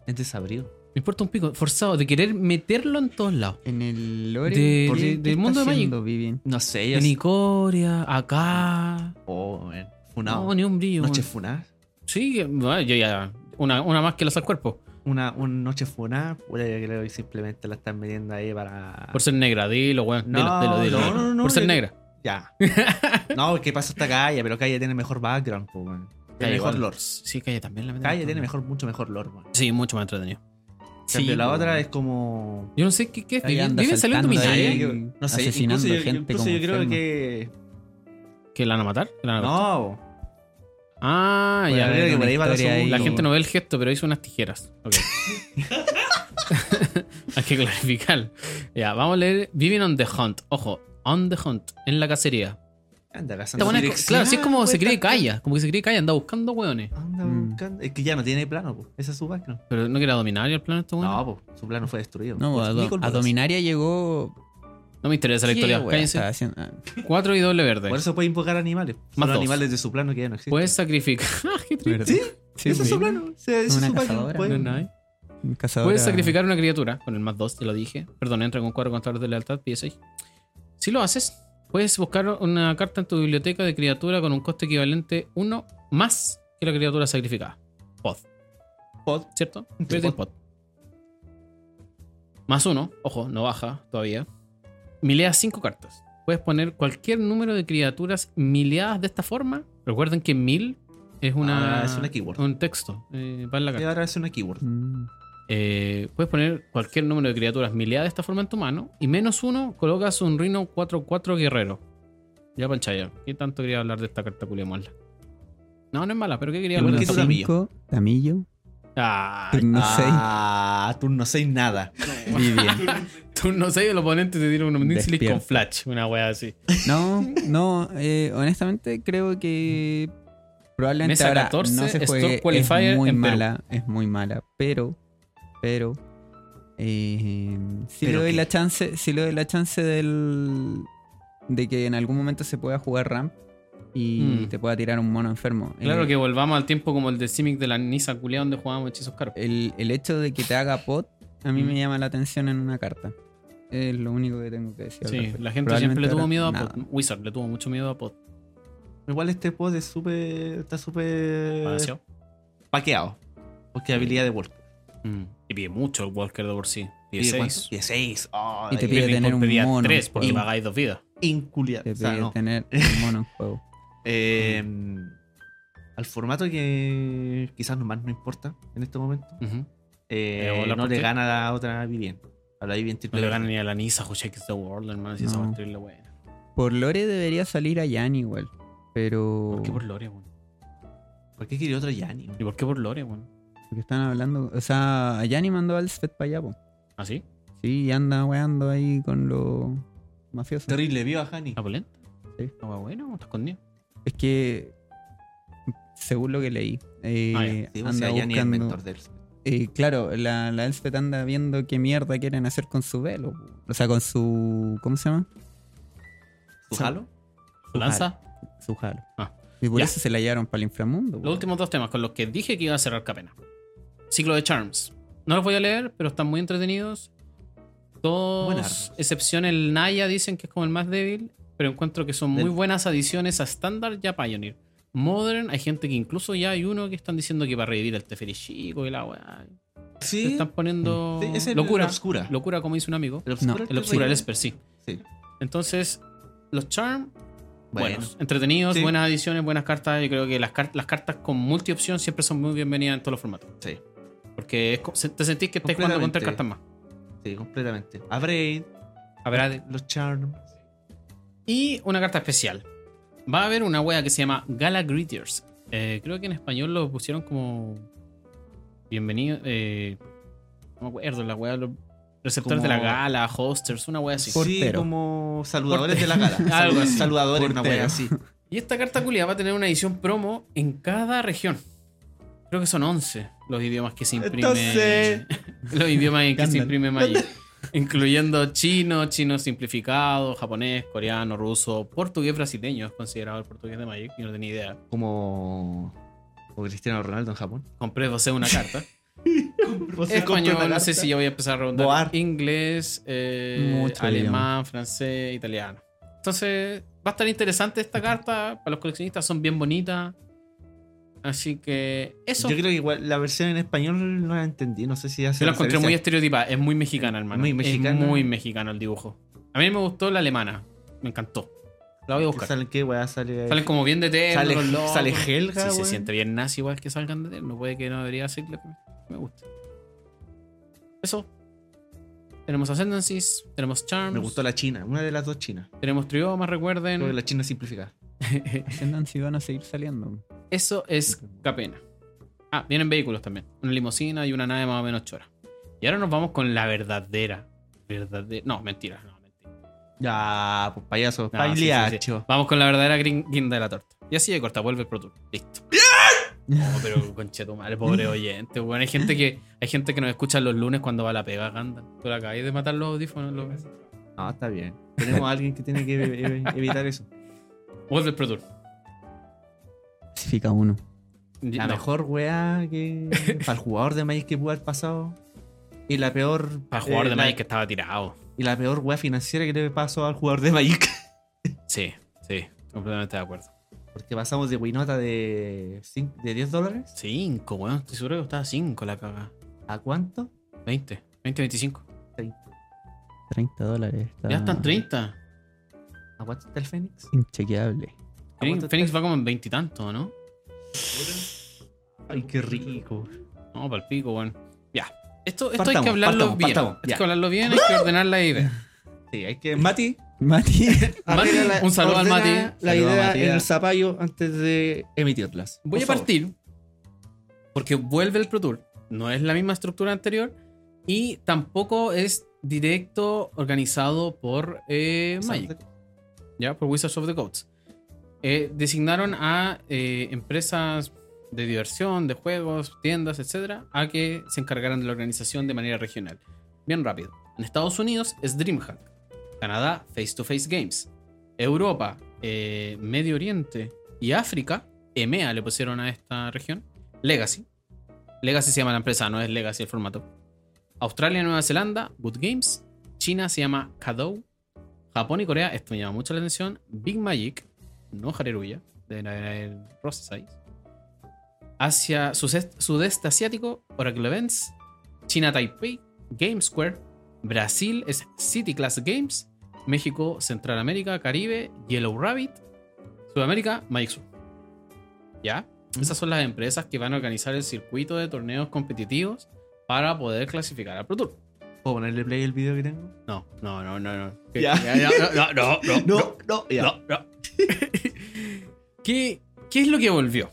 Speaker 2: Es desabrido.
Speaker 1: Me importa un pico. Forzado, de querer meterlo en todos lados.
Speaker 3: En el lore.
Speaker 1: De-
Speaker 3: ¿qué-
Speaker 1: de-
Speaker 3: qué
Speaker 1: del
Speaker 3: está
Speaker 1: mundo de Magic.
Speaker 3: haciendo Vivian?
Speaker 2: No sé,
Speaker 1: En
Speaker 2: ellos.
Speaker 1: Icoria, acá.
Speaker 2: Oh, weón.
Speaker 1: No,
Speaker 2: Funado.
Speaker 1: ni un brillo.
Speaker 2: noche
Speaker 1: man.
Speaker 2: funada.
Speaker 1: Sí, que- bueno, yo ya. Una, una más que las al cuerpo.
Speaker 2: Una, una noche funada. Puta, yo creo que simplemente la están metiendo ahí para.
Speaker 1: Por ser negra, dilo, weón.
Speaker 2: No,
Speaker 1: dilo, dilo, dilo.
Speaker 2: Ah. no, no, no,
Speaker 1: Por ser
Speaker 2: yo-
Speaker 1: negra.
Speaker 2: Ya.
Speaker 1: *laughs*
Speaker 2: no, ¿qué pasa esta calle? Pero calle tiene mejor background, po, weón.
Speaker 1: Calla
Speaker 2: Tiene mejor
Speaker 1: igual.
Speaker 2: lore.
Speaker 1: Sí, Calle también la meten
Speaker 2: Calle
Speaker 1: en todo.
Speaker 2: tiene mejor, mucho mejor lore, weón.
Speaker 1: Sí, mucho más entretenido.
Speaker 2: En cambio, la
Speaker 3: po,
Speaker 2: otra
Speaker 3: weón.
Speaker 2: es como.
Speaker 1: Yo no sé qué, qué es.
Speaker 3: Ahí
Speaker 1: Vivian,
Speaker 3: anda
Speaker 1: Vivian salió en
Speaker 3: saltando
Speaker 1: Dominaria.
Speaker 3: ahí.
Speaker 2: No sé,
Speaker 3: asesinando
Speaker 2: incluso yo,
Speaker 3: gente
Speaker 2: incluso
Speaker 3: como
Speaker 2: yo creo
Speaker 3: enferma.
Speaker 2: que.
Speaker 1: ¿Que la van a matar? ¿Que la van a matar?
Speaker 2: No.
Speaker 1: Ah,
Speaker 2: Bueno,
Speaker 1: ya.
Speaker 2: creo que
Speaker 3: una
Speaker 2: por ahí va la
Speaker 3: historia ahí.
Speaker 1: La
Speaker 2: segunda.
Speaker 1: gente no ve el gesto, pero hizo unas tijeras. Ok. *laughs* Hay que clarificar. Ya, vamos a leer Vivian on the Hunt. Ojo, on the Hunt, en la cacería.
Speaker 2: Anda cazando.
Speaker 1: Esta buena es co-
Speaker 2: dirección.
Speaker 1: claro, si es como se cree
Speaker 2: Anda
Speaker 1: calla, como que se cree calla, anda buscando hueones.
Speaker 2: Anda
Speaker 3: Mm.
Speaker 2: buscando. Es que ya no tiene plano, po. Ese es su background.
Speaker 1: Pero no quería dominar el plano esta hueón.
Speaker 2: No, po. Su plano fue destruido.
Speaker 3: No, a,
Speaker 2: Nicol
Speaker 3: a
Speaker 2: Bolas.
Speaker 3: Dominaria llegó.
Speaker 1: No me interesa la
Speaker 3: ¿Qué
Speaker 1: historia.
Speaker 3: wea
Speaker 1: Cállense.
Speaker 3: estaba haciendo? Ah,
Speaker 1: 4 y doble verde.
Speaker 2: Por eso puede invocar animales.
Speaker 1: Más
Speaker 2: Más
Speaker 1: dos.
Speaker 2: animales de su plano que ya no existen.
Speaker 1: Puedes sacrificar. *laughs* Qué triste.
Speaker 3: ¿verdad?
Speaker 2: Sí,
Speaker 3: Sí,
Speaker 2: ese es su
Speaker 3: po.
Speaker 2: plano. o sea, ese es
Speaker 3: Una
Speaker 2: su background,
Speaker 3: cazadora.
Speaker 2: puede-
Speaker 1: No, no hay.
Speaker 3: Un cazador
Speaker 1: Puedes
Speaker 3: a-
Speaker 1: sacrificar una criatura con el más 2, te lo dije. Perdón, entra con 4 contadores de lealtad, pide 6. Si lo haces, puedes buscar una carta en tu biblioteca de criatura con un coste equivalente 1 más que la criatura sacrificada. Pod.
Speaker 2: Pod.
Speaker 1: ¿Cierto? Pierde el pod. Más 1, ojo, no baja todavía. Milea 5 cartas. Puedes poner cualquier número de criaturas mileadas de esta forma. Recuerden que mil es una,
Speaker 2: Ah, es una keyword.
Speaker 1: un texto. eh, va en la
Speaker 2: Y
Speaker 1: carta.
Speaker 2: ahora es una keyword.
Speaker 3: Mm,
Speaker 1: Eh, puedes poner cualquier número de criaturas mileadas de esta forma en tu mano. Y menos uno, colocas un Rhino 4-4 guerrero. Ya, Panchaya, ¿qué tanto quería hablar de esta carta culia mala? No, no es mala, pero ¿qué quería hablar
Speaker 2: Igual
Speaker 1: de
Speaker 2: que
Speaker 1: esta
Speaker 2: tú también.
Speaker 3: cinco, Tamillo.
Speaker 1: Ah,
Speaker 3: Turno
Speaker 2: ah, tú no sé nada.
Speaker 3: 6. Vivian.
Speaker 1: tú no sé, el oponente te tira un Omnisilic
Speaker 3: Despierta.
Speaker 1: con Flash, una wea así.
Speaker 3: *laughs* No, no. eh, honestamente, creo que. Probablemente
Speaker 1: Mesa
Speaker 3: ahora
Speaker 1: 14,
Speaker 3: no se
Speaker 1: Store
Speaker 3: juegue. Es
Speaker 1: Qualifier
Speaker 3: muy
Speaker 1: en Perú.
Speaker 3: mala. Es muy mala. Pero. Pero. eh, si le
Speaker 2: ¿Pero
Speaker 3: doy
Speaker 2: qué?
Speaker 3: la chance. Si le doy la chance del. De que en algún momento se pueda jugar ramp. Y
Speaker 1: Mm.
Speaker 3: te pueda tirar un mono enfermo.
Speaker 1: Claro
Speaker 3: Eh,
Speaker 1: que volvamos al tiempo como el de Simic de la Nisa culia donde jugábamos hechizos caros.
Speaker 3: El, el hecho de que te haga pot a mí
Speaker 1: Mm.
Speaker 3: me llama la atención en una carta. Es lo único que tengo que decir. al
Speaker 1: Sí,
Speaker 3: respecto.
Speaker 1: la gente siempre le
Speaker 3: Probablemente
Speaker 1: tuvo
Speaker 3: ahora
Speaker 1: miedo a
Speaker 3: nada.
Speaker 1: Pod. Wizard le tuvo mucho miedo a Pod.
Speaker 2: *laughs* Igual este pod es súper. Está súper.
Speaker 1: Demasiado.
Speaker 2: Paqueado. Porque habilidad de World.
Speaker 1: Mm. Y pide mucho el Walker de por sí. Pide
Speaker 2: ¿Y de cuánto?
Speaker 1: 16.
Speaker 2: 16. Oh,
Speaker 3: Y te
Speaker 2: ahí-
Speaker 3: pide tener un mono.
Speaker 1: 3 porque
Speaker 3: Y-
Speaker 1: pagáis dos vidas.
Speaker 2: inculiable.
Speaker 3: Te
Speaker 2: O sea,
Speaker 3: pide este. Mm.
Speaker 2: no.
Speaker 1: *laughs*
Speaker 3: tener un mono en juego.
Speaker 2: Eh, al formato que quizás nomás no importa en este momento,
Speaker 1: Ujú.
Speaker 2: eh,
Speaker 1: Eh, hola,
Speaker 2: no
Speaker 1: ¿por
Speaker 2: le
Speaker 1: qué?
Speaker 2: gana a la otra Vivian. A la Vivian
Speaker 1: No
Speaker 2: triple
Speaker 1: le
Speaker 2: R.
Speaker 1: ganan ni a la Nisa, o Shake is the World, hermano. Si esa
Speaker 3: No.
Speaker 1: va a estar la buena.
Speaker 3: Por Lore debería salir a Jan igual.
Speaker 2: Oh.
Speaker 3: Pero.
Speaker 1: ¿Por qué por Lore, weón?
Speaker 2: ¿Por qué quería otra Yanni?
Speaker 1: ¿Y por qué por Lore, weón?
Speaker 3: Porque están hablando. O sea, a Yanni mandó al Svet para allá, po.
Speaker 1: ¿Ah, sí?
Speaker 3: Sí, y anda weando ahí con los mafiosos.
Speaker 2: Terrible, vio a Hani.
Speaker 1: ¿La
Speaker 3: Ah,
Speaker 1: polenta?
Speaker 3: Sí.
Speaker 1: ¿No va bueno? ¿Está escondido?
Speaker 3: Es que. Según lo que leí, eh,
Speaker 1: Ah, ya.
Speaker 2: Sí, o
Speaker 3: anda
Speaker 2: sea, Yanni es el
Speaker 3: buscando.
Speaker 2: mentor de él.
Speaker 3: Eh, claro, la, la Elspeth anda viendo qué mierda quieren hacer con su velo. po. O sea, con su. ¿Cómo se llama?
Speaker 2: ¿Su halo?
Speaker 1: ¿Su lanza?
Speaker 3: Su jalo.
Speaker 1: Ah,
Speaker 3: y por
Speaker 1: ya.
Speaker 3: eso se la llevaron para el inframundo. po.
Speaker 1: Los últimos dos temas con los que dije que iba a cerrar Capena. Ciclo de Charms. No los voy a leer, pero están muy entretenidos.
Speaker 2: Buen
Speaker 1: Dos
Speaker 2: arco.
Speaker 1: excepción el Naya dicen que es como el más débil, pero encuentro que son muy
Speaker 2: Del-
Speaker 1: buenas adiciones a Standard y a Pioneer. Modern, hay gente que incluso ya hay uno que están diciendo que va a revivir el Teferi Chico y la weá. Se
Speaker 2: Sí,
Speaker 1: están poniendo
Speaker 2: sí, es el-
Speaker 1: locura.
Speaker 2: el Obscura.
Speaker 1: Locura, como dice un amigo.
Speaker 2: El Obscura.
Speaker 3: No,
Speaker 1: El Obscura, el Esper, sí.
Speaker 2: Sí.
Speaker 1: Entonces, los Charm
Speaker 2: Bueno.
Speaker 1: buenos, entretenidos,
Speaker 2: Sí.
Speaker 1: buenas adiciones, buenas cartas. Yo creo que las, car- las cartas con multiopción siempre son muy bienvenidas en todos los formatos.
Speaker 2: Sí.
Speaker 1: Porque es co- se- te sentís que estás jugando con tres cartas más.
Speaker 2: Completamente. Sí, completamente. A Braid,
Speaker 1: A ver, ade-
Speaker 2: los Charms.
Speaker 1: y una carta especial. Va a haber una wea que se llama Gala Greeters. Eh, creo que en español lo pusieron como. Bienvenido. eh, no me acuerdo, la wea. Los receptores
Speaker 2: Como-
Speaker 1: de la gala, hosters, una wea así.
Speaker 2: Sí,
Speaker 3: Portero.
Speaker 2: como saludadores de la gala.
Speaker 1: *laughs* Algo así.
Speaker 2: Saludadores, una
Speaker 3: Portero.
Speaker 2: wea así.
Speaker 1: Y esta carta culia va a tener una edición promo en cada región. Creo que son 11 los idiomas que se imprimen.
Speaker 2: Entonces-
Speaker 1: *laughs* los idiomas en que se
Speaker 3: Escándalo.
Speaker 1: imprime Magic. Incluyendo chino, chino simplificado, japonés, coreano, ruso, portugués brasileño, es considerado el portugués de Magic, yo no tenía idea.
Speaker 2: Como. Como Cristiano Ronaldo en Japón.
Speaker 1: Compré vos una carta.
Speaker 2: Compré
Speaker 1: Español,
Speaker 2: una
Speaker 1: no sé
Speaker 2: carta.
Speaker 1: si ya voy a empezar a rondar.
Speaker 2: Boar.
Speaker 1: Inglés, eh,
Speaker 3: Mucho
Speaker 1: alemán, francés, italiano. Entonces, va a estar interesante esta carta. Para los coleccionistas son bien bonitas. Así que eso.
Speaker 2: Yo
Speaker 1: Yo,
Speaker 2: creo que igual la versión en español no la entendí. No sé si hace.
Speaker 1: la encontré muy
Speaker 2: referencia.
Speaker 1: estereotipada. Es muy mexicana, hermano.
Speaker 2: Muy mexicana.
Speaker 1: Es muy mexicano el dibujo. A mí me gustó la alemana. Me encantó. La voy a buscar.
Speaker 2: ¿Salen qué wea? Sale.
Speaker 1: Salen como bien de terno,
Speaker 2: Sale-
Speaker 1: los locos.
Speaker 2: sale Helga,
Speaker 1: Sí, se
Speaker 2: weón.
Speaker 1: siente bien nazi, igual que salgan de terno. Puede que no debería hacerle, pero me gusta. Eso. Tenemos Ascendancies, tenemos Charms,
Speaker 2: Me gustó la China. Una de las dos chinas.
Speaker 1: tenemos Triomas,
Speaker 2: Creo que
Speaker 1: recuerden.
Speaker 2: la China simplificada.
Speaker 3: Ascendan si van a seguir saliendo.
Speaker 1: *laughs* Eso es Capena. Ah, vienen vehículos también. Una limusina y una nave más o menos chora. Y ahora nos vamos con la verdadera. verdadera no, mentira. No, mentira.
Speaker 2: Ya, pues payaso.
Speaker 1: No, Ah, sí, sí, sí.
Speaker 2: Pailiacho.
Speaker 1: Vamos con la verdadera grin- guinda de la torta. Y así de corta, vuelve el Pro Tour. Listo. No, pero conche tu madre, pobre oyente, weón. Hay gente que, hay gente que nos escucha los lunes cuando va a la pega, Ganda. Tú la acabáis de matar los audífonos, lo
Speaker 2: No, Ah, está bien. Tenemos a alguien que
Speaker 1: *laughs*
Speaker 2: tiene que ev- ev- evitar eso.
Speaker 1: Vuelve el Pro Tour.
Speaker 3: Pacifica uno.
Speaker 2: La
Speaker 1: No,
Speaker 2: mejor weá
Speaker 1: *laughs*
Speaker 2: que. para el jugador de Magic que pudo haber pasado. Y la peor.
Speaker 1: Para jugar
Speaker 2: eh,
Speaker 1: de
Speaker 2: la-
Speaker 1: Magic que estaba tirado.
Speaker 2: Y la peor weá financiera que le pasó al jugador de Magic. *laughs*
Speaker 1: Sí, sí, completamente de acuerdo.
Speaker 2: Porque pasamos de Winota de, cin- de 10 dólares.
Speaker 1: Cinco, weón. Estoy seguro que estaba cinco la caga.
Speaker 2: ¿A cuánto?
Speaker 1: 20, 20, 25.
Speaker 3: 30 dólares. está
Speaker 1: Ya están 30.
Speaker 2: ¿A cuánto está el Fénix?
Speaker 3: Inchequeable. *laughs*
Speaker 2: cuánto
Speaker 1: Phoenix va como en 20 y tanto, ¿no?
Speaker 2: Ay, qué rico.
Speaker 1: No, para el pico, weón. Ya. Esto, esto hay
Speaker 2: Partamos,
Speaker 1: que hablarlo
Speaker 2: partamos,
Speaker 1: bien.
Speaker 2: partamos,
Speaker 1: hay
Speaker 2: ya.
Speaker 1: que hablarlo bien, hay que ordenar la idea.
Speaker 2: Sí, hay que. Mati.
Speaker 3: Mati.
Speaker 1: Mati,
Speaker 2: ordena la-
Speaker 1: un saludo al Mati.
Speaker 2: ordena La
Speaker 3: Saludo a
Speaker 2: idea
Speaker 3: Matías.
Speaker 2: en el zapallo antes de emitirlas.
Speaker 1: Voy
Speaker 2: Por
Speaker 1: a
Speaker 2: favor.
Speaker 1: partir porque vuelve el Pro Tour. No es la misma estructura anterior y tampoco es directo organizado por eh, Magic, ya por Wizards of the Coast. Eh, designaron a eh, empresas de diversión, de juegos, tiendas, etcétera, a que se encargaran de la organización de manera regional. Bien rápido. En Estados Unidos es DreamHack, Canadá Face to Face Games, Europa, eh, Medio Oriente y África EMEA le pusieron a esta región. Legacy. Legacy se llama la empresa, no es Legacy el formato. Australia, Nueva Zelanda, Good Games. China se llama Kadou. Japón y Corea, esto me llama mucho la atención. Big Magic, no Hareruya, de la el Process Eyes. Asia, Suces- Sudeste Asiático, Oracle Events. China Taipei, Game Square. Brasil es City Class Games. México, Central América, Caribe, Yellow Rabbit, Sudamérica, Magic Sur. ¿Ya? Esas son las empresas que van a organizar el circuito de torneos competitivos para poder clasificar al Pro Tour.
Speaker 2: ¿Puedo ponerle play el video que tengo?
Speaker 1: No, no, no, no, no. *laughs*
Speaker 2: Ya.
Speaker 1: no, no, no, no, no,
Speaker 2: No, no, ya.
Speaker 1: no, no. *laughs* ¿Qué, ¿Qué es lo que volvió?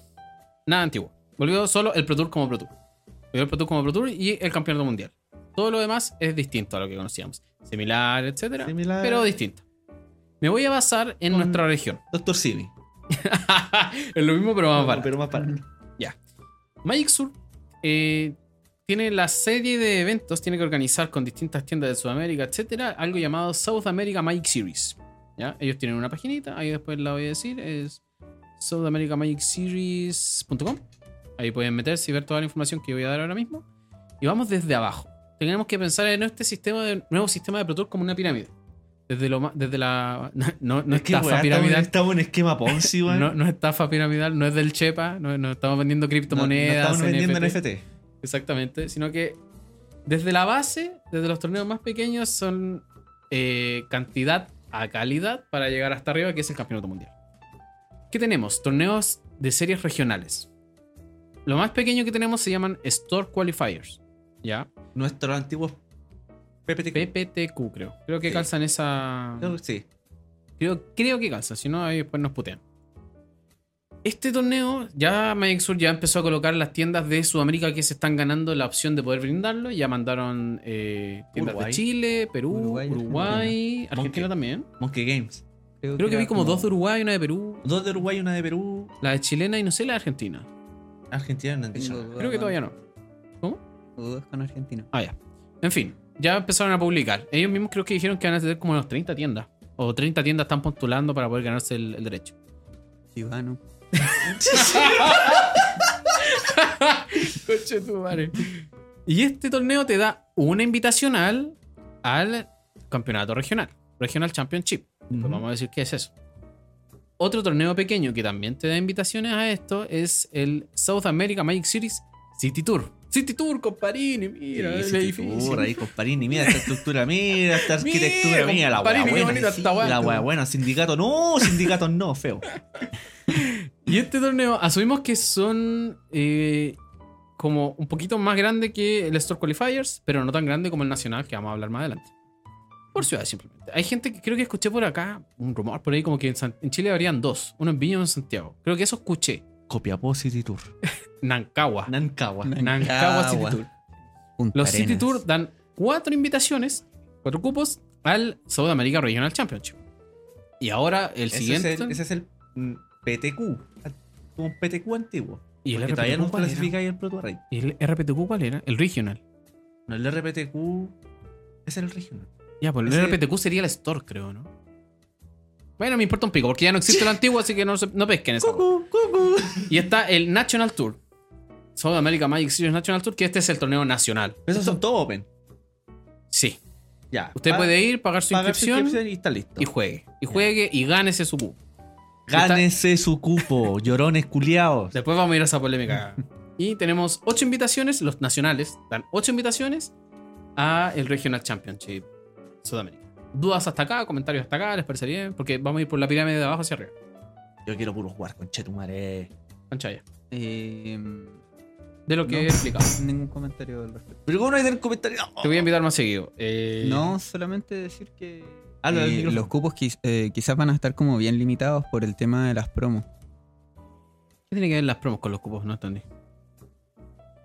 Speaker 1: Nada antiguo. Volvió solo el Pro Tour como Pro Tour. Volvió el Pro Tour como Pro Tour y el Campeonato Mundial. Todo lo demás es distinto a lo que conocíamos. Similar, etcétera,
Speaker 2: Similar.
Speaker 1: pero distinto. Me voy a basar en
Speaker 2: Con-
Speaker 1: nuestra región. *laughs*
Speaker 2: Doctor Simi.
Speaker 1: es lo mismo, pero más barato.
Speaker 2: Pero más barato.
Speaker 1: Magic Sur eh, tiene la serie de eventos, tiene que organizar con distintas tiendas de Sudamérica, etcétera, algo llamado South America Magic Series. ¿ya? Ellos tienen una paginita, ahí después la voy a decir, es southamericamagicseries.com. Ahí pueden meterse y ver toda la información que voy a dar ahora mismo. Y vamos desde abajo. Tenemos que pensar en este sistema de, nuevo sistema de Pro Tour como una pirámide. Desde, lo, ma- desde la. *laughs* No, no, no
Speaker 2: Es que,
Speaker 1: estafa
Speaker 2: weá, estamos,
Speaker 1: piramidal.
Speaker 2: estamos en esquema Ponzi, weón.
Speaker 1: No, no es estafa piramidal, no es del Chepa, no, no estamos vendiendo criptomonedas.
Speaker 2: No, no estamos vendiendo
Speaker 1: NFT.
Speaker 2: NFT.
Speaker 1: Exactamente, sino que desde la base, desde los torneos más pequeños, son eh, cantidad a calidad para llegar hasta arriba, que es el campeonato mundial. ¿Qué tenemos? Torneos de series regionales. Lo más pequeño que tenemos se llaman Store Qualifiers. ¿Ya?
Speaker 2: Nuestros antiguos PPT.
Speaker 1: PPTQ, creo. Creo que
Speaker 2: Sí.
Speaker 1: calzan esa.
Speaker 2: Creo que Oh, sí.
Speaker 1: Creo, creo que calza, si no, ahí después nos putean. Este torneo, ya Magic Sur ya empezó a colocar las tiendas de Sudamérica que se están ganando la opción de poder brindarlo. Ya mandaron eh, tiendas de
Speaker 2: Uruguay.
Speaker 1: Chile, Perú, Uruguay,
Speaker 3: Uruguay,
Speaker 1: Argentina, también.
Speaker 2: Monkey Games.
Speaker 1: Creo que
Speaker 3: era
Speaker 1: vi como dos de Uruguay, una de Perú,
Speaker 2: Dos de Uruguay, una de Perú.
Speaker 1: la de chilena y no sé la de Argentina.
Speaker 2: Argentina no han dicho
Speaker 3: Tengo
Speaker 2: nada.
Speaker 1: Creo que todavía no.
Speaker 3: dudas con Argentina.
Speaker 1: Ah, ya. En fin, ya empezaron a publicar. Ellos mismos creo que dijeron que van a tener como unas 30 tiendas. O 30 tiendas están postulando para poder ganarse el- el derecho.
Speaker 3: Chivano.
Speaker 1: Coche tu madre. Y este torneo te da una invitación al, al campeonato regional, Regional Championship. Pues
Speaker 2: Ujú.
Speaker 1: Vamos a decir qué es eso. Otro torneo pequeño que también te da invitaciones a esto es el South America Magic Series City Tour. City Tour, comparini, mira,
Speaker 2: Sí,
Speaker 1: el
Speaker 2: sí,
Speaker 1: edificio.
Speaker 2: figura ahí, comparini. Mira esta estructura, mira esta arquitectura,
Speaker 1: Mira,
Speaker 2: mira, la
Speaker 1: comparini,
Speaker 2: hueá
Speaker 1: qué bonita
Speaker 2: buena. sí,
Speaker 1: esta hueá.
Speaker 2: la hueá buena. Sindicato, no, sindicato no, feo.
Speaker 1: Y este torneo, asumimos que son eh, como un poquito más grande que el Store Qualifiers, pero no tan grande como el Nacional, que vamos a hablar más adelante. Por ciudad, simplemente. Hay gente que creo que escuché por acá un rumor por ahí, como que en, San- en Chile habrían dos: uno en Viña y uno en Santiago. Creo que eso escuché.
Speaker 2: Copiapó City Tour.
Speaker 1: Nancagua.
Speaker 2: Nancagua.
Speaker 1: Nancagua City Tour.
Speaker 3: Punta
Speaker 1: Los City
Speaker 3: Arenas.
Speaker 1: Tour dan cuatro invitaciones, cuatro cupos, al Sudamérica Regional Championship. Y ahora el
Speaker 2: Ese
Speaker 1: siguiente.
Speaker 2: Es el, ese es el mm, PTQ. Un PTQ antiguo.
Speaker 1: ¿Y el
Speaker 2: que todavía
Speaker 1: RPTQ
Speaker 2: no
Speaker 1: cuál era?
Speaker 2: clasifica ahí el Pro Tour Rey.
Speaker 1: ¿Y el RPTQ cuál era? El Regional.
Speaker 2: No, el RPTQ. Ese era el regional.
Speaker 1: Ya, pues
Speaker 2: Ese-
Speaker 1: el RPTQ sería el store, creo, ¿no? Bueno, me importa un pico, porque ya no
Speaker 2: *laughs*
Speaker 1: existe el antiguo, así que no, se- no pesquen eso.
Speaker 2: Cucu, cucu.
Speaker 1: Y está el National Tour. South America Magic Series National Tour, que este es el torneo nacional.
Speaker 2: Esos son todos open.
Speaker 1: Sí.
Speaker 2: Ya.
Speaker 1: Usted
Speaker 2: Pa-
Speaker 1: puede ir, pagar su
Speaker 2: pagar su
Speaker 1: inscripción
Speaker 2: y está listo.
Speaker 1: y juegue. Y juegue y gánese su cupo.
Speaker 2: Gánese su cupo, llorones culiados.
Speaker 1: Después vamos a ir a esa
Speaker 2: *laughs*
Speaker 1: polémica. Y tenemos ocho invitaciones, los nacionales dan ocho invitaciones a el Regional Championship Sudamérica. Dudas hasta acá, comentarios hasta acá, les parece bien, porque vamos a ir por la pirámide de abajo hacia arriba.
Speaker 2: Yo quiero puro jugar con Chetumare.
Speaker 1: Panchaya.
Speaker 3: Eh,
Speaker 1: De lo que
Speaker 3: No.
Speaker 1: he explicado.
Speaker 3: *laughs* ningún comentario al respecto.
Speaker 2: Pero ¿cómo no hay del comentario?
Speaker 1: Te voy a invitar más seguido. Eh, Ah,
Speaker 3: No, solamente decir que
Speaker 2: Habla del
Speaker 3: eh,
Speaker 2: micrófono.
Speaker 3: los cupos quiz- eh, quizás van a estar como bien limitados por el tema de las promos.
Speaker 1: ¿Qué tiene que ver las promos con los cupos? No entendí.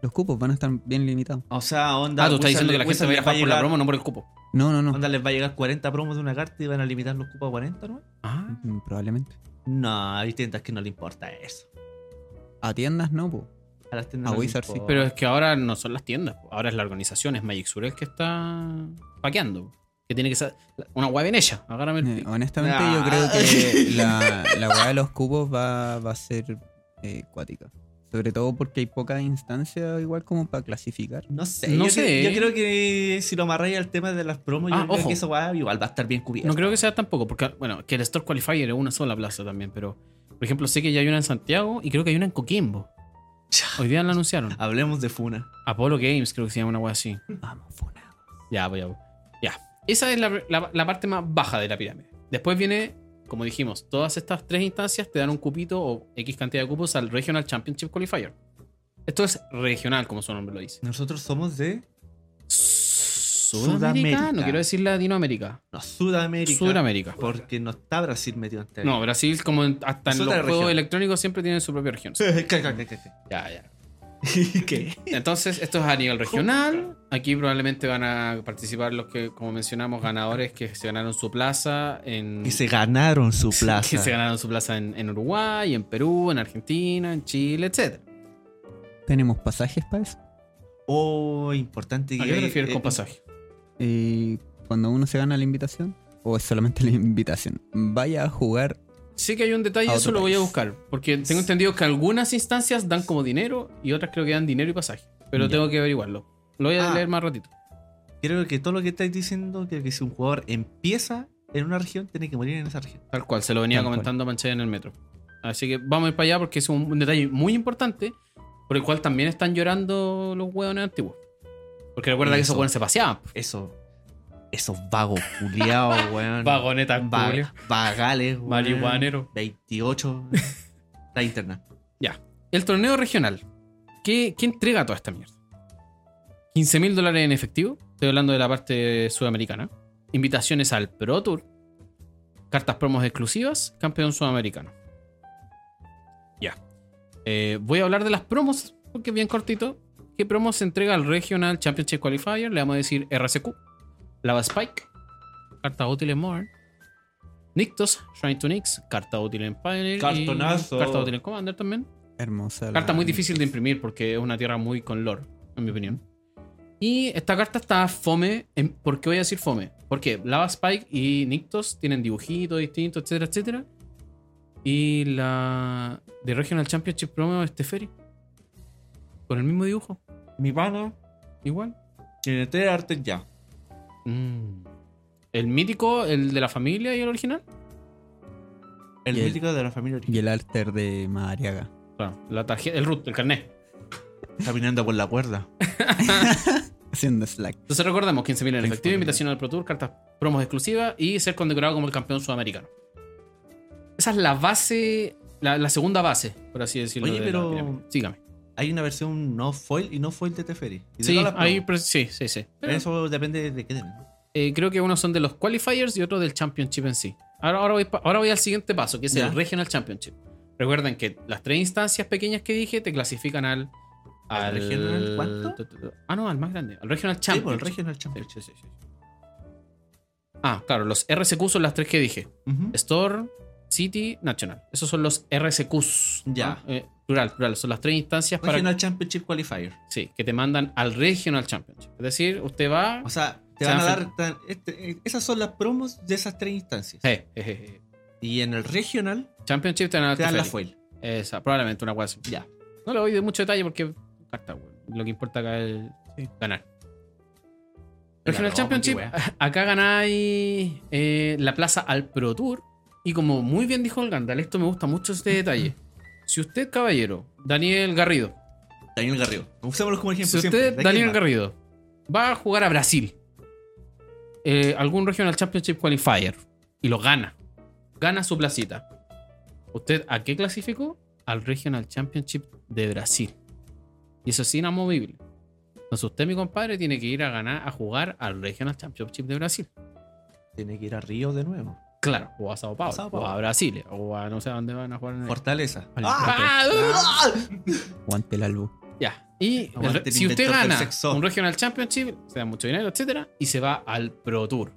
Speaker 3: Los cupos van a estar bien limitados.
Speaker 2: O sea, onda.
Speaker 1: Ah, tú estás
Speaker 2: Wizard-
Speaker 1: diciendo que la gente
Speaker 2: Wizard
Speaker 1: va a
Speaker 2: les
Speaker 1: viajar por la
Speaker 2: llegar-
Speaker 1: promo, no por el cupo.
Speaker 3: No, no, no.
Speaker 2: Onda les va a llegar 40 promos de una carta y van a limitar los cupos a 40, ¿no?
Speaker 1: Ah,
Speaker 3: Mm, Probablemente.
Speaker 2: No, hay tiendas que no le importa eso.
Speaker 3: A tiendas no, po.
Speaker 2: A las tiendas
Speaker 3: A
Speaker 2: no les
Speaker 3: Wizard sí.
Speaker 2: importa.
Speaker 1: pero es que ahora no son las tiendas, po. ahora es la organización, es Magic Sur el que está paqueando. Que tiene que ser una web en ella. Agárrame el
Speaker 3: Eh,
Speaker 1: pico.
Speaker 3: honestamente,
Speaker 2: Ah.
Speaker 3: yo creo que la, la weá de los cupos va, va a ser eh, cuática. Sobre todo porque hay poca instancia igual como para clasificar.
Speaker 2: No sé.
Speaker 1: No
Speaker 2: yo,
Speaker 1: sé. ¿eh?
Speaker 2: cre- yo creo que si lo amarráis al tema de las promos,
Speaker 1: Ah,
Speaker 2: yo creo
Speaker 1: ojo.
Speaker 2: que eso va, igual va a estar bien cubierto.
Speaker 1: No creo que sea tampoco, porque bueno, que el Store Qualifier es una sola plaza también, pero por ejemplo, sé que ya hay una en Santiago y creo que hay una en Coquimbo. Hoy día la anunciaron.
Speaker 2: Hablemos de Funa.
Speaker 1: Apollo Games creo que se llama una web así.
Speaker 3: Vamos, funado.
Speaker 1: Ya, voy a. Ya. Esa es la, la- la parte más baja de la pirámide. Después viene, como dijimos, todas estas tres instancias te dan un cupito o X cantidad de cupos al Regional Championship Qualifier. Esto es regional, como su nombre lo dice.
Speaker 2: Nosotros somos de
Speaker 1: Sudamérica. No quiero decir Latinoamérica.
Speaker 2: no, Sudamérica.
Speaker 1: Sudamérica.
Speaker 2: Porque no está Brasil metido ante
Speaker 1: No, Brasil, como en- hasta
Speaker 2: Es
Speaker 1: en los
Speaker 2: otra
Speaker 1: juegos
Speaker 2: región.
Speaker 1: electrónicos, siempre tienen su propia región.
Speaker 2: ¿Qué, qué, qué, qué, *laughs*
Speaker 1: Ya, ya.
Speaker 2: qué? ¿Qué?
Speaker 1: Entonces, esto es a nivel regional. Aquí probablemente van a participar los que, como mencionamos, ganadores que se ganaron su plaza en.
Speaker 2: Que se ganaron su
Speaker 1: *laughs*
Speaker 2: plaza.
Speaker 1: que se ganaron su plaza en, en Uruguay, en Perú, en Argentina, en Chile, etc.
Speaker 3: ¿Tenemos pasajes para eso?
Speaker 2: Oh, importante.
Speaker 1: ¿A
Speaker 2: que-
Speaker 1: qué te refieres con
Speaker 2: eh,
Speaker 1: pasaje?
Speaker 3: Y cuando uno se gana la invitación, o es solamente la invitación, vaya a jugar.
Speaker 1: Sí que hay un detalle,
Speaker 3: A
Speaker 1: eso
Speaker 3: otro
Speaker 1: lo voy a
Speaker 3: país.
Speaker 1: buscar. Porque tengo entendido que algunas instancias dan como dinero y otras creo que dan dinero y pasaje. Pero
Speaker 3: Ya.
Speaker 1: tengo que averiguarlo. Lo voy a
Speaker 2: Ah.
Speaker 1: leer más ratito.
Speaker 2: Creo que todo lo que estáis diciendo, creo que si un jugador empieza en una región, tiene que morir en esa región.
Speaker 1: Tal cual, se lo venía
Speaker 3: Tal cual.
Speaker 1: comentando a Manchaya en el metro. Así que vamos a ir para allá porque es un, un detalle muy importante por el cual también están llorando los hueones antiguos. Porque recuerda que esos
Speaker 2: Eso.
Speaker 1: hueones se paseaban.
Speaker 2: Eso. Esos vagos *laughs* culiados, weón.
Speaker 1: Vagonetas,
Speaker 2: Va- Vagales, weón.
Speaker 1: Marihuanero.
Speaker 2: *laughs* 28. Está interna.
Speaker 1: El torneo regional. ¿Qué, qué entrega toda esta mierda? 15 mil dólares en efectivo. Estoy hablando de la parte sudamericana. Invitaciones al Pro Tour. Cartas promos exclusivas. Campeón sudamericano. Ya. Eh, voy a hablar de las promos, porque es bien cortito. ¿Qué promos se entrega al Regional Championship Qualifier? Le vamos a decir RCQ. Lava Spike. Carta útil en Modern. Nictos, Shrine to Nix, carta útil en Pioneer. y
Speaker 2: Cartonazo.
Speaker 1: Carta útil en Commander también.
Speaker 3: Hermosa. la-
Speaker 1: Carta muy difícil de imprimir porque es una tierra muy con lore, en mi opinión. Y esta carta está fome. en- ¿Por qué voy a decir fome? Porque Lava Spike y Nictos tienen dibujitos distintos, etcétera, etcétera. Y la de Regional Championship Promo es Teferi. Con el mismo dibujo.
Speaker 2: Mi pana
Speaker 1: Igual.
Speaker 2: tiene tres artes ya.
Speaker 1: Mm. El mítico, el de la familia y el original.
Speaker 2: El
Speaker 3: Y el-
Speaker 2: mítico de la familia
Speaker 3: Y
Speaker 2: original.
Speaker 3: el alter de Madariaga.
Speaker 1: Claro, la tarjeta, el root, el carnet.
Speaker 2: Caminando por la cuerda.
Speaker 3: Haciendo slack.
Speaker 1: Entonces recordemos 15.000 en
Speaker 3: Thanks
Speaker 1: efectivo,
Speaker 3: for
Speaker 1: invitación al Pro Tour, cartas promos exclusivas y ser condecorado como el campeón sudamericano. Esa es la base, la, la segunda base, por así decirlo.
Speaker 2: Oye,
Speaker 1: de la
Speaker 2: pero-
Speaker 1: pirámide. Sígame.
Speaker 2: Hay una versión no foil y no foil de Teferi. Y de
Speaker 1: Sí,
Speaker 2: todas las
Speaker 1: ahí,
Speaker 2: pruebas.
Speaker 1: pero- sí, sí, sí. Pero,
Speaker 2: Eso depende de qué den. pues,
Speaker 1: eh, creo que unos son de los qualifiers y otros del championship en sí. Ahora, ahora, voy, pa- ahora voy al siguiente paso, que es
Speaker 2: Ya.
Speaker 1: el regional championship. Recuerden que las tres instancias pequeñas que dije te clasifican al...
Speaker 2: ¿Al regional cuánto?
Speaker 1: tu, tu, tu. Ah, no, al más grande. Al regional
Speaker 2: Sí, por el
Speaker 1: championship.
Speaker 2: Regional Championship.
Speaker 1: Sí, sí, sí, sí. Ah, claro, los RSQ son las tres que dije.
Speaker 2: Ujú.
Speaker 1: Store, City, Nacional. Esos son los RSQs. ¿no?
Speaker 2: Ya.
Speaker 1: Eh, plural, plural. Son las tres instancias para,
Speaker 2: Regional Championship Qualifier.
Speaker 1: sí, que te mandan al Regional Championship. Es decir, usted va.
Speaker 2: O sea, te
Speaker 1: Se
Speaker 2: van a
Speaker 1: hacen-
Speaker 2: dar. tan- este- eh, esas son las promos de esas tres instancias.
Speaker 1: Eh, eh, eh, eh.
Speaker 2: Y en el Regional
Speaker 1: Championship te dan al
Speaker 2: te dan la
Speaker 1: Teferi.
Speaker 2: foil.
Speaker 1: Esa, probablemente una cosa así.
Speaker 2: Ya.
Speaker 1: No le doy de mucho detalle porque carta, güey. Lo que importa acá es
Speaker 3: Sí.
Speaker 1: ganar. Regional
Speaker 2: roban,
Speaker 1: Championship,
Speaker 2: qué wea.
Speaker 1: *laughs* acá ganáis eh, la plaza al Pro Tour. Y como muy bien dijo el Gandalf, esto me gusta mucho este
Speaker 2: *clears throat*
Speaker 1: detalle. Si usted, caballero, Daniel Garrido,
Speaker 2: Daniel Garrido. Usémoslo como ejemplo.
Speaker 1: si usted,
Speaker 2: siempre. De aquí
Speaker 1: Daniel
Speaker 2: más.
Speaker 1: Garrido, va a jugar a Brasil, eh, algún Regional Championship Qualifier, y lo gana, gana su placita, ¿usted a qué clasificó? Al Regional Championship de Brasil. Y eso es inamovible. Entonces usted, mi compadre, tiene que ir a ganar, a jugar al Regional Championship de Brasil.
Speaker 2: Tiene que ir a Río de nuevo.
Speaker 1: Claro, o a Sao Paulo,
Speaker 2: Sao Paulo.
Speaker 1: o a Brasil, o a no sé a dónde van a jugar. en el-
Speaker 2: Fortaleza.
Speaker 3: Al-
Speaker 1: ¡Ah!
Speaker 2: ¡Ah!
Speaker 3: Aguante el albu.
Speaker 1: Ya. Y el
Speaker 2: Aguante
Speaker 1: re-
Speaker 2: el
Speaker 1: si usted
Speaker 2: inventor del
Speaker 1: gana
Speaker 2: sexo.
Speaker 1: un Regional Championship, se da mucho dinero, etcétera, y se va al Pro Tour.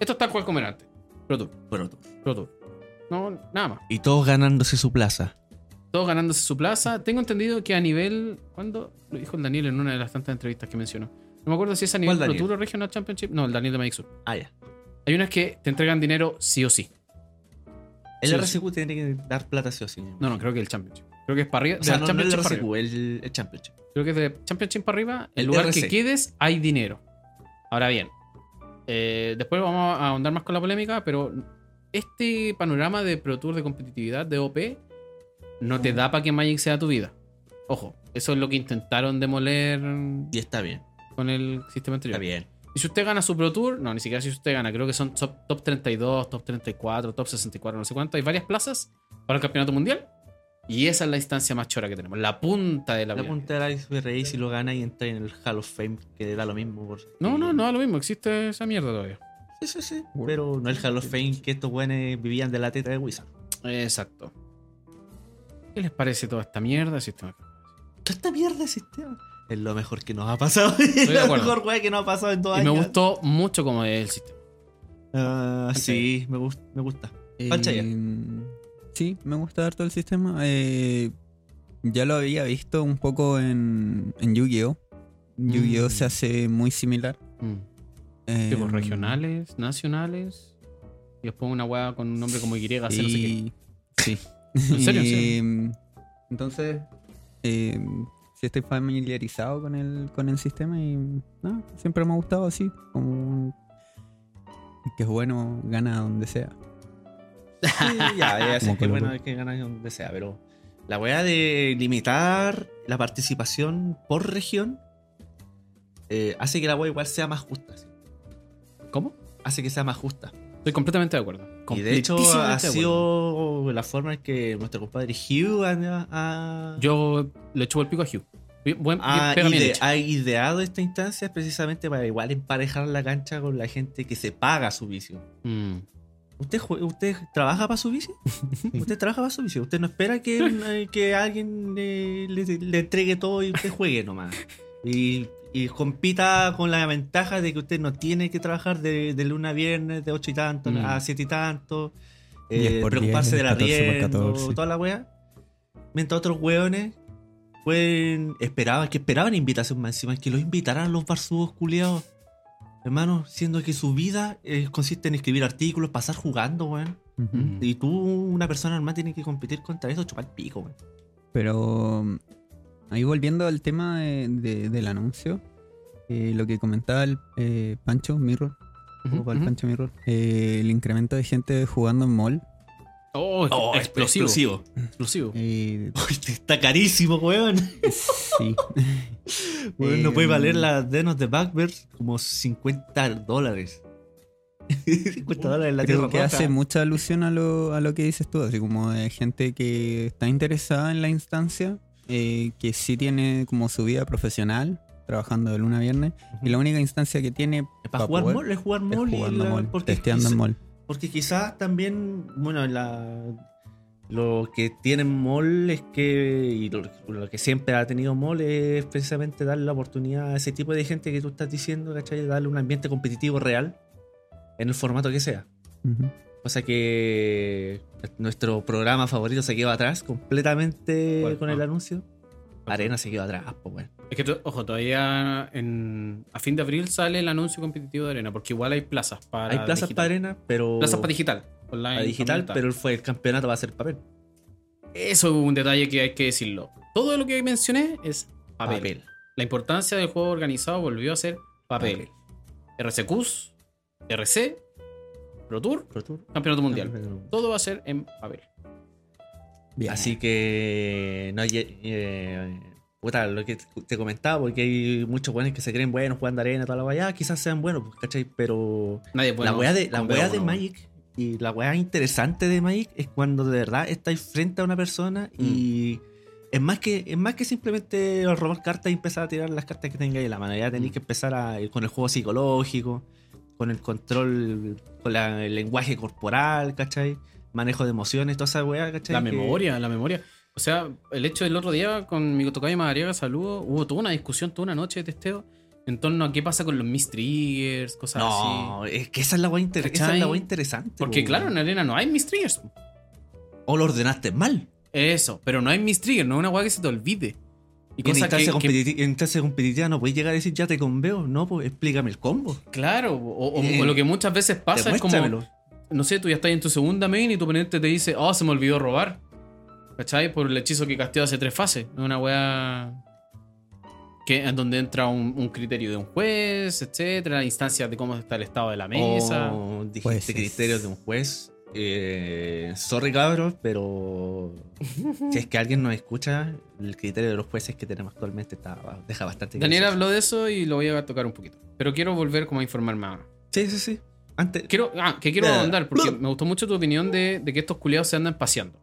Speaker 1: Esto es tal cual como era antes. Pro Tour,
Speaker 2: Pronto.
Speaker 1: Pro Tour. No, nada más.
Speaker 2: Y todos ganándose su plaza.
Speaker 1: Todos ganándose su plaza. Tengo entendido que a nivel. ¿Cuándo? Lo dijo el Daniel en una de las tantas entrevistas que mencionó. No me acuerdo si es a nivel
Speaker 2: ¿Cuál
Speaker 1: Pro
Speaker 2: Daniel?
Speaker 1: Tour o Regional Championship. No, el Daniel de Magic Sur.
Speaker 2: Ah, ya.
Speaker 1: Hay unas que te entregan dinero sí o sí.
Speaker 2: El
Speaker 1: Sí,
Speaker 2: RCQ tiene que dar plata sí o sí.
Speaker 1: No, no, creo que el Championship. Creo que es para arriba.
Speaker 2: O sea,
Speaker 1: del
Speaker 2: no, no el
Speaker 1: championship para arriba.
Speaker 2: RCQ, el, el Championship.
Speaker 1: Creo que de Championship para arriba, el,
Speaker 2: El
Speaker 1: lugar
Speaker 2: RC.
Speaker 1: que quedes, hay dinero. Ahora bien, eh, después vamos a ahondar más con la polémica, pero este panorama de Pro Tour de competitividad de OP no te da para que Magic sea tu vida. Ojo, eso es lo que intentaron demoler
Speaker 2: Y está bien.
Speaker 1: con el sistema anterior.
Speaker 2: Está bien.
Speaker 1: Y si usted gana su Pro Tour, no, ni siquiera si usted gana, creo que son top, top 32, top 34, top 64, no sé cuánto. Hay varias plazas para el campeonato mundial. Y esa es la instancia más chora que tenemos, la punta de la,
Speaker 2: La
Speaker 1: pirámide.
Speaker 2: punta del iceberg ahí, si lo gana y entra en el Hall of Fame, que da lo mismo. por-
Speaker 1: No, no, no, da lo mismo, existe esa mierda todavía.
Speaker 2: Sí, sí, sí. Pero no el Hall of Fame que estos buenos vivían de la teta de Wizard.
Speaker 1: Exacto. ¿Qué les parece toda esta mierda? Si esto-
Speaker 2: Esta mierda de sistema. Es lo mejor que nos ha pasado. *laughs* Es
Speaker 1: de
Speaker 2: la
Speaker 1: acuerdo.
Speaker 2: mejor wea que nos ha pasado en toda
Speaker 1: Y me gustó mucho como es el sistema.
Speaker 2: Ah, sí, me, gust-
Speaker 1: *laughs*
Speaker 2: me gusta. Pancha ya.
Speaker 3: Eh, sí, me gusta harto el sistema. Eh, ya lo había visto un poco en, en Yu-Gi-Oh! Yu-Gi-Oh!
Speaker 1: Mm.
Speaker 3: se hace muy similar.
Speaker 1: Mm.
Speaker 3: Eh,
Speaker 1: Tipos pues, regionales, nacionales. Y después una weá con un nombre como Y, C, no sé qué.
Speaker 3: y- Sí.
Speaker 1: *laughs* ¿En serio?
Speaker 3: Y,
Speaker 1: Sí.
Speaker 3: Entonces, eh, sí estoy familiarizado con el, con el sistema y no, siempre me ha gustado así. Como que es bueno, gana donde sea.
Speaker 2: Sí, ya, ya, sí,
Speaker 3: Como
Speaker 2: que
Speaker 3: que lo
Speaker 2: bueno
Speaker 3: veo.
Speaker 2: que ganas donde sea, pero la wea de limitar la participación por región eh, hace que la wea igual sea más justa. sí.
Speaker 1: ¿Cómo?
Speaker 2: Hace que sea más justa.
Speaker 1: Estoy completamente de acuerdo.
Speaker 2: Y de hecho
Speaker 1: Completísimamente
Speaker 2: ha
Speaker 1: de acuerdo.
Speaker 2: sido la forma en que nuestro compadre Hugh ha, ha-
Speaker 1: Yo le echo el pico a Hugh. Bien- Buen,
Speaker 2: ha
Speaker 1: pega bien
Speaker 2: ide-
Speaker 1: hecha.
Speaker 2: ha ideado esta instancia precisamente para igual emparejar la cancha con la gente que se paga su vicio.
Speaker 1: Mm.
Speaker 2: ¿Usted, jue- usted trabaja para su bici? ¿Usted trabaja para su bici? ¿Usted no espera que, eh, que alguien eh, le, le entregue todo y usted juegue nomás? Y, y compita con la ventaja de que usted no tiene que trabajar de, de lunes a viernes, de 8 y tanto
Speaker 1: Mm.
Speaker 2: a 7 y tanto,
Speaker 3: Diez
Speaker 2: eh,
Speaker 3: por diez,
Speaker 2: preocuparse de la
Speaker 3: 14 por
Speaker 2: rienda,
Speaker 3: 14.
Speaker 2: toda la wea. Mientras otros weones pueden, esperaban, que esperaban invitación más encima, que los invitaran los barzudos culiados. Hermano, siendo que su vida eh, consiste en escribir artículos, pasar jugando, weón.
Speaker 3: Ujú.
Speaker 1: Mm.
Speaker 2: Y tú, una persona normal, tiene que competir contra eso, chupar pico, weón.
Speaker 3: Pero mm, ahí volviendo al tema de- de- del anuncio, eh, lo que comentaba el eh, Pancho Mirror,
Speaker 1: Ujú,
Speaker 3: como para el
Speaker 1: ujú.
Speaker 3: Pancho Mirror, eh, el incremento de gente jugando en mall.
Speaker 1: Oh, explosivo. Explosivo.
Speaker 2: explosivo. *laughs*
Speaker 3: eh,
Speaker 2: Uy, está carísimo, weón.
Speaker 3: sí.
Speaker 2: *laughs* Weón, no
Speaker 3: Eh,
Speaker 2: puede valer las denos de Backbird como 50 dólares. *laughs* 50 dólares en la tierra
Speaker 3: Em, Creo que
Speaker 2: roja.
Speaker 3: hace mucha alusión a lo, a lo que dices tú, así como de gente que está interesada en la instancia, eh, que sí tiene como su vida profesional, trabajando de lunes a viernes, y la única instancia que tiene
Speaker 2: Para jugar
Speaker 3: poder
Speaker 2: mall, es jugar mall
Speaker 3: es
Speaker 2: y
Speaker 3: jugando
Speaker 2: la-
Speaker 3: en mall,
Speaker 2: porque
Speaker 3: testeando en
Speaker 2: quizá-
Speaker 3: mall.
Speaker 2: Porque quizás también, bueno, la, lo que tienen mall es que, y lo, lo que siempre ha tenido mall es precisamente darle la oportunidad a ese tipo de gente que tú estás diciendo, ¿cachai? Darle un ambiente competitivo real en el formato que sea.
Speaker 3: Ujú.
Speaker 2: O sea que nuestro programa favorito se quedó atrás completamente
Speaker 1: ¿Cuál?
Speaker 2: con el
Speaker 1: Ah.
Speaker 2: anuncio. Arena se quedó atrás, pues bueno.
Speaker 1: Es que, to- ojo, todavía en, a fin de abril sale el anuncio competitivo de Arena, porque igual hay plazas para.
Speaker 2: Hay plazas
Speaker 1: digital.
Speaker 2: para arena, pero...
Speaker 1: Plazas para digital. Online.
Speaker 2: para digital,
Speaker 1: también está.
Speaker 2: pero fue el campeonato va a ser papel.
Speaker 1: Eso es un detalle que hay que decirlo. Todo lo que mencioné es papel. La importancia del juego organizado volvió a ser papel. RCQs, RC, Pro Tour,
Speaker 2: Pro Tour.
Speaker 1: Campeonato
Speaker 2: Ah,
Speaker 1: Mundial. Todo va a ser en papel.
Speaker 3: Bien.
Speaker 2: Así que. No, ye- eh, puta, lo que te comentaba, porque hay muchos buenos que se creen buenos jugando arena, toda la weá. Quizás sean buenos, pues, ¿cachai? Pero.
Speaker 1: Nadie puede.
Speaker 2: la weá de, la
Speaker 1: comprar
Speaker 2: weá
Speaker 1: uno,
Speaker 2: de
Speaker 1: weón.
Speaker 2: Magic y la weá interesante de Magic es cuando de verdad estáis frente a una persona y.
Speaker 1: Mm.
Speaker 2: Es más, que, es más que simplemente robar cartas y empezar a tirar las cartas que tengáis en la mano. Ya tenéis
Speaker 1: Mm.
Speaker 2: que empezar a, con el juego psicológico, con el control, con la- el lenguaje corporal, ¿cachai? Manejo de emociones, toda esa weá, ¿cachai?
Speaker 1: La
Speaker 2: Que-
Speaker 1: memoria, la memoria. O sea, el hecho del otro día con mi tocayo Madariaga, saludo, hubo toda una discusión, toda una noche de testeo en torno a qué pasa con los Miss Triggers, cosas así.
Speaker 2: No, es que esa es la weá inter- esa es
Speaker 1: ¿Cachai?
Speaker 2: la weá interesante.
Speaker 1: Porque
Speaker 2: po,
Speaker 1: claro, en
Speaker 2: weón.
Speaker 1: Arena no hay Miss Triggers.
Speaker 2: O lo ordenaste mal.
Speaker 1: Eso, pero no hay Miss Triggers, no es una weá que se te olvide. Y cosas
Speaker 2: en,
Speaker 1: que-
Speaker 2: instancia
Speaker 1: que,
Speaker 2: competiti- en instancia competitiva no podéis llegar a decir ya te conveo. No, pues explícame el combo.
Speaker 1: Claro, o, o-
Speaker 2: Eh,
Speaker 1: o lo que muchas veces pasa es como,
Speaker 2: Demuéstramelo.
Speaker 1: no sé, tú ya estás en tu segunda main y tu oponente te dice, oh, se me olvidó robar. ¿Cachai? Por el hechizo que casteó hace tres fases. Es Una weá. Que, en donde entra un, un criterio de un juez, etcétera, instancias de cómo está el estado de la mesa.
Speaker 2: O dijiste
Speaker 3: Jueces.
Speaker 2: criterios de un juez. Eh, sorry cabros,
Speaker 1: *laughs*
Speaker 2: pero si es que alguien nos escucha, el criterio de los jueces que tenemos actualmente está, deja bastante... que
Speaker 1: Daniel
Speaker 2: desear.
Speaker 1: habló de eso y lo voy a tocar un poquito. Pero quiero volver como a informar más.
Speaker 2: Sí, sí, sí. Antes...
Speaker 1: Quiero, ah, que quiero
Speaker 2: Blah.
Speaker 1: ahondar, porque
Speaker 2: Blah.
Speaker 1: me gustó mucho tu opinión de, de que estos culiados se andan paseando.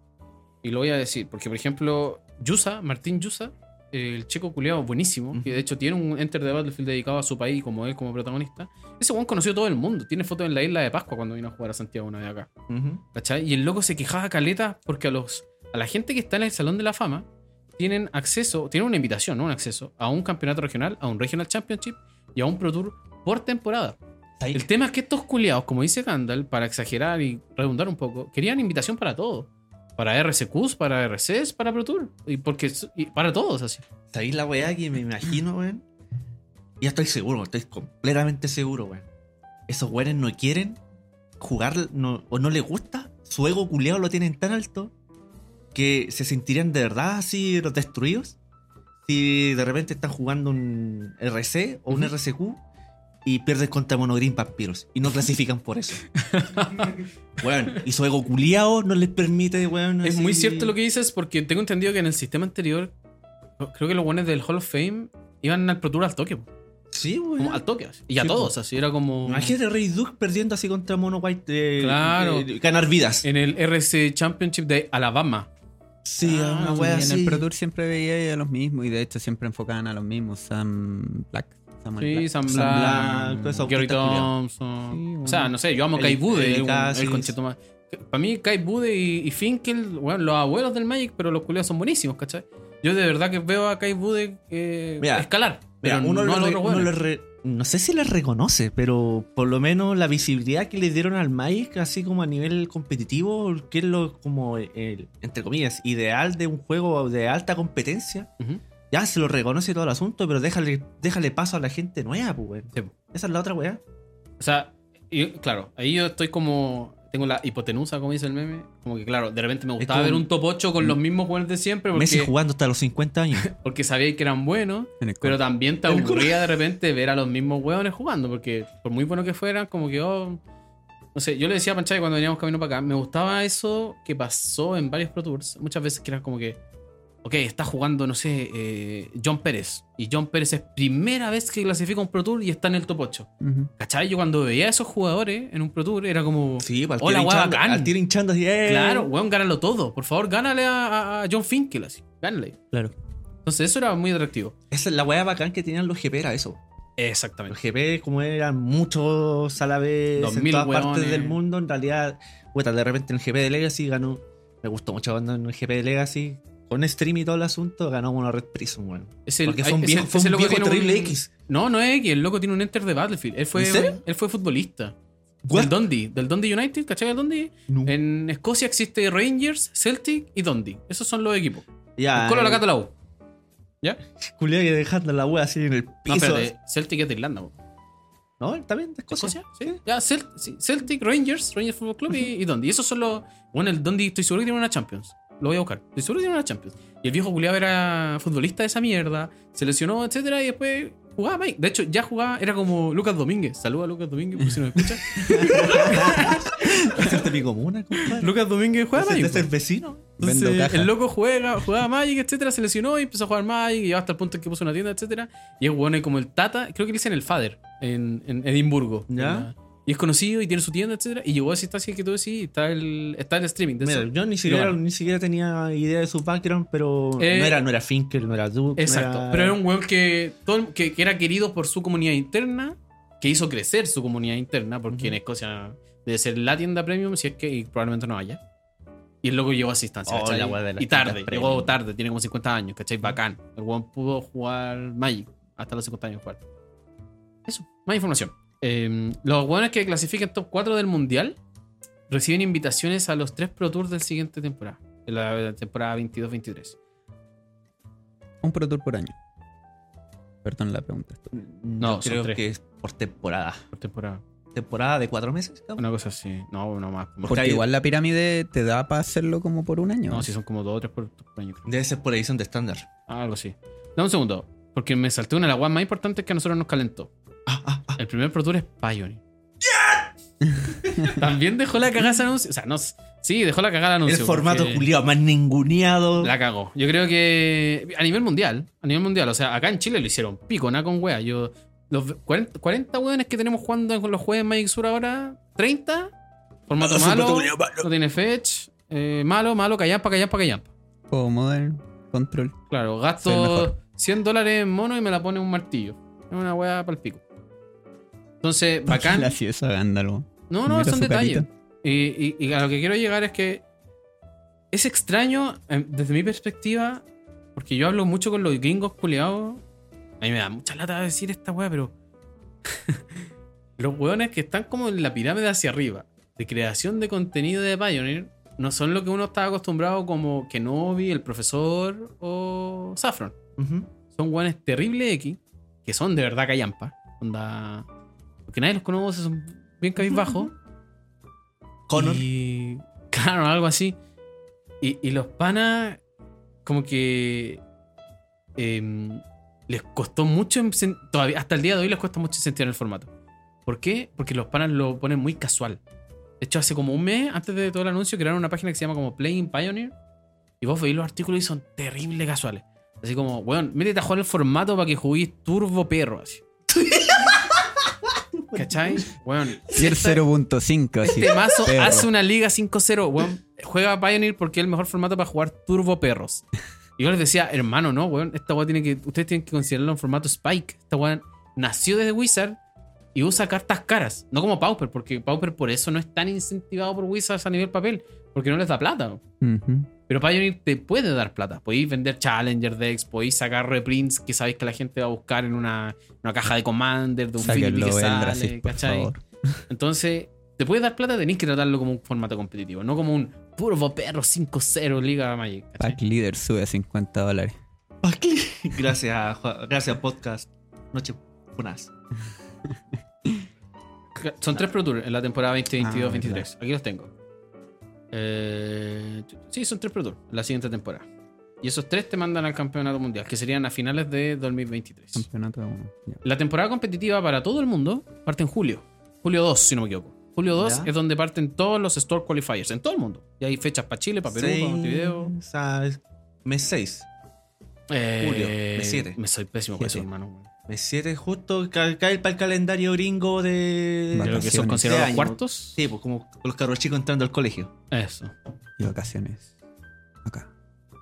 Speaker 1: Y lo voy a decir, porque por ejemplo, Yusa, Martín Yusa, el chico culiado buenísimo, que de hecho tiene un Enter de Battlefield dedicado a su país como él, como protagonista. Ese weón conoció a todo el mundo, tiene fotos en la isla de Pascua cuando vino a jugar a Santiago una vez acá.
Speaker 2: Ujú.
Speaker 1: ¿Cachai? Y el loco se quejaba caleta porque a los a la gente que está en el Salón de la Fama tienen acceso, tienen una invitación, no un acceso, a un campeonato regional, a un Regional Championship y a un Pro Tour por temporada. El tema es que estos culiados, como dice Gandalf, para exagerar y redundar un poco, querían invitación para todo. Para RCQs, para RCs, para Pro Tour. Y porque y para todos así.
Speaker 2: ¿Sabéis la weá que me imagino, weón? Ya estoy seguro, estoy completamente seguro, weón. Esos weones no quieren jugar no- o no les gusta. Su ego culeado lo tienen tan alto que se sentirían de verdad así los destruidos. Si de repente están jugando un RC o un
Speaker 1: Ujú.
Speaker 2: RCQ y pierden contra Monogreen Vampiros y no clasifican
Speaker 1: *laughs*
Speaker 2: por eso. weón, y su ego culeado no les permite, weón.
Speaker 1: Es muy cierto lo que dices porque tengo entendido que en el sistema anterior, creo que los buenos del Hall of Fame iban al Pro Tour al toque. po.
Speaker 2: Sí, weón.
Speaker 1: Como al toque. así. Y a
Speaker 2: Sí,
Speaker 1: todos, así era como.
Speaker 2: Imagínate a Rey Duke perdiendo así contra Mono White. eh,
Speaker 1: Claro.
Speaker 2: eh, ganar vidas.
Speaker 1: En el RC Championship de Alabama.
Speaker 2: sí,
Speaker 3: Ah,
Speaker 2: una
Speaker 3: sí,
Speaker 2: wea
Speaker 3: en
Speaker 2: así.
Speaker 3: el Pro Tour siempre veía a los mismos y de hecho siempre enfocaban a los mismos. Sam Black. Samuel
Speaker 1: Sí,
Speaker 3: Black.
Speaker 1: Sam
Speaker 2: Sam Black,
Speaker 1: Black,
Speaker 2: todos esos
Speaker 1: Gary
Speaker 2: autistas culiados.
Speaker 1: Thompson.
Speaker 3: Sí, bueno.
Speaker 1: O sea, no sé, yo amo
Speaker 2: El-
Speaker 1: Kai Bude,
Speaker 2: el
Speaker 1: el,
Speaker 2: Cassis.
Speaker 1: el concheto más. Para mí, Kai Bude y, y Finkel, bueno, los abuelos del Magic, pero los culiados son buenísimos, ¿cachai? Yo de verdad que veo a Kai Bude eh,
Speaker 2: Mira,
Speaker 1: escalar.
Speaker 2: Mira,
Speaker 1: pero
Speaker 2: uno
Speaker 1: no
Speaker 2: lo
Speaker 1: a los
Speaker 2: re-
Speaker 1: otros
Speaker 2: uno
Speaker 1: hueones.
Speaker 2: lo re- no sé si les reconoce, pero por lo menos la visibilidad que le dieron al Magic, así como a nivel competitivo, que es lo como el, entre comillas, ideal de un juego de alta competencia.
Speaker 1: Ujú.
Speaker 2: Ya se lo reconoce todo el asunto, pero déjale, déjale paso a la gente nueva, pues, weón.
Speaker 1: Sí, po.
Speaker 2: Esa es la otra weá.
Speaker 1: O sea, y- claro, ahí yo estoy como. Tengo la hipotenusa, como dice el meme. Como que, claro, de repente me gustaba
Speaker 2: como
Speaker 1: ver un top 8 con los mismos jugadores de siempre
Speaker 2: Messi
Speaker 1: porque,
Speaker 2: jugando hasta los 50 años.
Speaker 1: porque sabía que eran buenos.
Speaker 3: En el
Speaker 1: Pero también te
Speaker 2: El
Speaker 1: aburría de repente ver a los mismos hueones jugando, porque por muy bueno que fueran, como que oh, No sé, yo le decía a Panchay cuando veníamos camino para acá, me gustaba eso que pasó en varios Pro Tours. Muchas veces que era como que, ok, está jugando, no sé, eh, John Pérez. Y John Pérez es primera vez que clasifica un Pro Tour y está en el top 8.
Speaker 3: Ujú.
Speaker 1: ¿Cachai? Yo cuando veía a esos jugadores en un Pro Tour era como,
Speaker 2: Sí, para el
Speaker 1: Hola,
Speaker 2: tiro
Speaker 1: weá,
Speaker 2: hinchando,
Speaker 1: bacán.
Speaker 2: al tiro hinchando así, ¡eh!
Speaker 1: claro, weón, gánalo todo. Por favor, gánale a, a- a John Finkel, así, gánale.
Speaker 2: Claro.
Speaker 1: Entonces eso era muy atractivo.
Speaker 2: Esa es la weá bacán que tenían los GP, era eso.
Speaker 1: Exactamente.
Speaker 2: Los GP, como eran muchos a la vez
Speaker 1: Dos
Speaker 2: en
Speaker 1: mil
Speaker 2: todas partes
Speaker 1: hueones.
Speaker 2: del mundo, en realidad, puta, de repente en el GP de Legacy ganó. Me gustó mucho cuando en el GP de Legacy, con stream y todo el asunto, ganó una Red Prison, weón.
Speaker 1: Es el-
Speaker 2: Porque
Speaker 1: ay,
Speaker 2: fue un
Speaker 1: ese-
Speaker 2: viejo, fue
Speaker 1: ese
Speaker 2: un
Speaker 1: loco
Speaker 2: viejo
Speaker 1: tiene
Speaker 2: terrible
Speaker 1: un-
Speaker 2: X.
Speaker 1: No, no es que el loco tiene un enter de Battlefield. Él fue,
Speaker 2: ¿En serio?
Speaker 1: Él fue futbolista.
Speaker 2: What?
Speaker 1: Del Dundee, del Dundee United, ¿cachai? El Dundee.
Speaker 2: No.
Speaker 1: En Escocia existe Rangers, Celtic y Dundee. Esos son los equipos.
Speaker 2: Ya,
Speaker 1: El Colo la
Speaker 2: eh,
Speaker 1: cata la U.
Speaker 2: culiao que dejando la weá así en el
Speaker 1: No,
Speaker 2: piso.
Speaker 1: espérate, Celtic es de Irlanda. po.
Speaker 2: No, está bien, de Escocia.
Speaker 1: ¿Escocia? Sí. Ya, Cel- sí, Celtic, Rangers, Rangers Football Club y, y Dundee. Esos son los. Bueno, el Dundee estoy seguro que tiene una Champions. Lo voy a buscar. Estoy seguro que tiene una Champions. Y el viejo Julián era futbolista de esa mierda. Se lesionó, etcétera, y después jugaba Mike. De hecho, ya jugaba, era como Lucas Domínguez. Saluda a Lucas Domínguez por si nos *laughs* escucha.
Speaker 2: Hacerte mi comuna, compadre.
Speaker 1: Lucas Domínguez pues. juega
Speaker 2: Hacerte
Speaker 1: Magic.
Speaker 2: ser vecino.
Speaker 3: Vendo
Speaker 1: Entonces,
Speaker 3: caja.
Speaker 1: el loco juega, jugaba Magic, etcétera, se lesionó y empezó a jugar Magic y llegó hasta el punto en que puso una tienda, etcétera. Y es bueno como el Tata, creo que le dicen el Father en, en Edimburgo.
Speaker 2: Ya.
Speaker 1: Y es conocido y tiene su tienda, etcétera. Y llegó a esa instancia que tú decís, y está el, está el streaming. de
Speaker 2: Mira,
Speaker 1: eso.
Speaker 2: yo ni
Speaker 1: lo
Speaker 2: siquiera,
Speaker 1: ganó.
Speaker 2: ni siquiera tenía idea de su background, pero
Speaker 1: Eh,
Speaker 2: no, era, no era Finkel, no era Duke. no
Speaker 1: Exacto.
Speaker 2: era-
Speaker 1: Pero era un weón que, todo el- que, que era querido por su comunidad interna, que hizo crecer su comunidad interna, porque
Speaker 2: Ujú.
Speaker 1: en Escocia debe ser la tienda premium, si es que y probablemente no haya. Y el loco llegó a esa instancia,
Speaker 2: Oh,
Speaker 1: ¿cachai?
Speaker 2: la weá de las
Speaker 1: Y tarde,
Speaker 2: tiendas
Speaker 1: llegó
Speaker 2: premium.
Speaker 1: tarde, tiene como 50 años, ¿cachai? Bacán. El weón pudo jugar Magic hasta los 50 años jugar. Eso, más información. Eh, los weones que clasifiquen top 4 del mundial reciben invitaciones a los tres Pro Tours del siguiente temporada, de la temporada 22-23.
Speaker 3: Un Pro Tour por año. Perdón la pregunta.
Speaker 1: No,
Speaker 2: No,
Speaker 1: son
Speaker 2: creo
Speaker 1: tres.
Speaker 2: que es por temporada.
Speaker 1: Por temporada.
Speaker 2: ¿Temporada de cuatro meses? cabrón?
Speaker 1: Una cosa así. No, no más.
Speaker 3: Porque
Speaker 2: hay-
Speaker 3: igual la pirámide te da para hacerlo como por un año.
Speaker 1: No, si son como dos o tres por, por año, creo. Ah,
Speaker 2: Debe ser por edición de estándar.
Speaker 1: Algo así. Dame un segundo. Porque me salté una de las guas más importantes que a nosotros nos calentó.
Speaker 2: Ah, ah, ah.
Speaker 1: El primer Pro Tour es Pioneer. *laughs* También dejó la cagada ese anuncio. O sea, no. s- Sí, dejó la cagada el
Speaker 2: El
Speaker 1: anuncio.
Speaker 2: formato
Speaker 1: porque
Speaker 2: culiado más ninguneado.
Speaker 1: La cagó. Yo creo que a nivel mundial, a nivel mundial, o sea, acá en Chile lo hicieron pico, nada con wea. Yo, los 40, 40 weones que tenemos jugando con los jueves en Magic Sur ahora, 30, formato
Speaker 2: Ah,
Speaker 1: malo,
Speaker 2: culiao malo.
Speaker 1: no tiene fetch, eh, malo, malo, callampa, callampa, callampa.
Speaker 3: O Modern Control.
Speaker 1: Claro,
Speaker 3: Soy el
Speaker 1: gasto
Speaker 3: mejor.
Speaker 1: 100 dólares en mono y me la pone un martillo. Es una wea para el pico. Entonces, bacán.
Speaker 3: La así esa vándalo.
Speaker 1: No, no,
Speaker 3: Mira
Speaker 1: son
Speaker 3: su
Speaker 1: detalles.
Speaker 3: carita.
Speaker 1: Y, y- y a lo que quiero llegar es que es extraño, em, desde mi perspectiva, porque yo hablo mucho con los gringos culiados. A mí me da mucha lata decir esta weá, pero. *laughs* los weones que están como en la pirámide hacia arriba, de creación de contenido de Pioneer, no son lo que uno está acostumbrado como Kenobi, el profesor o Saffron
Speaker 2: Ujú.
Speaker 1: son guanes terrible X, que son de verdad callampa. Onda. Porque nadie los conoce, son bien cabizbajos.
Speaker 2: Connor.
Speaker 1: Y. Claro, algo así. Y, y los panas, como que. em, les costó mucho. en sen- Todavía, hasta el día de hoy les cuesta mucho incentivar el formato. ¿Por qué? Porque los panas lo ponen muy casual. De hecho, hace como un mes, antes de todo el anuncio, crearon una página que se llama como Playing Pioneer. Y vos veis los artículos y son terribles casuales. Así como, weón, métete a jugar el formato para que juguís turbo perro. Así. ¿Cachai? Weón.
Speaker 3: Y el
Speaker 1: esta-
Speaker 3: 0.5, así.
Speaker 1: este mazo
Speaker 3: perro.
Speaker 1: hace una liga 5-0, weón. Juega Pioneer porque es el mejor formato para jugar Turbo Perros. Y yo les decía, hermano, no, weón. Esta weón tiene que. Ustedes tienen que considerarlo en formato Spike. Esta weón nació desde Wizard y usa cartas caras. No como Pauper, porque Pauper por eso no es tan incentivado por Wizards a nivel papel. Porque no les da plata. weón.
Speaker 3: Ujú.
Speaker 1: Pero Pioneer te puede dar plata. Podéis vender Challenger decks, podéis sacar reprints que sabéis que la gente va a buscar en una, una caja de Commander, de un Philippi
Speaker 3: Sáquenlo
Speaker 1: que
Speaker 3: del
Speaker 1: sale,
Speaker 3: Brasil, por
Speaker 1: ¿cachai?
Speaker 3: favor.
Speaker 1: Entonces, te puedes dar plata, tenéis que tratarlo como un formato competitivo, no como un puro perro 5-0 Liga Magic. ¿cachai?
Speaker 3: Pack Leader sube a 50 dólares.
Speaker 2: *laughs* Gracias, Ju- gracias, podcast. Noche Funas.
Speaker 1: Son tres Pro Tour en la temporada 2022-23.
Speaker 3: verdad.
Speaker 1: Aquí los tengo. Eh, sí, son tres Pro Tour en la siguiente temporada. Y esos tres te mandan al campeonato mundial, que serían a finales de 2023.
Speaker 3: Campeonato de uno. Ya.
Speaker 1: La temporada competitiva para todo el mundo parte en julio. Julio 2, si no me equivoco. Julio 2
Speaker 2: Ya.
Speaker 1: es donde parten todos los Store Qualifiers, en todo el mundo. Y hay fechas para Chile, para Perú,
Speaker 2: Seis-
Speaker 1: para Montevideo.
Speaker 2: o sea, es- Mes 6. Julio,
Speaker 1: Eh,
Speaker 2: mes siete.
Speaker 1: Me soy pésimo con eso,
Speaker 3: Siete.
Speaker 1: hermano. güey.
Speaker 2: Mes 7 justo ca- cae para el calendario gringo de...
Speaker 1: Creo que son
Speaker 3: Vacaciones.
Speaker 1: considerados
Speaker 2: Este año.
Speaker 1: cuartos.
Speaker 2: Sí, pues como los carros chicos entrando al colegio.
Speaker 1: Eso.
Speaker 3: Y vacaciones. Acá.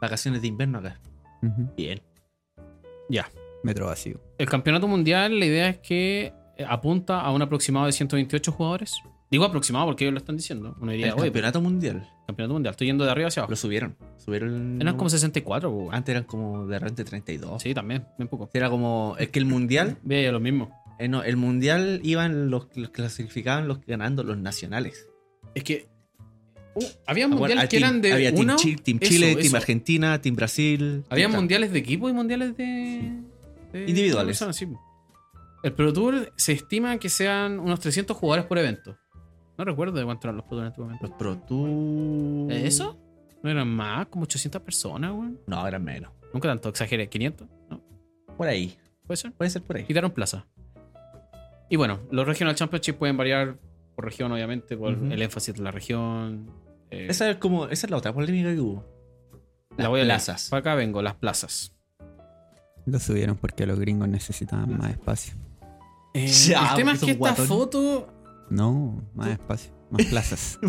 Speaker 2: Vacaciones de invierno acá.
Speaker 3: Ujú.
Speaker 2: Bien.
Speaker 3: Metro vacío.
Speaker 1: El campeonato mundial, la idea es que eh, apunta a un aproximado de 128 jugadores. Digo aproximado porque ellos lo están diciendo. Uno diría,
Speaker 2: El
Speaker 1: oye, pero
Speaker 2: campeonato mundial.
Speaker 1: campeonato mundial, estoy yendo de arriba hacia abajo.
Speaker 2: Lo subieron. Subieron...
Speaker 1: Eran como 64, pues, güey.
Speaker 2: Antes eran como de repente 32.
Speaker 1: Sí, también, bien poco.
Speaker 2: Era como... Es que el mundial...
Speaker 1: Veía lo mismo.
Speaker 2: eh, no, el mundial iban los, los clasificaban los ganando los nacionales.
Speaker 1: Es que. uh, había
Speaker 2: Acuer-
Speaker 1: mundiales
Speaker 2: al
Speaker 1: que
Speaker 2: Ah, team-
Speaker 1: eran de.
Speaker 2: había
Speaker 1: uno,
Speaker 2: Team Chile, Team,
Speaker 1: eso,
Speaker 2: Chile, team
Speaker 1: eso.
Speaker 2: Argentina, Team Brasil.
Speaker 1: Había
Speaker 2: Team-
Speaker 1: mundiales de equipo y mundiales de. de-
Speaker 2: Individuales.
Speaker 1: de personas, sí. El Pro Tour se estima que sean unos 300 jugadores por evento. No recuerdo de cuánto eran los Pro Tour en este momento.
Speaker 2: Los Pro Tour.
Speaker 1: ¿Eh, ¿Eso? ¿No eran más? ¿Como 800 personas, güey?
Speaker 2: No, eran menos.
Speaker 1: Nunca tanto, exageré. ¿500? ¿No?
Speaker 2: Por ahí.
Speaker 1: ¿Puede ser?
Speaker 2: Puede ser por ahí.
Speaker 1: Quitaron plaza. Y bueno, los Regional Championships pueden variar por región, obviamente, por
Speaker 2: Ujú.
Speaker 1: el énfasis de la región. eh,
Speaker 2: Esa es como. Esa es la otra polémica que hubo.
Speaker 1: la voy a leer.
Speaker 2: plazas.
Speaker 1: Para acá vengo, las plazas.
Speaker 3: Lo subieron porque los gringos necesitaban más espacio.
Speaker 1: Eh,
Speaker 2: Ya,
Speaker 1: el tema
Speaker 2: porque
Speaker 1: es
Speaker 2: son
Speaker 1: que esta
Speaker 2: guatones.
Speaker 1: foto
Speaker 3: No, más espacio. Más
Speaker 1: *laughs*
Speaker 3: plazas.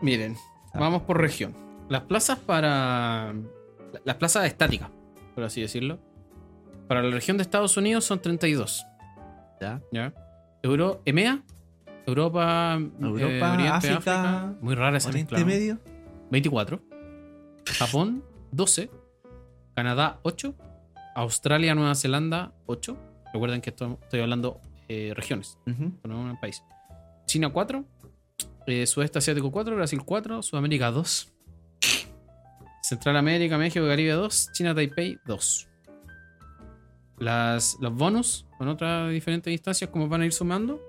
Speaker 1: Miren,
Speaker 3: Ah.
Speaker 1: vamos por región. Las plazas para. Las plazas estáticas, por así decirlo. Para la región de Estados Unidos son 32.
Speaker 2: ¿Ya?
Speaker 1: ¿ya? Euro, EMEA, Europa, eh,
Speaker 2: Europa, África,
Speaker 1: Muy rara esa
Speaker 2: Oriente
Speaker 1: mezcla. ¿no?
Speaker 2: este Medio.
Speaker 1: 24. Japón, 12. Canadá, 8. Australia, Nueva Zelanda, 8. Recuerden que esto- estoy hablando eh, regiones
Speaker 2: Ujú.
Speaker 1: no un país. China 4, eh, Sudeste Asiático 4, Brasil 4, Sudamérica 2, Central América, México, Caribe 2, China Taipei 2. Las, los bonus con otras diferentes instancias, como van a ir sumando.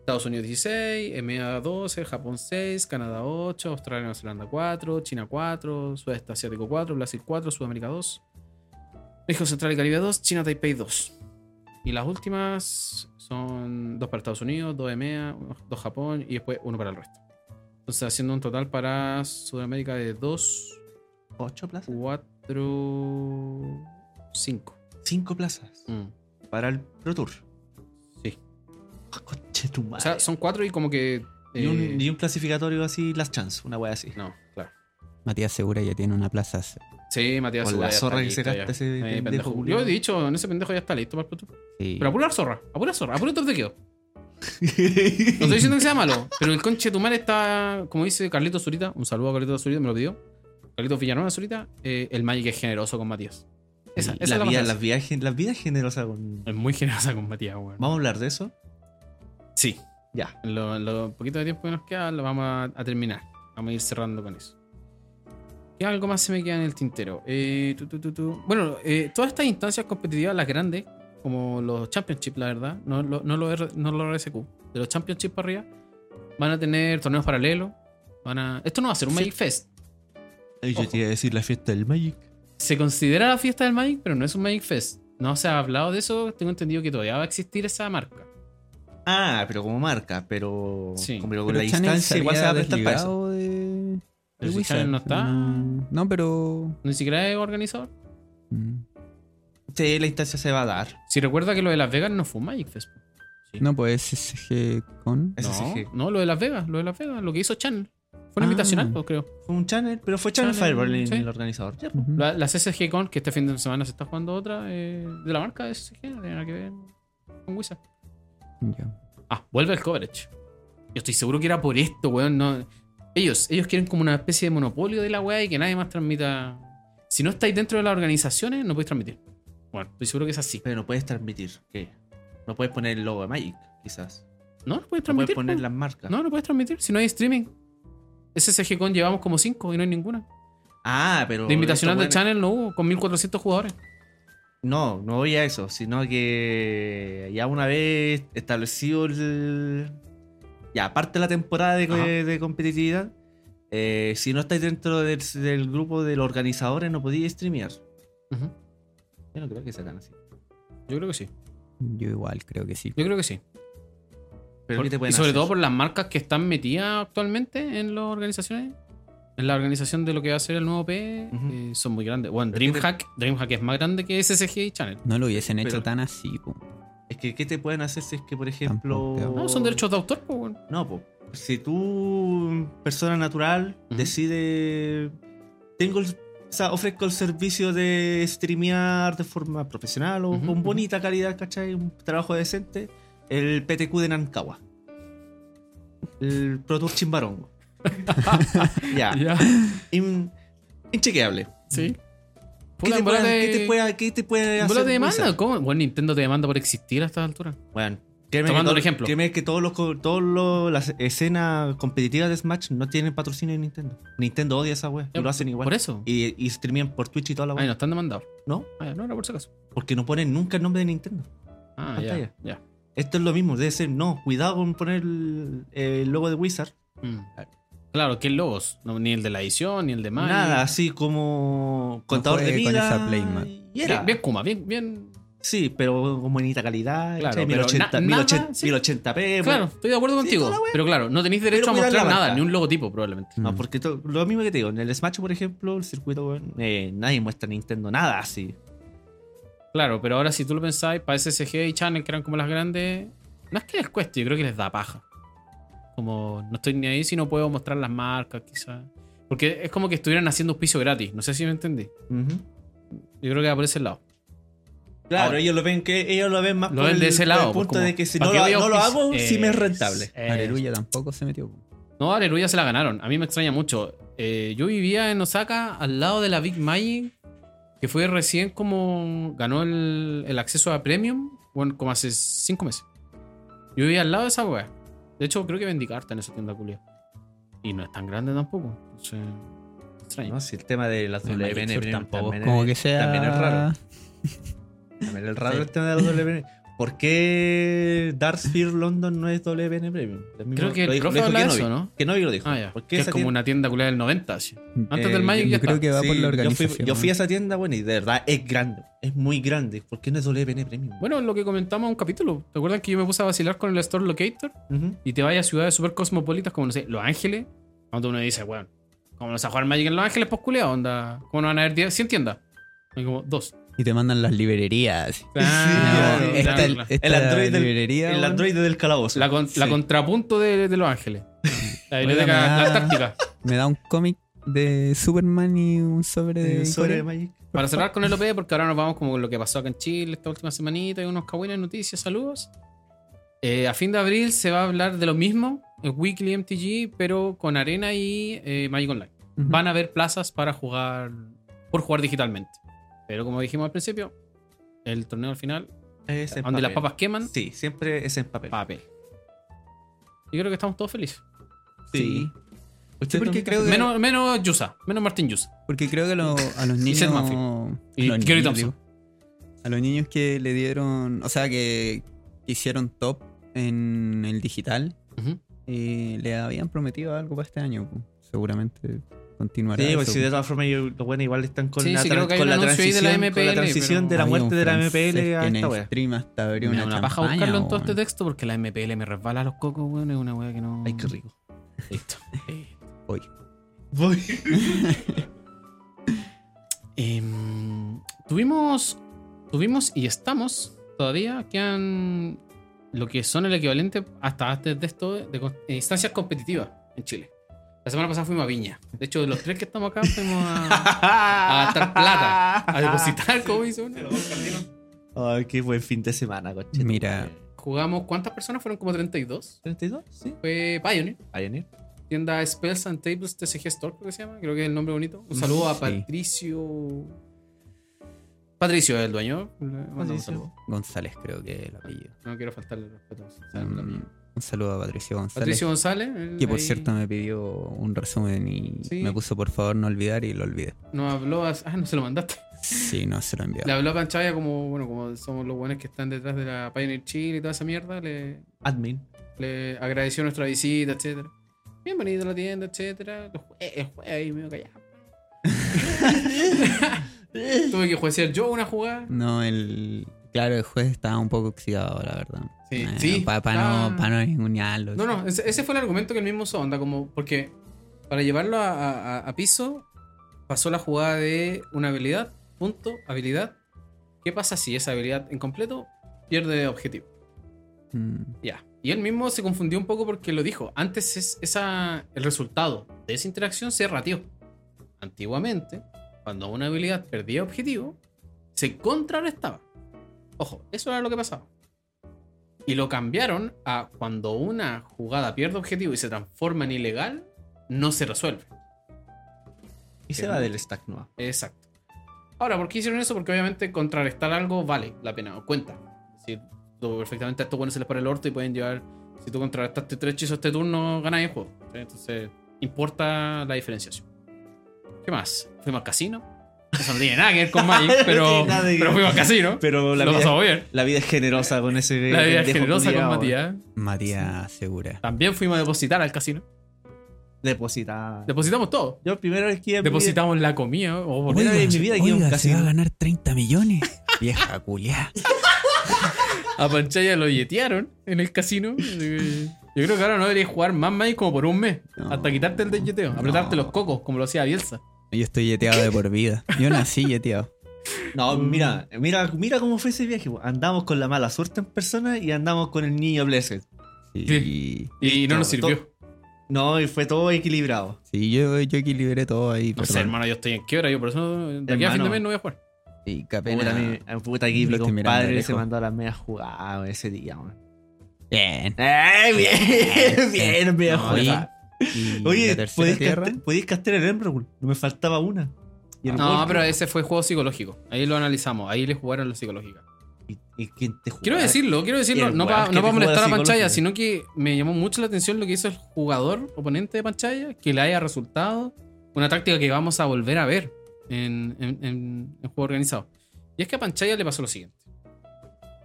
Speaker 1: Estados Unidos 16, EMEA 12, Japón 6, Canadá 8, Australia Nueva Zelanda 4, China 4, Sudeste Asiático 4, Brasil 4, Sudamérica 2, México Central y Caribe 2, China Taipei 2. Y las últimas son dos para Estados Unidos, dos EMEA, dos Japón y después uno para el resto. Entonces, haciendo un total para Sudamérica de 2,
Speaker 2: ¿Ocho plazas?
Speaker 1: 4, 5.
Speaker 2: Cinco plazas. Para el Pro Tour.
Speaker 1: Sí.
Speaker 2: Ah, Conche tu
Speaker 1: O
Speaker 2: madre.
Speaker 1: sea, son cuatro y como que.
Speaker 2: y, un,
Speaker 1: eh,
Speaker 2: y un clasificatorio así, las chance, una wea así.
Speaker 1: No, claro.
Speaker 3: Matías Segura ya tiene una plaza.
Speaker 1: Sí, Matías
Speaker 2: Con
Speaker 1: Segura
Speaker 2: la
Speaker 1: ya
Speaker 2: zorra
Speaker 1: está
Speaker 2: que se
Speaker 1: listo ya.
Speaker 2: gasta ese
Speaker 1: Eh,
Speaker 2: pendejo
Speaker 1: pendejo. Yo
Speaker 2: culiao.
Speaker 1: he dicho, en ese pendejo ya está listo para el Pro Tour.
Speaker 3: Sí.
Speaker 1: Pero a pura zorra, a pura zorra, a puro top de quedo. *laughs* No estoy diciendo que sea malo, pero el conche de tu madre está, como dice Carlito Zurita, un saludo a Carlito Zurita, me lo pidió. Carlito Villanueva Zurita, eh, el Magic es generoso con Matías. Esa, esa
Speaker 2: la,
Speaker 1: es la
Speaker 2: vida,
Speaker 1: más
Speaker 2: la, vida, gen- la vida es generosa con...
Speaker 1: Es muy generosa con Matías, weón.
Speaker 2: ¿Vamos a hablar de eso?
Speaker 1: Sí.
Speaker 2: Ya.
Speaker 1: En lo, en lo poquito de tiempo que nos queda, lo vamos a, a terminar. Vamos a ir cerrando con eso. ¿Qué algo más se me queda en el tintero? Eh, tu, tu, tu, tu. Bueno, eh, todas estas instancias competitivas, las grandes, como los Championships, la verdad, no, lo- no, los, R- no los RSQ, de los Championships para arriba, van a tener torneos paralelos. Van a... Esto no va a ser un
Speaker 2: Sí.
Speaker 1: Magic Fest. yo
Speaker 2: yo
Speaker 1: te
Speaker 2: te iba a decir la fiesta del Magic.
Speaker 1: Se considera la fiesta del Magic, pero no es un Magic Fest. No se ha hablado de eso. Tengo entendido que todavía va a existir esa marca.
Speaker 2: Ah, pero como marca, pero,
Speaker 1: Sí.
Speaker 2: como- pero con
Speaker 3: Pero
Speaker 2: la
Speaker 3: Channel
Speaker 2: distancia igual se va a prestar para eso.
Speaker 3: desligado de-
Speaker 1: Pero
Speaker 3: de
Speaker 1: si
Speaker 3: Wizard.
Speaker 1: Channel no está.
Speaker 3: No, no, pero.
Speaker 1: Ni siquiera es organizador.
Speaker 3: mm,
Speaker 2: Sí, la distancia se va a dar.
Speaker 1: Si recuerda que lo de Las Vegas no fue un Magic Fest.
Speaker 3: No, pues SG con.
Speaker 2: Ese
Speaker 1: No,
Speaker 2: sí que-
Speaker 1: no, lo de Las Vegas, lo de Las Vegas, lo que hizo Channel. Fue una
Speaker 3: Ah.
Speaker 1: invitación algo, creo.
Speaker 2: Fue un channel, pero fue Channel,
Speaker 1: Channel,
Speaker 2: Fireball en
Speaker 1: sí.
Speaker 2: el organizador. Ya, pues.
Speaker 3: Ujú.
Speaker 1: La, la CSG Con, que este fin de semana se está jugando otra, eh, de la marca de CSG, no tiene nada que ver con Wizard.
Speaker 3: Ya.
Speaker 1: Ah, vuelve el coverage. Yo estoy seguro que era por esto, weón. no- Ellos, ellos quieren como una especie de monopolio de la weá y que nadie más transmita. Si no estáis dentro de las organizaciones, no podéis transmitir. Bueno, estoy seguro que es así.
Speaker 2: Pero no puedes transmitir. ¿Qué? No puedes poner el logo de Magic, quizás.
Speaker 1: No, no podéis
Speaker 2: No puedes
Speaker 1: transmitir.
Speaker 2: poner
Speaker 1: po.
Speaker 2: las marcas.
Speaker 1: No, no podéis transmitir. Si no hay streaming. SSG Con llevamos como 5 y no hay ninguna.
Speaker 2: Ah, pero.
Speaker 1: De invitaciones
Speaker 2: estos
Speaker 1: de
Speaker 2: weones-
Speaker 1: Channel no hubo, con 1400 jugadores.
Speaker 2: No, no voy a eso, sino que ya una vez establecido el. Ya, aparte de la temporada de, co-
Speaker 1: Ajá.
Speaker 2: de competitividad, eh, si no estáis dentro del, del grupo de los organizadores, no podéis streamear.
Speaker 1: Ujú.
Speaker 2: Yo no creo que sacan así.
Speaker 1: Yo creo que sí.
Speaker 3: Yo igual creo que sí.
Speaker 1: Yo creo que sí.
Speaker 2: Pero
Speaker 1: Por-
Speaker 2: ¿qué te pueden
Speaker 1: y sobre
Speaker 2: hacer?
Speaker 1: todo por las marcas que están metidas actualmente en las organizaciones. En la organización de lo que va a ser el nuevo P
Speaker 2: Ujú.
Speaker 1: eh, son muy grandes. Bueno,
Speaker 2: Pero es que
Speaker 1: DreamHack, DreamHack es más grande que SSG y Channel.
Speaker 3: No lo hubiesen hecho
Speaker 2: Pero-
Speaker 3: tan así. po.
Speaker 2: Es que, ¿qué te pueden hacer si es que, por ejemplo.
Speaker 3: Tampoco.
Speaker 1: No, son derechos de autor, pues, bueno.
Speaker 2: No, po. Si tú, persona natural,
Speaker 1: Ujú.
Speaker 2: decide. Tengo el- o sea, ofrezco el servicio de streamear de forma profesional o
Speaker 1: Ujú,
Speaker 2: con
Speaker 1: ujú.
Speaker 2: bonita calidad, ¿cachai? Un trabajo decente. El PTQ de Nancagua. El Pro Tour Chimbarongo.
Speaker 1: *laughs*
Speaker 2: ya.
Speaker 1: Ya,
Speaker 2: in- inchequeable.
Speaker 1: sí.
Speaker 2: ¿Qué
Speaker 1: Puta,
Speaker 2: te,
Speaker 1: en bola de-
Speaker 2: puedan- ¿qué, te pueda- ¿Qué te puede
Speaker 1: en
Speaker 2: hacer?
Speaker 1: bola de demanda?
Speaker 2: Blizzard?
Speaker 1: ¿Cómo? Bueno, Nintendo te demanda por existir a esta altura.
Speaker 2: Bueno, créeme
Speaker 1: Tomando
Speaker 2: que
Speaker 1: el
Speaker 2: todo-
Speaker 1: ejemplo.
Speaker 2: créeme que todos los, co- todos los- las escenas competitivas de Smash no tienen patrocinio de Nintendo. Nintendo odia esa wea. y lo hacen igual.
Speaker 1: Por eso.
Speaker 2: Y, y streamean por Twitch y toda la wea.
Speaker 1: Ay, no, están demandados.
Speaker 2: ¿No?
Speaker 1: Ah, ya, no era por si acaso.
Speaker 2: Porque no ponen nunca el nombre de Nintendo.
Speaker 1: Ah, ya,
Speaker 2: Pantalla.
Speaker 1: ya.
Speaker 2: Esto es lo mismo. Debe ser, no, cuidado con poner el, el logo de Wizard.
Speaker 1: Mm. Claro, ¿qué logos? No, ni el de la edición, ni el de Magic.
Speaker 2: Nada, así como contador de
Speaker 3: juegue con
Speaker 2: vida.
Speaker 3: esa Play, man.
Speaker 2: y era.
Speaker 1: Bien, bien Kuma, bien, bien.
Speaker 2: Sí, pero con bonita calidad.
Speaker 1: Claro,
Speaker 2: ¿cachai?
Speaker 1: pero
Speaker 2: 1080,
Speaker 1: na- nada,
Speaker 2: 1080,
Speaker 1: sí.
Speaker 2: 1080p.
Speaker 1: Claro, estoy de acuerdo
Speaker 2: Sí,
Speaker 1: contigo.
Speaker 2: toda la wea.
Speaker 1: pero claro, no tenéis derecho
Speaker 2: Pero
Speaker 1: a
Speaker 2: cuidar
Speaker 1: mostrar
Speaker 2: la
Speaker 1: nada,
Speaker 2: marca.
Speaker 1: ni un logotipo probablemente.
Speaker 2: No,
Speaker 3: Mm.
Speaker 2: porque to- lo mismo que te digo, en el Smash, por ejemplo, el circuito, weón, eh, nadie muestra Nintendo nada así.
Speaker 1: Claro, pero ahora si tú lo pensáis, para SSG y Channel, que eran como las grandes, no es que les cueste, yo creo que les da paja. Como no estoy ni ahí si no puedo mostrar las marcas, quizás. Porque es como que estuvieran haciendo auspicio gratis, no sé si me entendí. Yo creo que va por ese lado.
Speaker 2: Claro,
Speaker 1: Ahora-
Speaker 2: ellos lo ven que ellos lo ven más
Speaker 1: Lo ven de
Speaker 2: el-
Speaker 1: ese
Speaker 2: por
Speaker 1: lado.
Speaker 2: el
Speaker 1: pues,
Speaker 2: punto
Speaker 1: como,
Speaker 2: de que si
Speaker 1: ¿para
Speaker 2: no,
Speaker 1: qué
Speaker 2: lo-
Speaker 1: voy a
Speaker 2: no lo
Speaker 1: auspici-
Speaker 2: hago, si me es
Speaker 1: Es- eh,
Speaker 2: rentable.
Speaker 1: es-
Speaker 3: Aleluya tampoco se metió. po.
Speaker 1: No, Aleluya se la ganaron. A mí me extraña mucho. Eh, yo vivía en Osaka al lado de la Big Magic, que fue recién como ganó el, el acceso a Premium, bueno, como hace cinco meses. Yo vivía al lado de esa weá. De hecho, creo que vendí carta en esa tienda culia. Y no es tan grande tampoco. Entonces, extraño.
Speaker 2: No, si el tema de las
Speaker 1: El Magic
Speaker 2: WN
Speaker 1: Sur tampoco
Speaker 2: también
Speaker 3: Como
Speaker 2: es-
Speaker 3: que sea.
Speaker 2: También es raro. También es raro
Speaker 1: Sí.
Speaker 2: el tema de las WN. ¿Por qué Dark Sphere London no es WPN Premium? Lo mismo-
Speaker 1: Creo que
Speaker 2: lo
Speaker 1: el
Speaker 2: dijo-
Speaker 1: profe
Speaker 2: lo dijo
Speaker 1: habla de
Speaker 2: Kenobi.
Speaker 1: eso, ¿no?
Speaker 2: Kenobi lo dijo.
Speaker 1: Ah, ya.
Speaker 2: ¿Por qué
Speaker 1: Que es
Speaker 2: esa
Speaker 1: como
Speaker 2: tienda-
Speaker 1: una tienda culera del 90. así. Antes
Speaker 3: Eh,
Speaker 1: del Magic
Speaker 3: yo
Speaker 1: ya
Speaker 3: creo
Speaker 1: está.
Speaker 3: que va
Speaker 2: Sí,
Speaker 3: por la
Speaker 2: yo fui-
Speaker 3: organización.
Speaker 2: Yo fui, a esa tienda, bueno, y de verdad es grande. Es muy grande. ¿Por qué no es WPN Premium?
Speaker 1: Bueno, lo que comentamos en un capítulo. ¿Te acuerdas que yo me puse a vacilar con el Store Locator?
Speaker 2: Ujú.
Speaker 1: Y te vayas a ciudades super cosmopolitas como, no sé, Los Ángeles. Donde uno dice, bueno, como no se va a jugar Magic en Los Ángeles, pues culiao, onda. ¿Cómo no van a haber 10? 100 tiendas. Hay como dos.
Speaker 3: Y te mandan las librerías.
Speaker 2: claro,
Speaker 3: No,
Speaker 1: claro,
Speaker 3: esta,
Speaker 1: claro.
Speaker 3: esta
Speaker 2: El Android del-
Speaker 3: librería.
Speaker 2: El
Speaker 3: bueno.
Speaker 2: androide del calabozo.
Speaker 1: La, con- la
Speaker 2: Sí.
Speaker 1: contrapunto de, de Los Ángeles. La
Speaker 3: Oiga,
Speaker 1: biblioteca
Speaker 3: me da-
Speaker 1: la Antártica.
Speaker 3: Me da un cómic de Superman y un sobre de.
Speaker 2: Eh, sobre
Speaker 3: Corea.
Speaker 2: Magic.
Speaker 1: Para cerrar con el OP, porque ahora nos vamos como con lo que pasó acá en Chile esta última semanita, hay unos cagüines, noticias, saludos. Eh, a fin de abril se va a hablar de lo mismo, el Weekly MTG, pero con Arena y eh, Magic Online.
Speaker 3: Ujú.
Speaker 1: Van a haber plazas para jugar, por jugar digitalmente. Pero como dijimos al principio, el torneo al final,
Speaker 2: Es en
Speaker 1: donde las
Speaker 2: papel.
Speaker 1: papas queman,
Speaker 2: Sí, siempre es en papel.
Speaker 1: papel. Yo creo que estamos todos felices.
Speaker 3: Sí.
Speaker 2: Usted
Speaker 3: Sí, porque
Speaker 2: también-
Speaker 3: creo que-
Speaker 1: Menos, menos Yusa, menos Martín Yusa.
Speaker 3: Porque creo que lo- a
Speaker 2: *laughs*
Speaker 3: los
Speaker 1: Y
Speaker 3: niños.
Speaker 1: Seth Murphy. Y
Speaker 3: los
Speaker 1: Kerry
Speaker 3: niños,
Speaker 1: Thompson.
Speaker 3: digo. a los niños que le dieron. O sea, que hicieron top en el digital.
Speaker 1: Ujú.
Speaker 3: eh, le habían prometido algo para este año. po. Seguramente continuará.
Speaker 2: Sí,
Speaker 3: eso,
Speaker 2: pues si
Speaker 3: po.
Speaker 2: de todas formas, yo- los buenos igual están con
Speaker 1: Sí,
Speaker 2: la
Speaker 1: sí,
Speaker 2: tran-
Speaker 1: creo que hay
Speaker 2: con
Speaker 1: un
Speaker 2: la
Speaker 1: anuncio ahí de la
Speaker 2: transición con la
Speaker 1: MPL,
Speaker 2: transición de
Speaker 1: pero-
Speaker 2: la
Speaker 3: Había
Speaker 2: muerte
Speaker 3: un
Speaker 2: de la
Speaker 3: francés
Speaker 2: MPL a
Speaker 3: que en
Speaker 2: esta
Speaker 1: *laughs*
Speaker 3: el
Speaker 2: wea.
Speaker 3: stream hasta abrió
Speaker 1: Me
Speaker 3: una,
Speaker 1: da una paja
Speaker 3: champaña,
Speaker 1: buscarlo en todo
Speaker 3: weón.
Speaker 1: este texto porque la MPL me resbala los cocos, weón. Es una weá que no.
Speaker 2: Ay,
Speaker 1: *laughs*
Speaker 2: qué rico.
Speaker 1: Listo.
Speaker 3: Hoy.
Speaker 2: Voy.
Speaker 1: Em, tuvimos. Tuvimos y estamos todavía. Quedan lo que son el equivalente hasta antes de esto de, con- eh, instancias competitivas en Chile. La semana pasada fuimos a Viña. De hecho, de los tres que estamos acá fuimos a, a gastar plata,
Speaker 2: *laughs*
Speaker 1: a depositar, como dice uno.
Speaker 2: Ay, qué buen fin de semana, coche.
Speaker 3: Mira.
Speaker 1: Jugamos, ¿cuántas personas? Fueron como 32.
Speaker 2: ¿32? Sí.
Speaker 1: Fue Pioneer.
Speaker 2: Pioneer.
Speaker 1: tienda Spells and Tables TCG Store, creo que se llama. Creo que es el nombre bonito. Un saludo a
Speaker 3: Sí.
Speaker 1: Patricio. Patricio es el dueño. Le mando un
Speaker 2: Patricio.
Speaker 1: saludo.
Speaker 3: González, creo que el apellido.
Speaker 1: No quiero faltarle el respeto. ¿sabes?
Speaker 3: Mm, Un saludo a Patricio González.
Speaker 1: Patricio González. él
Speaker 3: que por
Speaker 1: ahí
Speaker 3: cierto me pidió un resumen y
Speaker 1: Sí.
Speaker 3: me puso por favor no olvidar y lo olvidé.
Speaker 1: Nos habló. a- Ah, no se lo mandaste.
Speaker 3: Sí, no se lo envió.
Speaker 1: Le habló a Panchaya como, bueno, como somos los buenos que están detrás de la Pioneer Chile y toda esa mierda. Le,
Speaker 2: Admin.
Speaker 1: le agradeció nuestra visita, etcétera. Bienvenido a la tienda, etcétera. Los juegues, juegues ahí medio
Speaker 3: *laughs*
Speaker 1: callado. *laughs* Tuve que juecear yo una jugada.
Speaker 3: No, el. Claro, el juez estaba un poco oxidado, la verdad.
Speaker 1: Sí, sí,
Speaker 3: Para
Speaker 1: estaba-
Speaker 3: no, pa no ningunearlo.
Speaker 1: No, no, ese, ese fue el argumento que el mismo usó, onda, como, porque para llevarlo a, a- a- a piso, pasó la jugada de una habilidad, punto, habilidad. ¿Qué pasa si esa habilidad en completo pierde objetivo?
Speaker 3: Mm,
Speaker 1: Ya. Y él mismo se confundió un poco porque lo dijo. Antes es esa, el resultado de esa interacción se ratió. Antiguamente, cuando una habilidad perdía objetivo, se contrarrestaba. Ojo, eso era lo que pasaba. Y lo cambiaron a cuando una jugada pierde objetivo y se transforma en ilegal, no se resuelve.
Speaker 2: Y se
Speaker 1: Qué
Speaker 2: va
Speaker 1: bueno.
Speaker 2: del stack nueva.
Speaker 1: Exacto. Ahora, ¿por qué hicieron eso? Porque obviamente contrarrestar algo vale la pena, o cuenta. Es decir, tú perfectamente a estos buenos se les para el orto y pueden llevar. Si tú contrarrestaste tres hechizos este turno, ganas el juego. ¿sí? Entonces, importa la diferenciación. ¿Qué más? Fuimos al casino. Eso no tiene nada que ver
Speaker 2: *laughs*
Speaker 1: con Magic,
Speaker 2: No
Speaker 1: pero,
Speaker 2: tiene nada que ver.
Speaker 1: pero fuimos al casino.
Speaker 2: Pero la
Speaker 1: Lo
Speaker 2: vida,
Speaker 1: pasamos bien.
Speaker 2: la vida es generosa con ese.
Speaker 1: La vida es
Speaker 2: pendejo
Speaker 1: generosa con
Speaker 2: culiao,
Speaker 1: Matías.
Speaker 3: Matías Segura.
Speaker 1: También fuimos a depositar al casino.
Speaker 2: weón. Depositada.
Speaker 1: Depositamos todo.
Speaker 2: eh, Yo primera vez que iba a mi vida-
Speaker 1: Depositamos la comida. oh, por-
Speaker 2: Primera vez en mi vida que iba a un
Speaker 3: oiga, se
Speaker 2: casino.
Speaker 3: va a ganar 30 millones. *laughs* Vieja culiá.
Speaker 1: A Panchaya lo yetearon en el *laughs* casino. así que Yo creo que ahora no debería jugar más Magic como por un mes.
Speaker 3: No.
Speaker 1: Hasta quitarte el de yeteo. Apretarte
Speaker 3: No.
Speaker 1: los cocos, como lo hacía Bielsa.
Speaker 3: Yo estoy yeteado de por vida. Yo nací yeteado.
Speaker 2: No,
Speaker 3: Mm.
Speaker 2: mira, mira, mira cómo fue ese viaje. weón. Andamos con la mala suerte en persona y andamos con el niño Blessed.
Speaker 3: Sí.
Speaker 1: Y no nos
Speaker 2: Claro,
Speaker 1: sirvió.
Speaker 2: No, y fue todo equilibrado.
Speaker 3: Sí, yo, yo equilibré todo ahí.
Speaker 1: No sé,
Speaker 3: perdón.
Speaker 1: hermano, yo estoy en quiebra. Yo por eso de aquí a fin
Speaker 2: Hermano.
Speaker 1: de mes no voy a jugar.
Speaker 3: Y capena.
Speaker 2: Puta, mi, eh, puta aquí,
Speaker 3: Lo
Speaker 2: mi
Speaker 3: estoy mirando de
Speaker 2: compadre se
Speaker 3: lejos.
Speaker 2: mandó a las medias jugadas weón, ese día, weón.
Speaker 3: Bien.
Speaker 2: ¡Eh,
Speaker 3: *laughs*
Speaker 2: bien! Bien, media
Speaker 3: No,
Speaker 2: jugada.
Speaker 3: Y
Speaker 2: Oye,
Speaker 3: la tercera
Speaker 2: ¿podéis
Speaker 3: tierra.
Speaker 2: castear, podéis castear el Emberwood. No me faltaba una. Y el
Speaker 1: No,
Speaker 2: Walker.
Speaker 1: pero ese fue juego psicológico. Ahí lo analizamos. Ahí le jugaron la psicológica.
Speaker 2: ¿Y, y quién te jugaba?
Speaker 1: Quiero decirlo, quiero decirlo.
Speaker 2: el
Speaker 1: No para
Speaker 2: weón que
Speaker 1: no
Speaker 2: te
Speaker 1: pa
Speaker 2: juega
Speaker 1: molestar a Panchaya,
Speaker 2: psicológico.
Speaker 1: sino que me llamó mucho la atención lo que hizo el jugador oponente de Panchaya. Que le haya resultado una táctica que vamos a volver a ver en, en- en- en juego organizado. Y es que a Panchaya le pasó lo siguiente.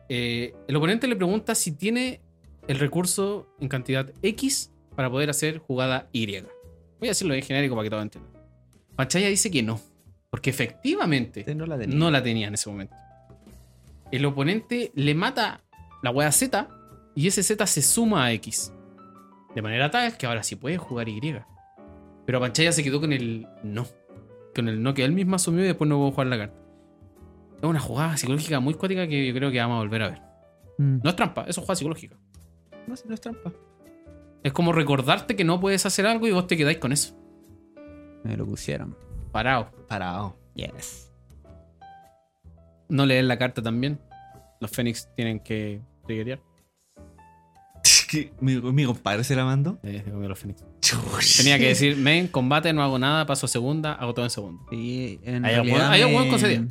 Speaker 1: Eh, el oponente le pregunta si tiene el recurso en cantidad X para poder hacer jugada Y. Voy a decirlo en genérico para que todos entiendan. Machaya dice que no, porque efectivamente
Speaker 2: este No la tenía.
Speaker 1: no la tenía en ese momento. El oponente le mata la wea Z y ese Z se suma a X. De manera tal que ahora sí puede jugar Y. Pero Panchaya se quedó con el no. Con el no que él mismo asumió y después no pudo jugar la carta. Es una jugada psicológica muy cuática que yo creo que vamos a volver a ver.
Speaker 3: Mm.
Speaker 1: No es trampa, eso es jugada psicológica.
Speaker 2: No, si no es trampa.
Speaker 1: Es como recordarte que no puedes hacer algo y vos te quedáis con eso.
Speaker 3: Me lo pusieron.
Speaker 1: Parado.
Speaker 2: Parado.
Speaker 3: Yes.
Speaker 1: No leer la carta también. Los Fénix tienen que triggerear.
Speaker 2: ¿Qué? ¿Mi, mi compadre se la mandó.
Speaker 1: Eh, se comió los Fénix. Tenía que
Speaker 2: *laughs*
Speaker 1: decir, main, combate, no hago nada, paso a segunda, hago todo en segundo.
Speaker 3: Sí, en
Speaker 1: Hay
Speaker 3: realidad
Speaker 1: algún- hay algún
Speaker 3: me-
Speaker 1: concedido.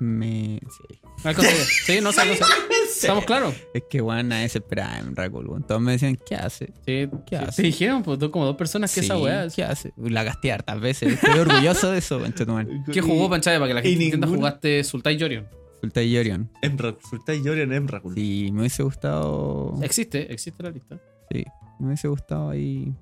Speaker 3: Me... Sí.
Speaker 1: No hay cosa
Speaker 3: *laughs*
Speaker 1: que- Sí, no sé. no sé. ¿Estamos claros?
Speaker 3: Es que, weón, nadie se esperaba en Rakul, weón. Todos me decían, ¿qué hace?
Speaker 1: Sí,
Speaker 3: ¿Qué
Speaker 1: sí,
Speaker 3: hace?
Speaker 1: Te dijeron, pues, dos- como dos personas que esa
Speaker 3: Sí,
Speaker 1: weá.
Speaker 3: ¿Qué hace? La gasté hartas veces. Estoy orgulloso de eso, Benchetuman.
Speaker 1: ¿Qué jugó Panchaya para que la
Speaker 2: y
Speaker 1: gente entienda?
Speaker 2: ninguno-
Speaker 1: Jugaste Sultai Yorion.
Speaker 3: Sulta y Orion.
Speaker 2: Emrakul. Sultán y Yorion Emrakul.
Speaker 3: Sí, me hubiese gustado.
Speaker 1: Existe, existe la lista.
Speaker 3: Sí, me hubiese gustado ahí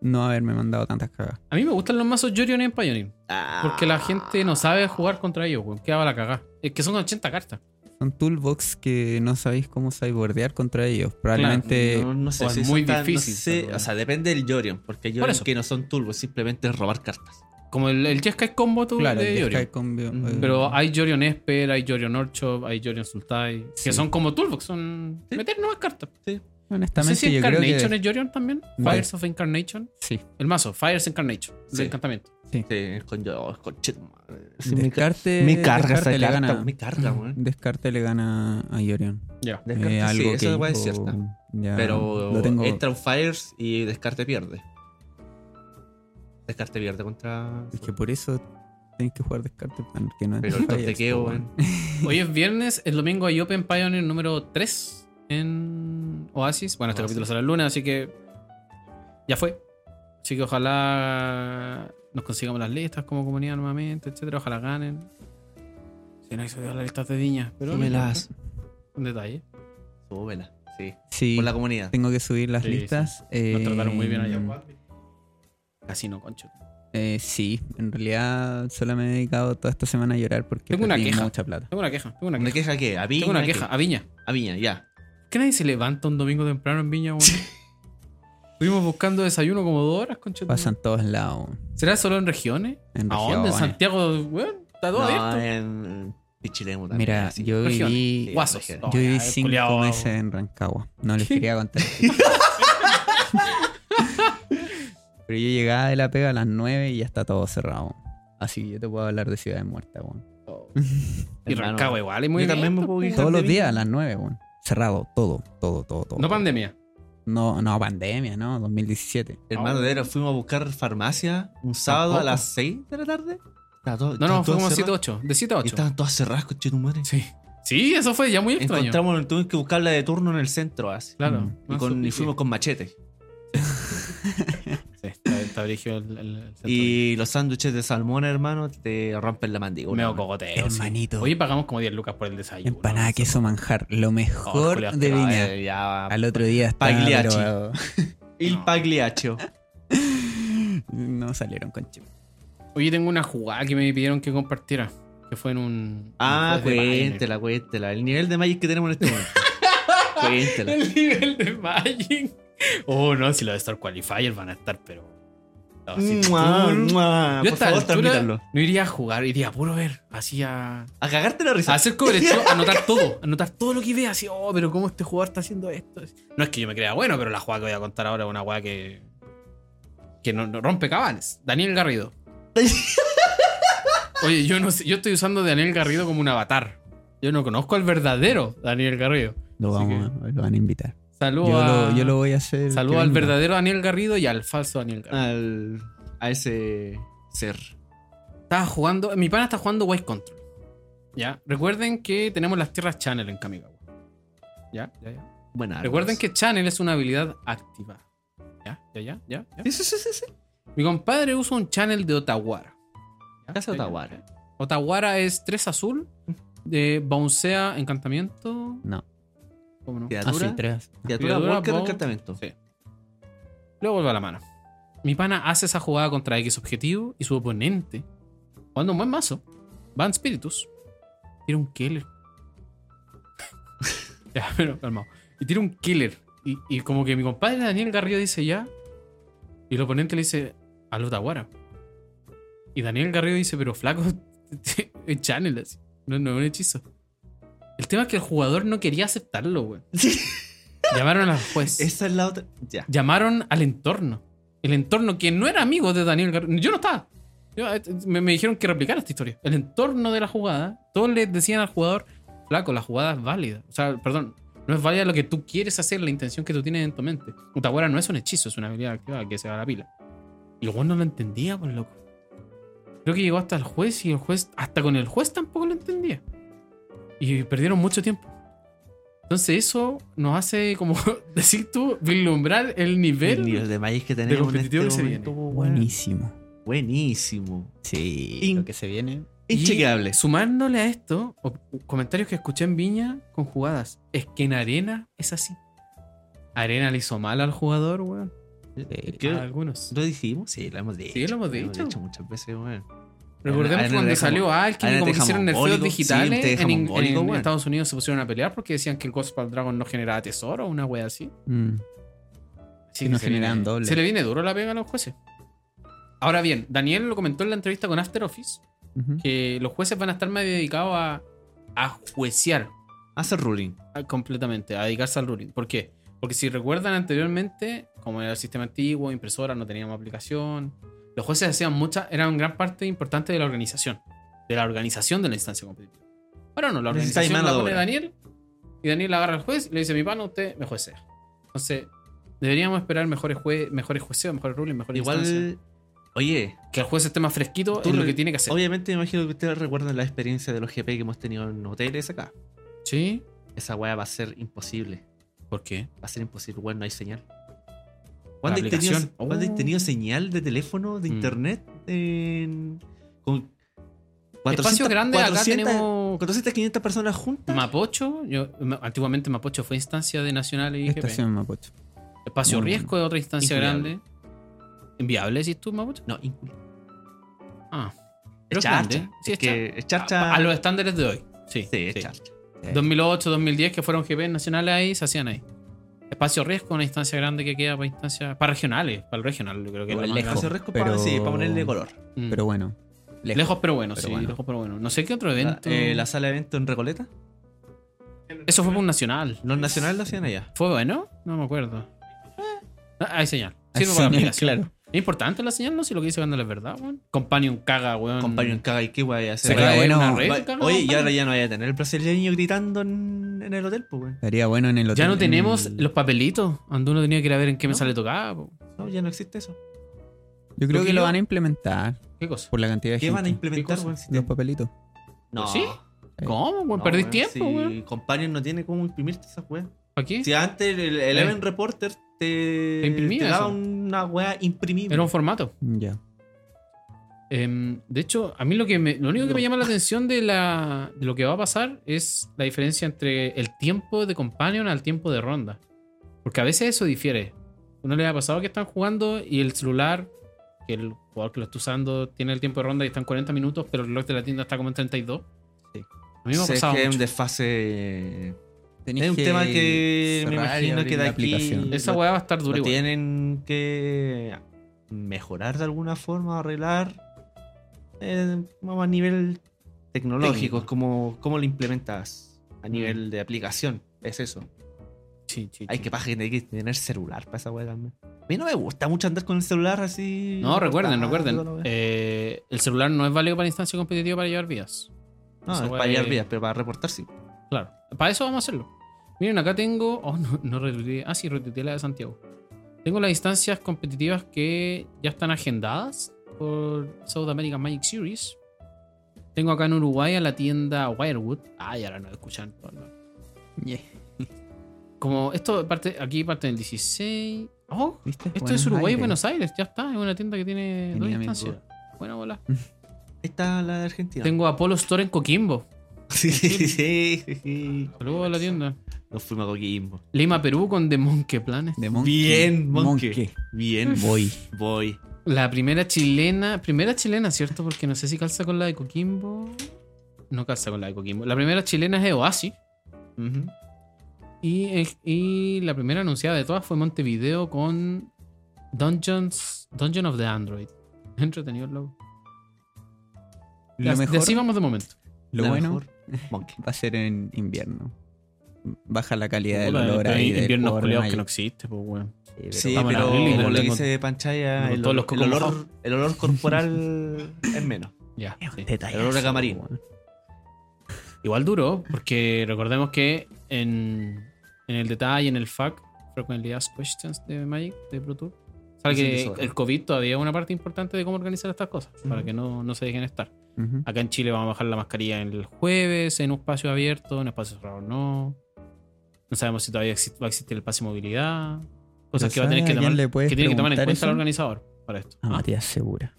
Speaker 3: no haberme mandado tantas cagas.
Speaker 1: A mí me gustan los mazos Yorion en Pioneer.
Speaker 2: Ah,
Speaker 1: Porque
Speaker 3: Ah.
Speaker 1: la gente no sabe jugar contra ellos, weón. Quedaba la cagada. Es que son 80 cartas.
Speaker 3: Son toolbox que no sabéis cómo cybordear contra ellos. Probablemente.
Speaker 2: No, no
Speaker 1: o
Speaker 2: sé,
Speaker 1: es
Speaker 2: si eso
Speaker 1: muy
Speaker 2: está- no
Speaker 1: difícil,
Speaker 2: sé,
Speaker 1: pero-
Speaker 2: o sea, depende del Yorion. Porque hay
Speaker 1: Por
Speaker 2: Yorion
Speaker 1: eso.
Speaker 2: que no son turbos, simplemente es robar cartas.
Speaker 1: Como el, el Jeskai combo tú
Speaker 3: claro,
Speaker 1: de
Speaker 3: el
Speaker 1: Yorion.
Speaker 3: Sky Combi-
Speaker 2: Mm.
Speaker 3: eh,
Speaker 1: Pero hay Yorion Esper, hay Yorion Orchop, hay Yorion Sultai. Que
Speaker 3: Sí.
Speaker 1: son como Toolbox, son
Speaker 2: Sí.
Speaker 1: meter nuevas cartas. No sé
Speaker 3: honestamente,
Speaker 1: si
Speaker 3: yo creo
Speaker 1: Incarnation
Speaker 3: que.
Speaker 1: es Yorion también.
Speaker 3: No.
Speaker 1: Fires of Incarnation.
Speaker 3: Sí.
Speaker 1: El mazo, Fires Incarnation.
Speaker 2: Sí.
Speaker 1: De encantamiento.
Speaker 2: Sí, es Este, con yo, es con che- madre. Sí, me ca-
Speaker 3: Descarte,
Speaker 2: me carga esa
Speaker 3: Descarte le
Speaker 2: carta,
Speaker 3: gana.
Speaker 2: me carga, weón.
Speaker 3: Descarte le gana a Yorion.
Speaker 1: Ya.
Speaker 3: Eh,
Speaker 2: Descarte,
Speaker 3: algo
Speaker 2: sí,
Speaker 3: que
Speaker 2: esa weá es
Speaker 3: dijo-
Speaker 2: cierta.
Speaker 3: ya,
Speaker 2: Pero
Speaker 3: lo tengo.
Speaker 2: entra un Fires y Descarte pierde. Descarte pierde contra.
Speaker 3: Es que por eso tenés que jugar Descarte. Porque no
Speaker 2: Pero el
Speaker 3: fallas,
Speaker 2: tortequeo,
Speaker 3: po,
Speaker 2: weón.
Speaker 1: Hoy es viernes, el domingo hay Open Pioneer número 3 en Oasis. Bueno, este
Speaker 2: Oasis.
Speaker 1: capítulo será el lunes, así que ya fue. Así que ojalá nos consigamos las listas como comunidad nuevamente, etcétera. Ojalá ganen. Si no, se dio las listas de Diña. Pero
Speaker 2: Súbelas.
Speaker 1: Un detalle.
Speaker 2: Súbelas,
Speaker 3: *laughs*
Speaker 2: sí.
Speaker 3: Sí,
Speaker 2: Por la comunidad.
Speaker 3: tengo que subir las
Speaker 1: Sí, sí.
Speaker 3: listas.
Speaker 1: Nos
Speaker 3: eh,
Speaker 1: trataron muy bien allá. Casino, concho.
Speaker 3: Eh, sí, en realidad solo me he dedicado toda esta semana a llorar porque
Speaker 1: Tengo una
Speaker 3: perdí
Speaker 1: queja.
Speaker 3: mucha plata.
Speaker 1: Tengo una queja, tengo una
Speaker 2: ¿Una
Speaker 1: queja.
Speaker 2: queja qué? ¿A Viña?
Speaker 1: Tengo una queja,
Speaker 2: ¿Qué?
Speaker 1: a Viña.
Speaker 2: A Viña, ya.
Speaker 1: ¿Qué nadie se levanta un domingo temprano en Viña, weón? Estuvimos buscando desayuno como dos horas, concha.
Speaker 3: Pasan todos lados.
Speaker 1: ¿Será solo en regiones?
Speaker 3: En
Speaker 1: ¿A dónde? ¿En
Speaker 3: regiones.
Speaker 1: Santiago? Weón, está todo
Speaker 2: No, eh,
Speaker 1: abierto.
Speaker 2: en Pichilemu también.
Speaker 3: Mira,
Speaker 2: así.
Speaker 3: yo
Speaker 1: regiones.
Speaker 3: viví,
Speaker 1: Guasos.
Speaker 2: Sí,
Speaker 1: No,
Speaker 3: yo viví
Speaker 1: ya,
Speaker 3: cinco
Speaker 1: culiao,
Speaker 3: meses
Speaker 1: weón.
Speaker 3: en Rancagua. No les
Speaker 1: *laughs*
Speaker 3: quería contar. Pero yo llegaba de la pega a las 9 y ya está todo cerrado. Así que yo te puedo hablar de ciudades muertas, weón.
Speaker 1: Y
Speaker 2: Hermano,
Speaker 1: Rancagua igual, es muy
Speaker 2: yo también me puedo
Speaker 1: abierto,
Speaker 2: quejar.
Speaker 3: Todos los
Speaker 2: de
Speaker 3: días
Speaker 2: mí.
Speaker 3: a las 9, weón. Cerrado, todo, todo, todo, todo.
Speaker 1: po. No pandemia.
Speaker 3: No, no, pandemia, ¿no? 2017.
Speaker 2: Hermano, de veras, fuimos a buscar farmacia un sábado a
Speaker 1: Tampoco.
Speaker 2: las 6 de la tarde. Estaba
Speaker 1: No,
Speaker 2: todo-
Speaker 1: no,
Speaker 2: estaba
Speaker 1: fue
Speaker 2: todo
Speaker 1: como
Speaker 2: cerrado.
Speaker 1: 7-8. De 7 a
Speaker 2: Y
Speaker 1: 8.
Speaker 2: Estaban todas cerradas, coche tu madre.
Speaker 1: Sí. Sí, eso fue ya muy extraño.
Speaker 2: Encontramos, tuvimos que buscarla de turno en el centro, así.
Speaker 1: Claro.
Speaker 3: Mm.
Speaker 2: Y, con- y fuimos con machete.
Speaker 1: Sí, está, está brígido el, el- el centro.
Speaker 2: Y los sándwiches de salmón, hermano, te rompen la mandíbula.
Speaker 1: Meo
Speaker 2: hermano.
Speaker 1: cogoteo. sí.
Speaker 3: Hermanito.
Speaker 1: Oye, pagamos como 10 lucas por el desayuno.
Speaker 3: Empanada,
Speaker 1: Eso.
Speaker 3: queso, manjar. Lo mejor
Speaker 1: culiao,
Speaker 3: de
Speaker 1: que
Speaker 2: Ah,
Speaker 3: Viña.
Speaker 2: eh, ya.
Speaker 3: Al otro día estaba,
Speaker 2: Pagliacci.
Speaker 3: pero, *laughs*
Speaker 2: Il
Speaker 1: *laughs*
Speaker 2: pagliaccio.
Speaker 3: no salieron con chip.
Speaker 1: Oye, tengo una jugada que me pidieron que compartiera. Que fue en un.
Speaker 2: Ah,
Speaker 1: un juego de
Speaker 2: cuéntela, cuéntela. El nivel de Magic que tenemos en este momento.
Speaker 1: *laughs* Magic. *laughs*
Speaker 2: cuéntela.
Speaker 1: El nivel de Magic. Oh, no, si lo de Star Qualifier van a estar, pero. No, si tú-
Speaker 2: Mua, mua.
Speaker 1: Mm. Yo
Speaker 2: Por
Speaker 1: a esta
Speaker 2: favor,
Speaker 1: altura
Speaker 2: transmítanlo.
Speaker 1: no iría a jugar, iría a puro ver. Así a.
Speaker 2: A cagarte la
Speaker 1: A
Speaker 2: risa.
Speaker 1: hacer cobertura, anotar todo, anotar todo lo que vea, así, oh, pero cómo este jugador está haciendo esto. No es que yo me crea bueno, pero la jugada que voy a contar ahora es una jugada que. que no, no rompe cabales. Daniel
Speaker 2: *laughs*
Speaker 1: Garrido. Oye, yo no sé, yo estoy usando a Daniel Garrido como un avatar. Yo no conozco al verdadero Daniel Garrido.
Speaker 3: Lo,
Speaker 1: Así
Speaker 3: vamos, lo van a invitar.
Speaker 1: Saludo,
Speaker 3: Yo lo,
Speaker 1: a-
Speaker 3: yo lo voy a hacer.
Speaker 1: saludo
Speaker 3: que
Speaker 1: al
Speaker 3: venga.
Speaker 1: verdadero Daniel Garrido y al falso Daniel Garrido.
Speaker 2: Al, a ese ser.
Speaker 3: Ah.
Speaker 1: Estaba jugando. Mi pana está jugando White Control. Ya. Recuerden que tenemos las tierras Channel en Kamigawa. Ya, ya, ya.
Speaker 2: Bueno,
Speaker 1: Recuerden que Channel es una habilidad activa. Ya, ya, ya, ya. ya.
Speaker 2: Sí, sí, sí, sí, sí.
Speaker 1: Mi compadre usa un Channel de Otawara. Ya,
Speaker 2: Casa
Speaker 1: ya, ya.
Speaker 2: Otawara.
Speaker 1: Otawara es 3 azul. De bouncea eh, encantamiento.
Speaker 3: No.
Speaker 1: ¿Cómo no?
Speaker 2: Criatura,
Speaker 4: Ah, sí, tres.
Speaker 2: criatura,
Speaker 1: Criatura,
Speaker 2: Walker,
Speaker 1: Bolt.
Speaker 2: encantamiento.
Speaker 1: Sí. Luego vuelve a la mano. Mi pana hace esa jugada contra X objetivo y su oponente, jugando un buen mazo, Van Spiritus, tira un killer. *laughs* ya, pero calmado. Y tira un killer. Y, y como que mi compadre Daniel Garrido dice ya. Y el oponente le dice, hazlo Taguara. Y Daniel Garrido dice, pero flaco, *laughs* es channel así. No, no es un hechizo. El tema es que el jugador no quería aceptarlo, güey. Llamaron al
Speaker 2: *laughs*
Speaker 1: juez
Speaker 2: Esa es la otra. Ya.
Speaker 1: llamaron al entorno. El entorno que no era amigo de Daniel Gar- Yo no estaba. Yo, eh, me, me dijeron que replicara esta historia. El entorno de la jugada, todos le decían al jugador, flaco, la jugada es válida. O sea, perdón, no es válida lo que tú quieres hacer, la intención que tú tienes en tu mente. Utahuara no es un hechizo, es una habilidad activada que se va a la pila. Y el weón no lo entendía, pues loco. Creo que llegó hasta el juez y el juez, hasta con el juez tampoco lo entendía. Y perdieron mucho tiempo. Entonces eso nos hace, como *laughs* decir tú, vislumbrar el nivel.
Speaker 2: El nivel de Magic que tenemos en este
Speaker 1: competitivo que se
Speaker 2: momento, weón.
Speaker 4: Buenísimo.
Speaker 2: Buenísimo.
Speaker 4: Sí,
Speaker 2: In-
Speaker 4: lo que se viene.
Speaker 1: Y
Speaker 2: Inchequeable.
Speaker 1: Sumándole a esto, o- comentarios que escuché en Viña con jugadas. Es que en Arena es así. Arena le hizo mal al jugador, weón.
Speaker 2: ¿Qué?
Speaker 1: A algunos.
Speaker 2: Eh, ¿Lo dijimos? Sí, lo hemos dicho.
Speaker 1: lo hemos dicho.
Speaker 2: muchas veces, weón.
Speaker 1: Recordemos
Speaker 2: Arena
Speaker 1: cuando
Speaker 2: deja
Speaker 1: salió
Speaker 2: mon-
Speaker 1: Alchemy,
Speaker 2: Arena
Speaker 1: como que
Speaker 2: deja
Speaker 1: hicieron nerfeos
Speaker 2: mongólico,
Speaker 1: digitales.
Speaker 2: sí, te deja
Speaker 1: en, en-
Speaker 2: mongólico,
Speaker 1: en
Speaker 2: weón.
Speaker 1: Estados Unidos se pusieron a pelear porque decían que el Gospel Dragon no generaba tesoro o una wea así.
Speaker 3: Mm.
Speaker 1: Sí,
Speaker 3: Que no
Speaker 1: se le
Speaker 3: generan
Speaker 1: viene-
Speaker 3: doble.
Speaker 1: Se le viene duro la pega a los jueces. Ahora bien, Daniel lo comentó en la entrevista con After Office,
Speaker 3: Ujú.
Speaker 1: que los jueces van a estar más dedicados a, a juecear
Speaker 2: Hace ruling.
Speaker 1: a- completamente, a dedicarse al ruling. ¿Por qué? Porque si recuerdan anteriormente, como era el sistema antiguo, impresora, no teníamos aplicación, los jueces hacían mucha, eran gran parte importante de la organización, de la organización de la instancia competitiva. Ahora no, la
Speaker 2: Necesitáis
Speaker 1: organización
Speaker 2: mano
Speaker 1: la
Speaker 2: de
Speaker 1: pone
Speaker 2: obra.
Speaker 1: Daniel, y Daniel agarra al juez y le dice, mi pana, usted me juecea. Entonces, deberíamos esperar mejores, jue, mejores jueceos, mejores rulings, mejores instancias.
Speaker 2: Igual. Oye,
Speaker 1: Que el juez esté más fresquito
Speaker 2: Tú
Speaker 1: es lo
Speaker 2: re-
Speaker 1: que tiene que hacer.
Speaker 2: obviamente me imagino que ustedes recuerdan la experiencia de los GP que hemos tenido en hoteles acá.
Speaker 1: ¿Sí?
Speaker 2: Esa weá va a ser imposible.
Speaker 1: ¿Por qué?
Speaker 2: Va a ser imposible, weón, no hay señal. ¿Cuándo
Speaker 1: La
Speaker 2: has tenido,
Speaker 1: aplicación.
Speaker 2: cuándo has
Speaker 1: Oh.
Speaker 2: tenido señal de teléfono, de
Speaker 1: Mm.
Speaker 2: internet? En, con
Speaker 1: Espacio grande, acá tenemos
Speaker 2: 400, 500 personas juntas.
Speaker 1: Mapocho, yo, ma- antiguamente Mapocho fue instancia de Nacional y IGP.
Speaker 3: Estación Mapocho.
Speaker 1: Espacio
Speaker 3: Muy
Speaker 1: Riesgo es otra instancia
Speaker 2: Inviable.
Speaker 1: grande. ¿Inviable decís tú, Mapocho?
Speaker 2: No, in-
Speaker 1: Ah,
Speaker 2: es
Speaker 1: Pero es
Speaker 2: charcha. eh.
Speaker 1: grande. Sí,
Speaker 2: es
Speaker 1: es
Speaker 2: que es charcha.
Speaker 1: a, a los estándares de hoy. Sí,
Speaker 2: Sí, es
Speaker 1: sí.
Speaker 2: charcha.
Speaker 1: 2008, 2010, que fueron GP nacionales ahí, se hacían ahí. Espacio Riesgo, una instancia grande que queda para instancias, para regionales, para el regional, yo creo que es
Speaker 3: Igual
Speaker 1: lo más
Speaker 3: lejos,
Speaker 2: Espacio
Speaker 1: grande.
Speaker 2: Resco,
Speaker 3: pero-
Speaker 2: para- sí, para ponerle color.
Speaker 1: Mm.
Speaker 3: Pero bueno.
Speaker 1: lejos, pero bueno,
Speaker 3: pero
Speaker 1: sí,
Speaker 3: bueno.
Speaker 1: lejos pero bueno. No sé qué otro evento.
Speaker 2: La, eh, la sala de evento en Recoleta.
Speaker 1: Eso fue por un nacional.
Speaker 2: Los nacionales lo hacían allá.
Speaker 1: ¿Fue bueno? No me acuerdo. Ah, hay señal.
Speaker 3: Hay
Speaker 1: Sirve para la
Speaker 3: señal,
Speaker 1: aplicación.
Speaker 3: claro.
Speaker 1: Es importante la señal, no sé lo que dice Gandalf es verdad, weón. Companion caga, weón.
Speaker 2: Compañero en caga y qué guay
Speaker 1: se
Speaker 2: hacer.
Speaker 3: Pero
Speaker 1: cae
Speaker 3: bueno,
Speaker 1: una red,
Speaker 2: Va-
Speaker 1: caga,
Speaker 2: Oye,
Speaker 1: weón.
Speaker 2: y ahora ya no vaya a tener el brasileño gritando en, en el hotel, pues, weón.
Speaker 3: Estaría bueno en el hotel.
Speaker 1: Ya
Speaker 3: Mm,
Speaker 1: no tenemos
Speaker 3: en-
Speaker 1: los papelitos. Ando uno tenía que ir a ver en qué mesa
Speaker 2: ¿No?
Speaker 1: le tocaba. po.
Speaker 2: No, ya no existe eso.
Speaker 3: Yo
Speaker 1: Lo
Speaker 3: creo que
Speaker 1: que
Speaker 3: lo
Speaker 1: yo-
Speaker 3: van a implementar
Speaker 1: ¿Qué cosa?
Speaker 3: por la cantidad de
Speaker 2: ¿Qué van a
Speaker 3: gente.
Speaker 2: implementar,
Speaker 1: cosa?
Speaker 2: weón? si
Speaker 3: Los
Speaker 2: te-
Speaker 3: papelitos.
Speaker 2: No.
Speaker 1: ¿Sí?
Speaker 3: Eh,
Speaker 1: ¿Cómo, weón?
Speaker 2: No,
Speaker 1: pues Perdí
Speaker 2: weón,
Speaker 1: tiempo,
Speaker 2: si
Speaker 1: weón.
Speaker 2: Companion no tiene cómo imprimirte esas weas.
Speaker 1: ¿Para qué?
Speaker 2: Si antes el Eleven Reporter te,
Speaker 1: Te imprimía
Speaker 2: te daba
Speaker 1: eso.
Speaker 2: una wea imprimible.
Speaker 1: Era un formato.
Speaker 3: Ya.
Speaker 1: Em, de hecho, a mí lo que me, lo único que
Speaker 2: No.
Speaker 1: me llama la atención de, la, de lo que va a pasar es la diferencia entre el tiempo de companion al tiempo de ronda. Porque a veces eso difiere. Uno le ha pasado que están jugando y el celular, que el jugador que lo está usando, tiene el tiempo de ronda y están 40 minutos, pero el reloj de la tienda está como en 32.
Speaker 3: Sí.
Speaker 1: A mí me ha
Speaker 2: Sí, es
Speaker 1: pasado.
Speaker 2: que es un
Speaker 1: mucho.
Speaker 2: desfase.
Speaker 3: Tenés
Speaker 2: Es un tema que me
Speaker 3: cerrar y
Speaker 2: imagino
Speaker 3: abrir
Speaker 2: que de
Speaker 3: la
Speaker 2: aquí
Speaker 3: aplicación.
Speaker 1: Esa
Speaker 2: lo-
Speaker 1: weá va a estar dura.
Speaker 2: lo
Speaker 1: igual.
Speaker 2: tienen que mejorar de alguna forma, arreglar eh, más a nivel tecnológico,
Speaker 1: Técnico. Mm.
Speaker 2: es como cómo lo implementas a nivel de aplicación, es eso.
Speaker 1: Sí, sí,
Speaker 2: Hay
Speaker 1: sí.
Speaker 2: que pagar, hay que tener celular para esa weá también. A mí no me gusta mucho andar con el celular así.
Speaker 1: No, recuerden,
Speaker 2: portátil,
Speaker 1: recuerden.
Speaker 2: toda la weá.
Speaker 1: eh, el celular no es válido para instancia competitiva para llevar vidas.
Speaker 2: no,
Speaker 1: esa
Speaker 2: es
Speaker 1: weá
Speaker 2: para llevar
Speaker 1: es-
Speaker 2: vidas, pero para reportar sí.
Speaker 1: Claro. Para eso vamos a hacerlo. Miren, acá tengo. Oh, no, no retuiteé. Ah, sí, retuiteé la de Santiago. Tengo las instancias competitivas que ya están agendadas por South American Magic Series. Tengo acá en Uruguay a la tienda Wirewood. Ay, ahora no escuchan. todo, no.
Speaker 3: Yeah.
Speaker 1: Como esto parte, aquí parte del 16. Oh,
Speaker 3: ¿Viste?
Speaker 1: esto
Speaker 3: Buenos
Speaker 1: es Uruguay y
Speaker 3: aires.
Speaker 1: Buenos Aires. Ya está, es una tienda que tiene dos
Speaker 3: Tenía mis
Speaker 1: instancias.
Speaker 3: dudas.
Speaker 1: Buena bola.
Speaker 2: Ahí está la de Argentina.
Speaker 1: Tengo Apollo Store en Coquimbo.
Speaker 2: *laughs*
Speaker 1: *laughs*
Speaker 2: Sí, sí, sí.
Speaker 1: Saludos a la tienda.
Speaker 2: Nos fuimos a Coquimbo.
Speaker 1: Lima, Perú con The Monkey Planet.
Speaker 3: De Monkey.
Speaker 2: Bien, Monkey.
Speaker 1: *laughs*
Speaker 2: Bien,
Speaker 3: Voy.
Speaker 2: voy.
Speaker 1: La primera chilena, primera chilena, ¿cierto? Porque no sé si calza con la de Coquimbo. No calza con la de Coquimbo. La primera chilena es Oasis.
Speaker 2: Ujú.
Speaker 1: Y, el- y la primera anunciada de todas fue Montevideo con Dungeons, Dungeon of the Android. *laughs* Entretenido el logo.
Speaker 3: Lo
Speaker 1: Así- de
Speaker 3: mejor,
Speaker 1: así vamos de momento.
Speaker 3: lo
Speaker 2: La
Speaker 1: *laughs*
Speaker 3: bueno
Speaker 2: mejor, Monkey.
Speaker 3: va a ser en invierno. Baja la calidad del
Speaker 1: Puta,
Speaker 3: olor
Speaker 1: pero
Speaker 3: ahí.
Speaker 1: hay
Speaker 3: del
Speaker 1: inviernos
Speaker 3: polvo,
Speaker 1: culiaos
Speaker 3: hay-
Speaker 1: que no existe, pues, weón.
Speaker 2: Sí,
Speaker 1: vamos a
Speaker 2: pero
Speaker 1: abrirlo y
Speaker 2: como
Speaker 1: lo
Speaker 2: le
Speaker 1: tengo-
Speaker 2: dice Panchaya,
Speaker 1: tengo
Speaker 2: el,
Speaker 1: todos los
Speaker 2: el
Speaker 1: cocos
Speaker 2: olor,
Speaker 1: mojados.
Speaker 2: el
Speaker 1: *laughs*
Speaker 2: olor corporal es menos.
Speaker 1: Ya. sí.
Speaker 3: Detallazo,
Speaker 2: El olor a camarín.
Speaker 3: weón.
Speaker 1: Igual duró, porque recordemos que en, en el detalle, en el FAQ, Frequently Asked Questions de Magic, de Pro Tour, sabe
Speaker 2: Es el
Speaker 1: que
Speaker 2: desorden.
Speaker 1: el COVID todavía es una parte importante de cómo organizar estas cosas, para
Speaker 2: Ujú.
Speaker 1: que no, no se dejen estar.
Speaker 3: Ujú.
Speaker 1: Acá en Chile vamos a bajar la mascarilla el jueves, en un espacio abierto, en un espacio cerrado no. No sabemos si todavía exi- va a existir el pase de movilidad. Cosas
Speaker 3: Pero
Speaker 1: que va a tener
Speaker 3: ¿sabe
Speaker 1: que
Speaker 3: a quién
Speaker 1: tomar,
Speaker 3: le
Speaker 1: que
Speaker 3: puedes
Speaker 1: tiene que tomar en
Speaker 3: preguntar
Speaker 1: cuenta el
Speaker 3: eso?
Speaker 1: organizador para esto.
Speaker 3: A Matías Segura.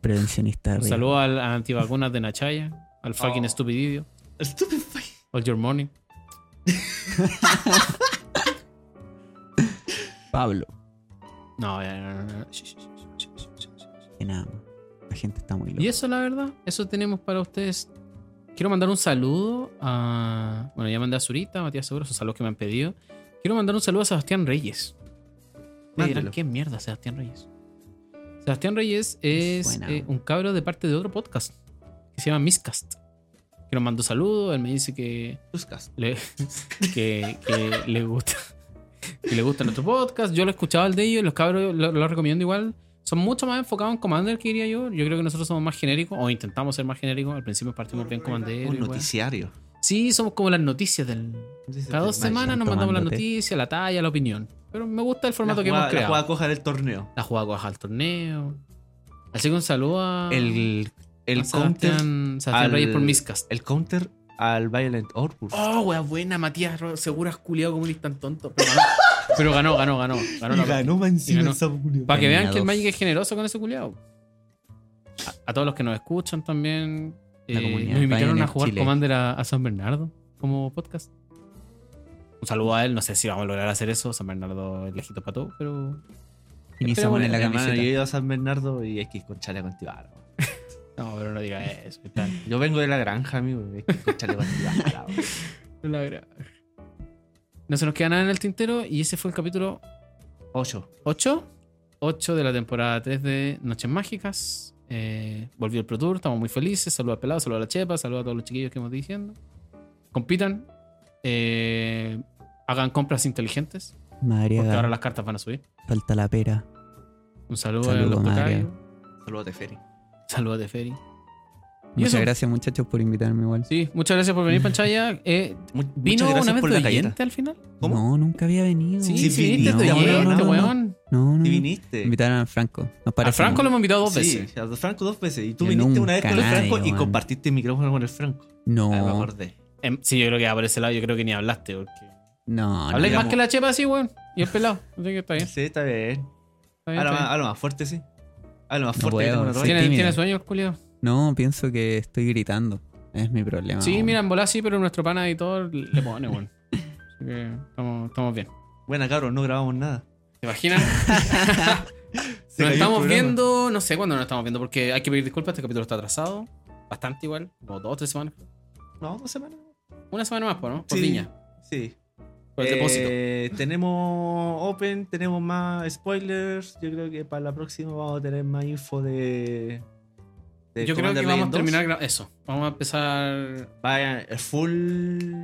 Speaker 3: Prevencionista.
Speaker 1: Un
Speaker 3: real.
Speaker 1: Ah. saludo al a antivacunas de Nachaya, al fucking
Speaker 2: Oh.
Speaker 1: estupididio,
Speaker 2: Stupid
Speaker 1: all your money.
Speaker 3: Pablo.
Speaker 1: No, ya, no, no, no. Shh, shh, shh, shh, shh, shh, shh.
Speaker 3: Que nada más. La gente está muy loca.
Speaker 1: Y eso, la verdad, eso tenemos para ustedes. Quiero mandar un saludo a. Bueno, ya mandé a Zurita, a Matías Seguro, son saludos que me han pedido. Quiero mandar un saludo a Sebastián Reyes. Me dirán,
Speaker 2: Mándelo.
Speaker 1: ¿qué mierda, Sebastián Reyes? Sebastián Reyes es
Speaker 3: Buena.
Speaker 1: eh, un cabro de parte de otro podcast que se llama Miscast. Que nos mandó saludos, él me dice que le, que, que le gusta que le gusta nuestro podcast. Yo lo he escuchado el de ellos, los cabros lo, lo recomiendo igual. Son mucho más enfocados en Commander que diría yo. Yo creo que nosotros somos más genéricos, o intentamos ser más genéricos. Al principio partimos bien Commander.
Speaker 2: Un
Speaker 1: y weá.
Speaker 2: noticiario.
Speaker 1: Sí, somos como las noticias del. Cada dos semanas nos mandamos las
Speaker 3: tomándote.
Speaker 1: noticias, la talla, la opinión. Pero me gusta el formato
Speaker 2: La
Speaker 1: que hemos
Speaker 2: jugada- La
Speaker 1: creado.
Speaker 2: jugada coja del torneo.
Speaker 1: La jugada coja al torneo. Así que un saludo a.
Speaker 2: El,
Speaker 1: a
Speaker 2: el counter.
Speaker 1: Sebastián, Sebastián
Speaker 2: al-
Speaker 1: Reyes por Miscast.
Speaker 2: El counter al Violent Outburst.
Speaker 1: Oh, wea buena, Matías. Ro- Seguro has culiado como un tan tonto. Pero ganó, *laughs* pero ganó, ganó, ganó. ganó la partida.
Speaker 2: más
Speaker 1: encima ganó. el Para que
Speaker 3: Tenía
Speaker 1: vean que el
Speaker 3: dos.
Speaker 1: Magic es generoso con ese culiado. A, a todos los que nos escuchan también.
Speaker 3: La
Speaker 1: eh,
Speaker 3: comunidad
Speaker 1: nos invitaron
Speaker 3: Pioneer
Speaker 1: a jugar
Speaker 3: Chile.
Speaker 1: Commander a, a San Bernardo como podcast. Un saludo a él. No sé si vamos a lograr hacer eso. San Bernardo es lejito para todo, pero.
Speaker 3: Y ni se pone la
Speaker 2: Hermano, yo he
Speaker 3: camiseta.
Speaker 2: ido a San Bernardo y hay que ir con chale con Tibara. weón.
Speaker 1: No, pero no diga eso. y tal.
Speaker 2: Yo vengo de la granja, amigo. y Hay que ir con chale con Tibara. weón.
Speaker 1: La gra- No se nos queda nada en el tintero. Y ese fue el capítulo
Speaker 2: Ocho.
Speaker 1: 8. 8 de la temporada 3 de Noches Mágicas. Eh, volvió el Pro Tour, estamos muy felices. Saludos a Pelado, saludos a la Chepa, saludos a todos los chiquillos que hemos diciendo. Compitan. eh, hagan compras inteligentes. Porque ahora
Speaker 3: Madriaga.
Speaker 1: las cartas van a subir.
Speaker 3: Falta la pera.
Speaker 1: Un saludo
Speaker 3: Saludo,
Speaker 1: a los
Speaker 3: Mario.
Speaker 1: precarios.
Speaker 2: *laughs* Saludos de Feri.
Speaker 1: Saludos de Feri. Y
Speaker 3: Muchas
Speaker 1: eso.
Speaker 3: gracias, muchachos, por invitarme igual.
Speaker 1: Sí, muchas gracias
Speaker 2: *laughs*
Speaker 1: por venir, Panchaya. Eh,
Speaker 2: Mu-
Speaker 1: ¿Vino
Speaker 2: muchas gracias
Speaker 1: una vez
Speaker 2: por
Speaker 1: de
Speaker 2: la galleta.
Speaker 1: oyente al final?
Speaker 2: ¿Cómo?
Speaker 3: No, nunca había venido.
Speaker 1: Sí,
Speaker 2: Sí,
Speaker 1: sí, viniste
Speaker 2: viniste,
Speaker 1: de
Speaker 2: no, no,
Speaker 1: oyente,
Speaker 2: no, no.
Speaker 1: weón.
Speaker 3: No, no.
Speaker 2: Sí,
Speaker 3: no.
Speaker 2: viniste.
Speaker 3: Invitaron a Franco. Nos
Speaker 1: A
Speaker 3: parece
Speaker 1: Franco lo hemos invitado dos
Speaker 2: Sí,
Speaker 1: veces.
Speaker 2: a Franco dos veces. Y tú
Speaker 3: Yo
Speaker 2: viniste
Speaker 3: nunca
Speaker 2: una vez con el
Speaker 3: nadie,
Speaker 2: Franco y
Speaker 3: weón.
Speaker 2: compartiste el micrófono con el Franco. Ah, me
Speaker 3: No,
Speaker 2: acordé.
Speaker 1: Em, Sí, yo creo que ah, por ese lado yo creo que ni hablaste. Porque...
Speaker 3: no. no.
Speaker 1: Habláis más
Speaker 2: Ah, digamos-
Speaker 1: que la chepa, sí, weón. Y el pelado. Así que está bien.
Speaker 2: Sí, está bien.
Speaker 1: Está bien,
Speaker 2: Habla
Speaker 1: está
Speaker 2: más,
Speaker 1: bien.
Speaker 2: habla más fuerte, sí. Habla más
Speaker 3: No
Speaker 2: fuerte. que
Speaker 3: puedo,
Speaker 2: tengo una
Speaker 3: sí.
Speaker 2: toalla.
Speaker 1: ¿Tiene,
Speaker 3: tímido.
Speaker 1: tiene sueño el culiao?
Speaker 3: No, pienso que estoy gritando. Es mi problema.
Speaker 1: Sí,
Speaker 3: weón.
Speaker 1: mira, en bola sí, pero nuestro pana editor le pone,
Speaker 2: *laughs*
Speaker 1: weón. Así que estamos, estamos bien.
Speaker 2: Buena, cabros, no grabamos nada.
Speaker 1: ¿Te imaginas?
Speaker 2: *laughs* Se
Speaker 1: nos
Speaker 2: cayó el
Speaker 1: estamos
Speaker 2: programa.
Speaker 1: viendo, no sé cuándo nos estamos viendo, porque hay que pedir disculpas, este capítulo está atrasado. Bastante igual, como dos o tres semanas.
Speaker 2: No, dos semanas.
Speaker 1: Una semana más, po, ¿no? Por
Speaker 2: Sí.
Speaker 1: viña,
Speaker 2: Sí.
Speaker 1: por el
Speaker 2: Eh,
Speaker 1: depósito.
Speaker 2: Tenemos Open, tenemos más spoilers. Yo creo que para la próxima vamos a tener más info de. de
Speaker 1: Yo creo
Speaker 2: Commander
Speaker 1: que vamos a
Speaker 2: Legends 2.
Speaker 1: terminar gra- eso. Vamos a empezar
Speaker 2: Vaya, el full.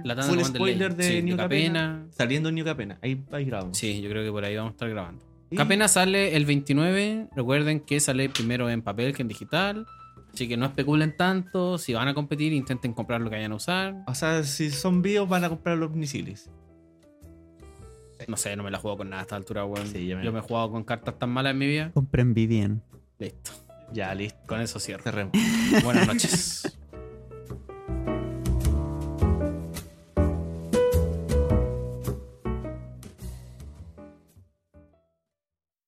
Speaker 1: la tanda
Speaker 2: full
Speaker 1: Commander
Speaker 2: spoiler
Speaker 1: Legends.
Speaker 2: de
Speaker 1: Sí,
Speaker 2: New Capena.
Speaker 1: Capena.
Speaker 2: Saliendo New Capena. Ahí, ahí grabamos.
Speaker 1: Sí, yo creo que por ahí vamos a estar grabando.
Speaker 2: Y-
Speaker 1: Capena sale el 29. Recuerden que sale primero en papel que en digital. Así que no especulen tanto. Si van a competir, intenten comprar lo que vayan a usar.
Speaker 2: O sea, si son vivos van a comprar los misiles.
Speaker 1: No sé, no me la juego con nada a esta altura, weón.
Speaker 2: Sí, ya me-
Speaker 1: Yo me he jugado con cartas tan malas en mi vida.
Speaker 3: Compren Vivian.
Speaker 1: Listo.
Speaker 2: Ya, listo. *laughs*
Speaker 1: Con eso cierro.
Speaker 2: Cerremos.
Speaker 1: Buenas noches.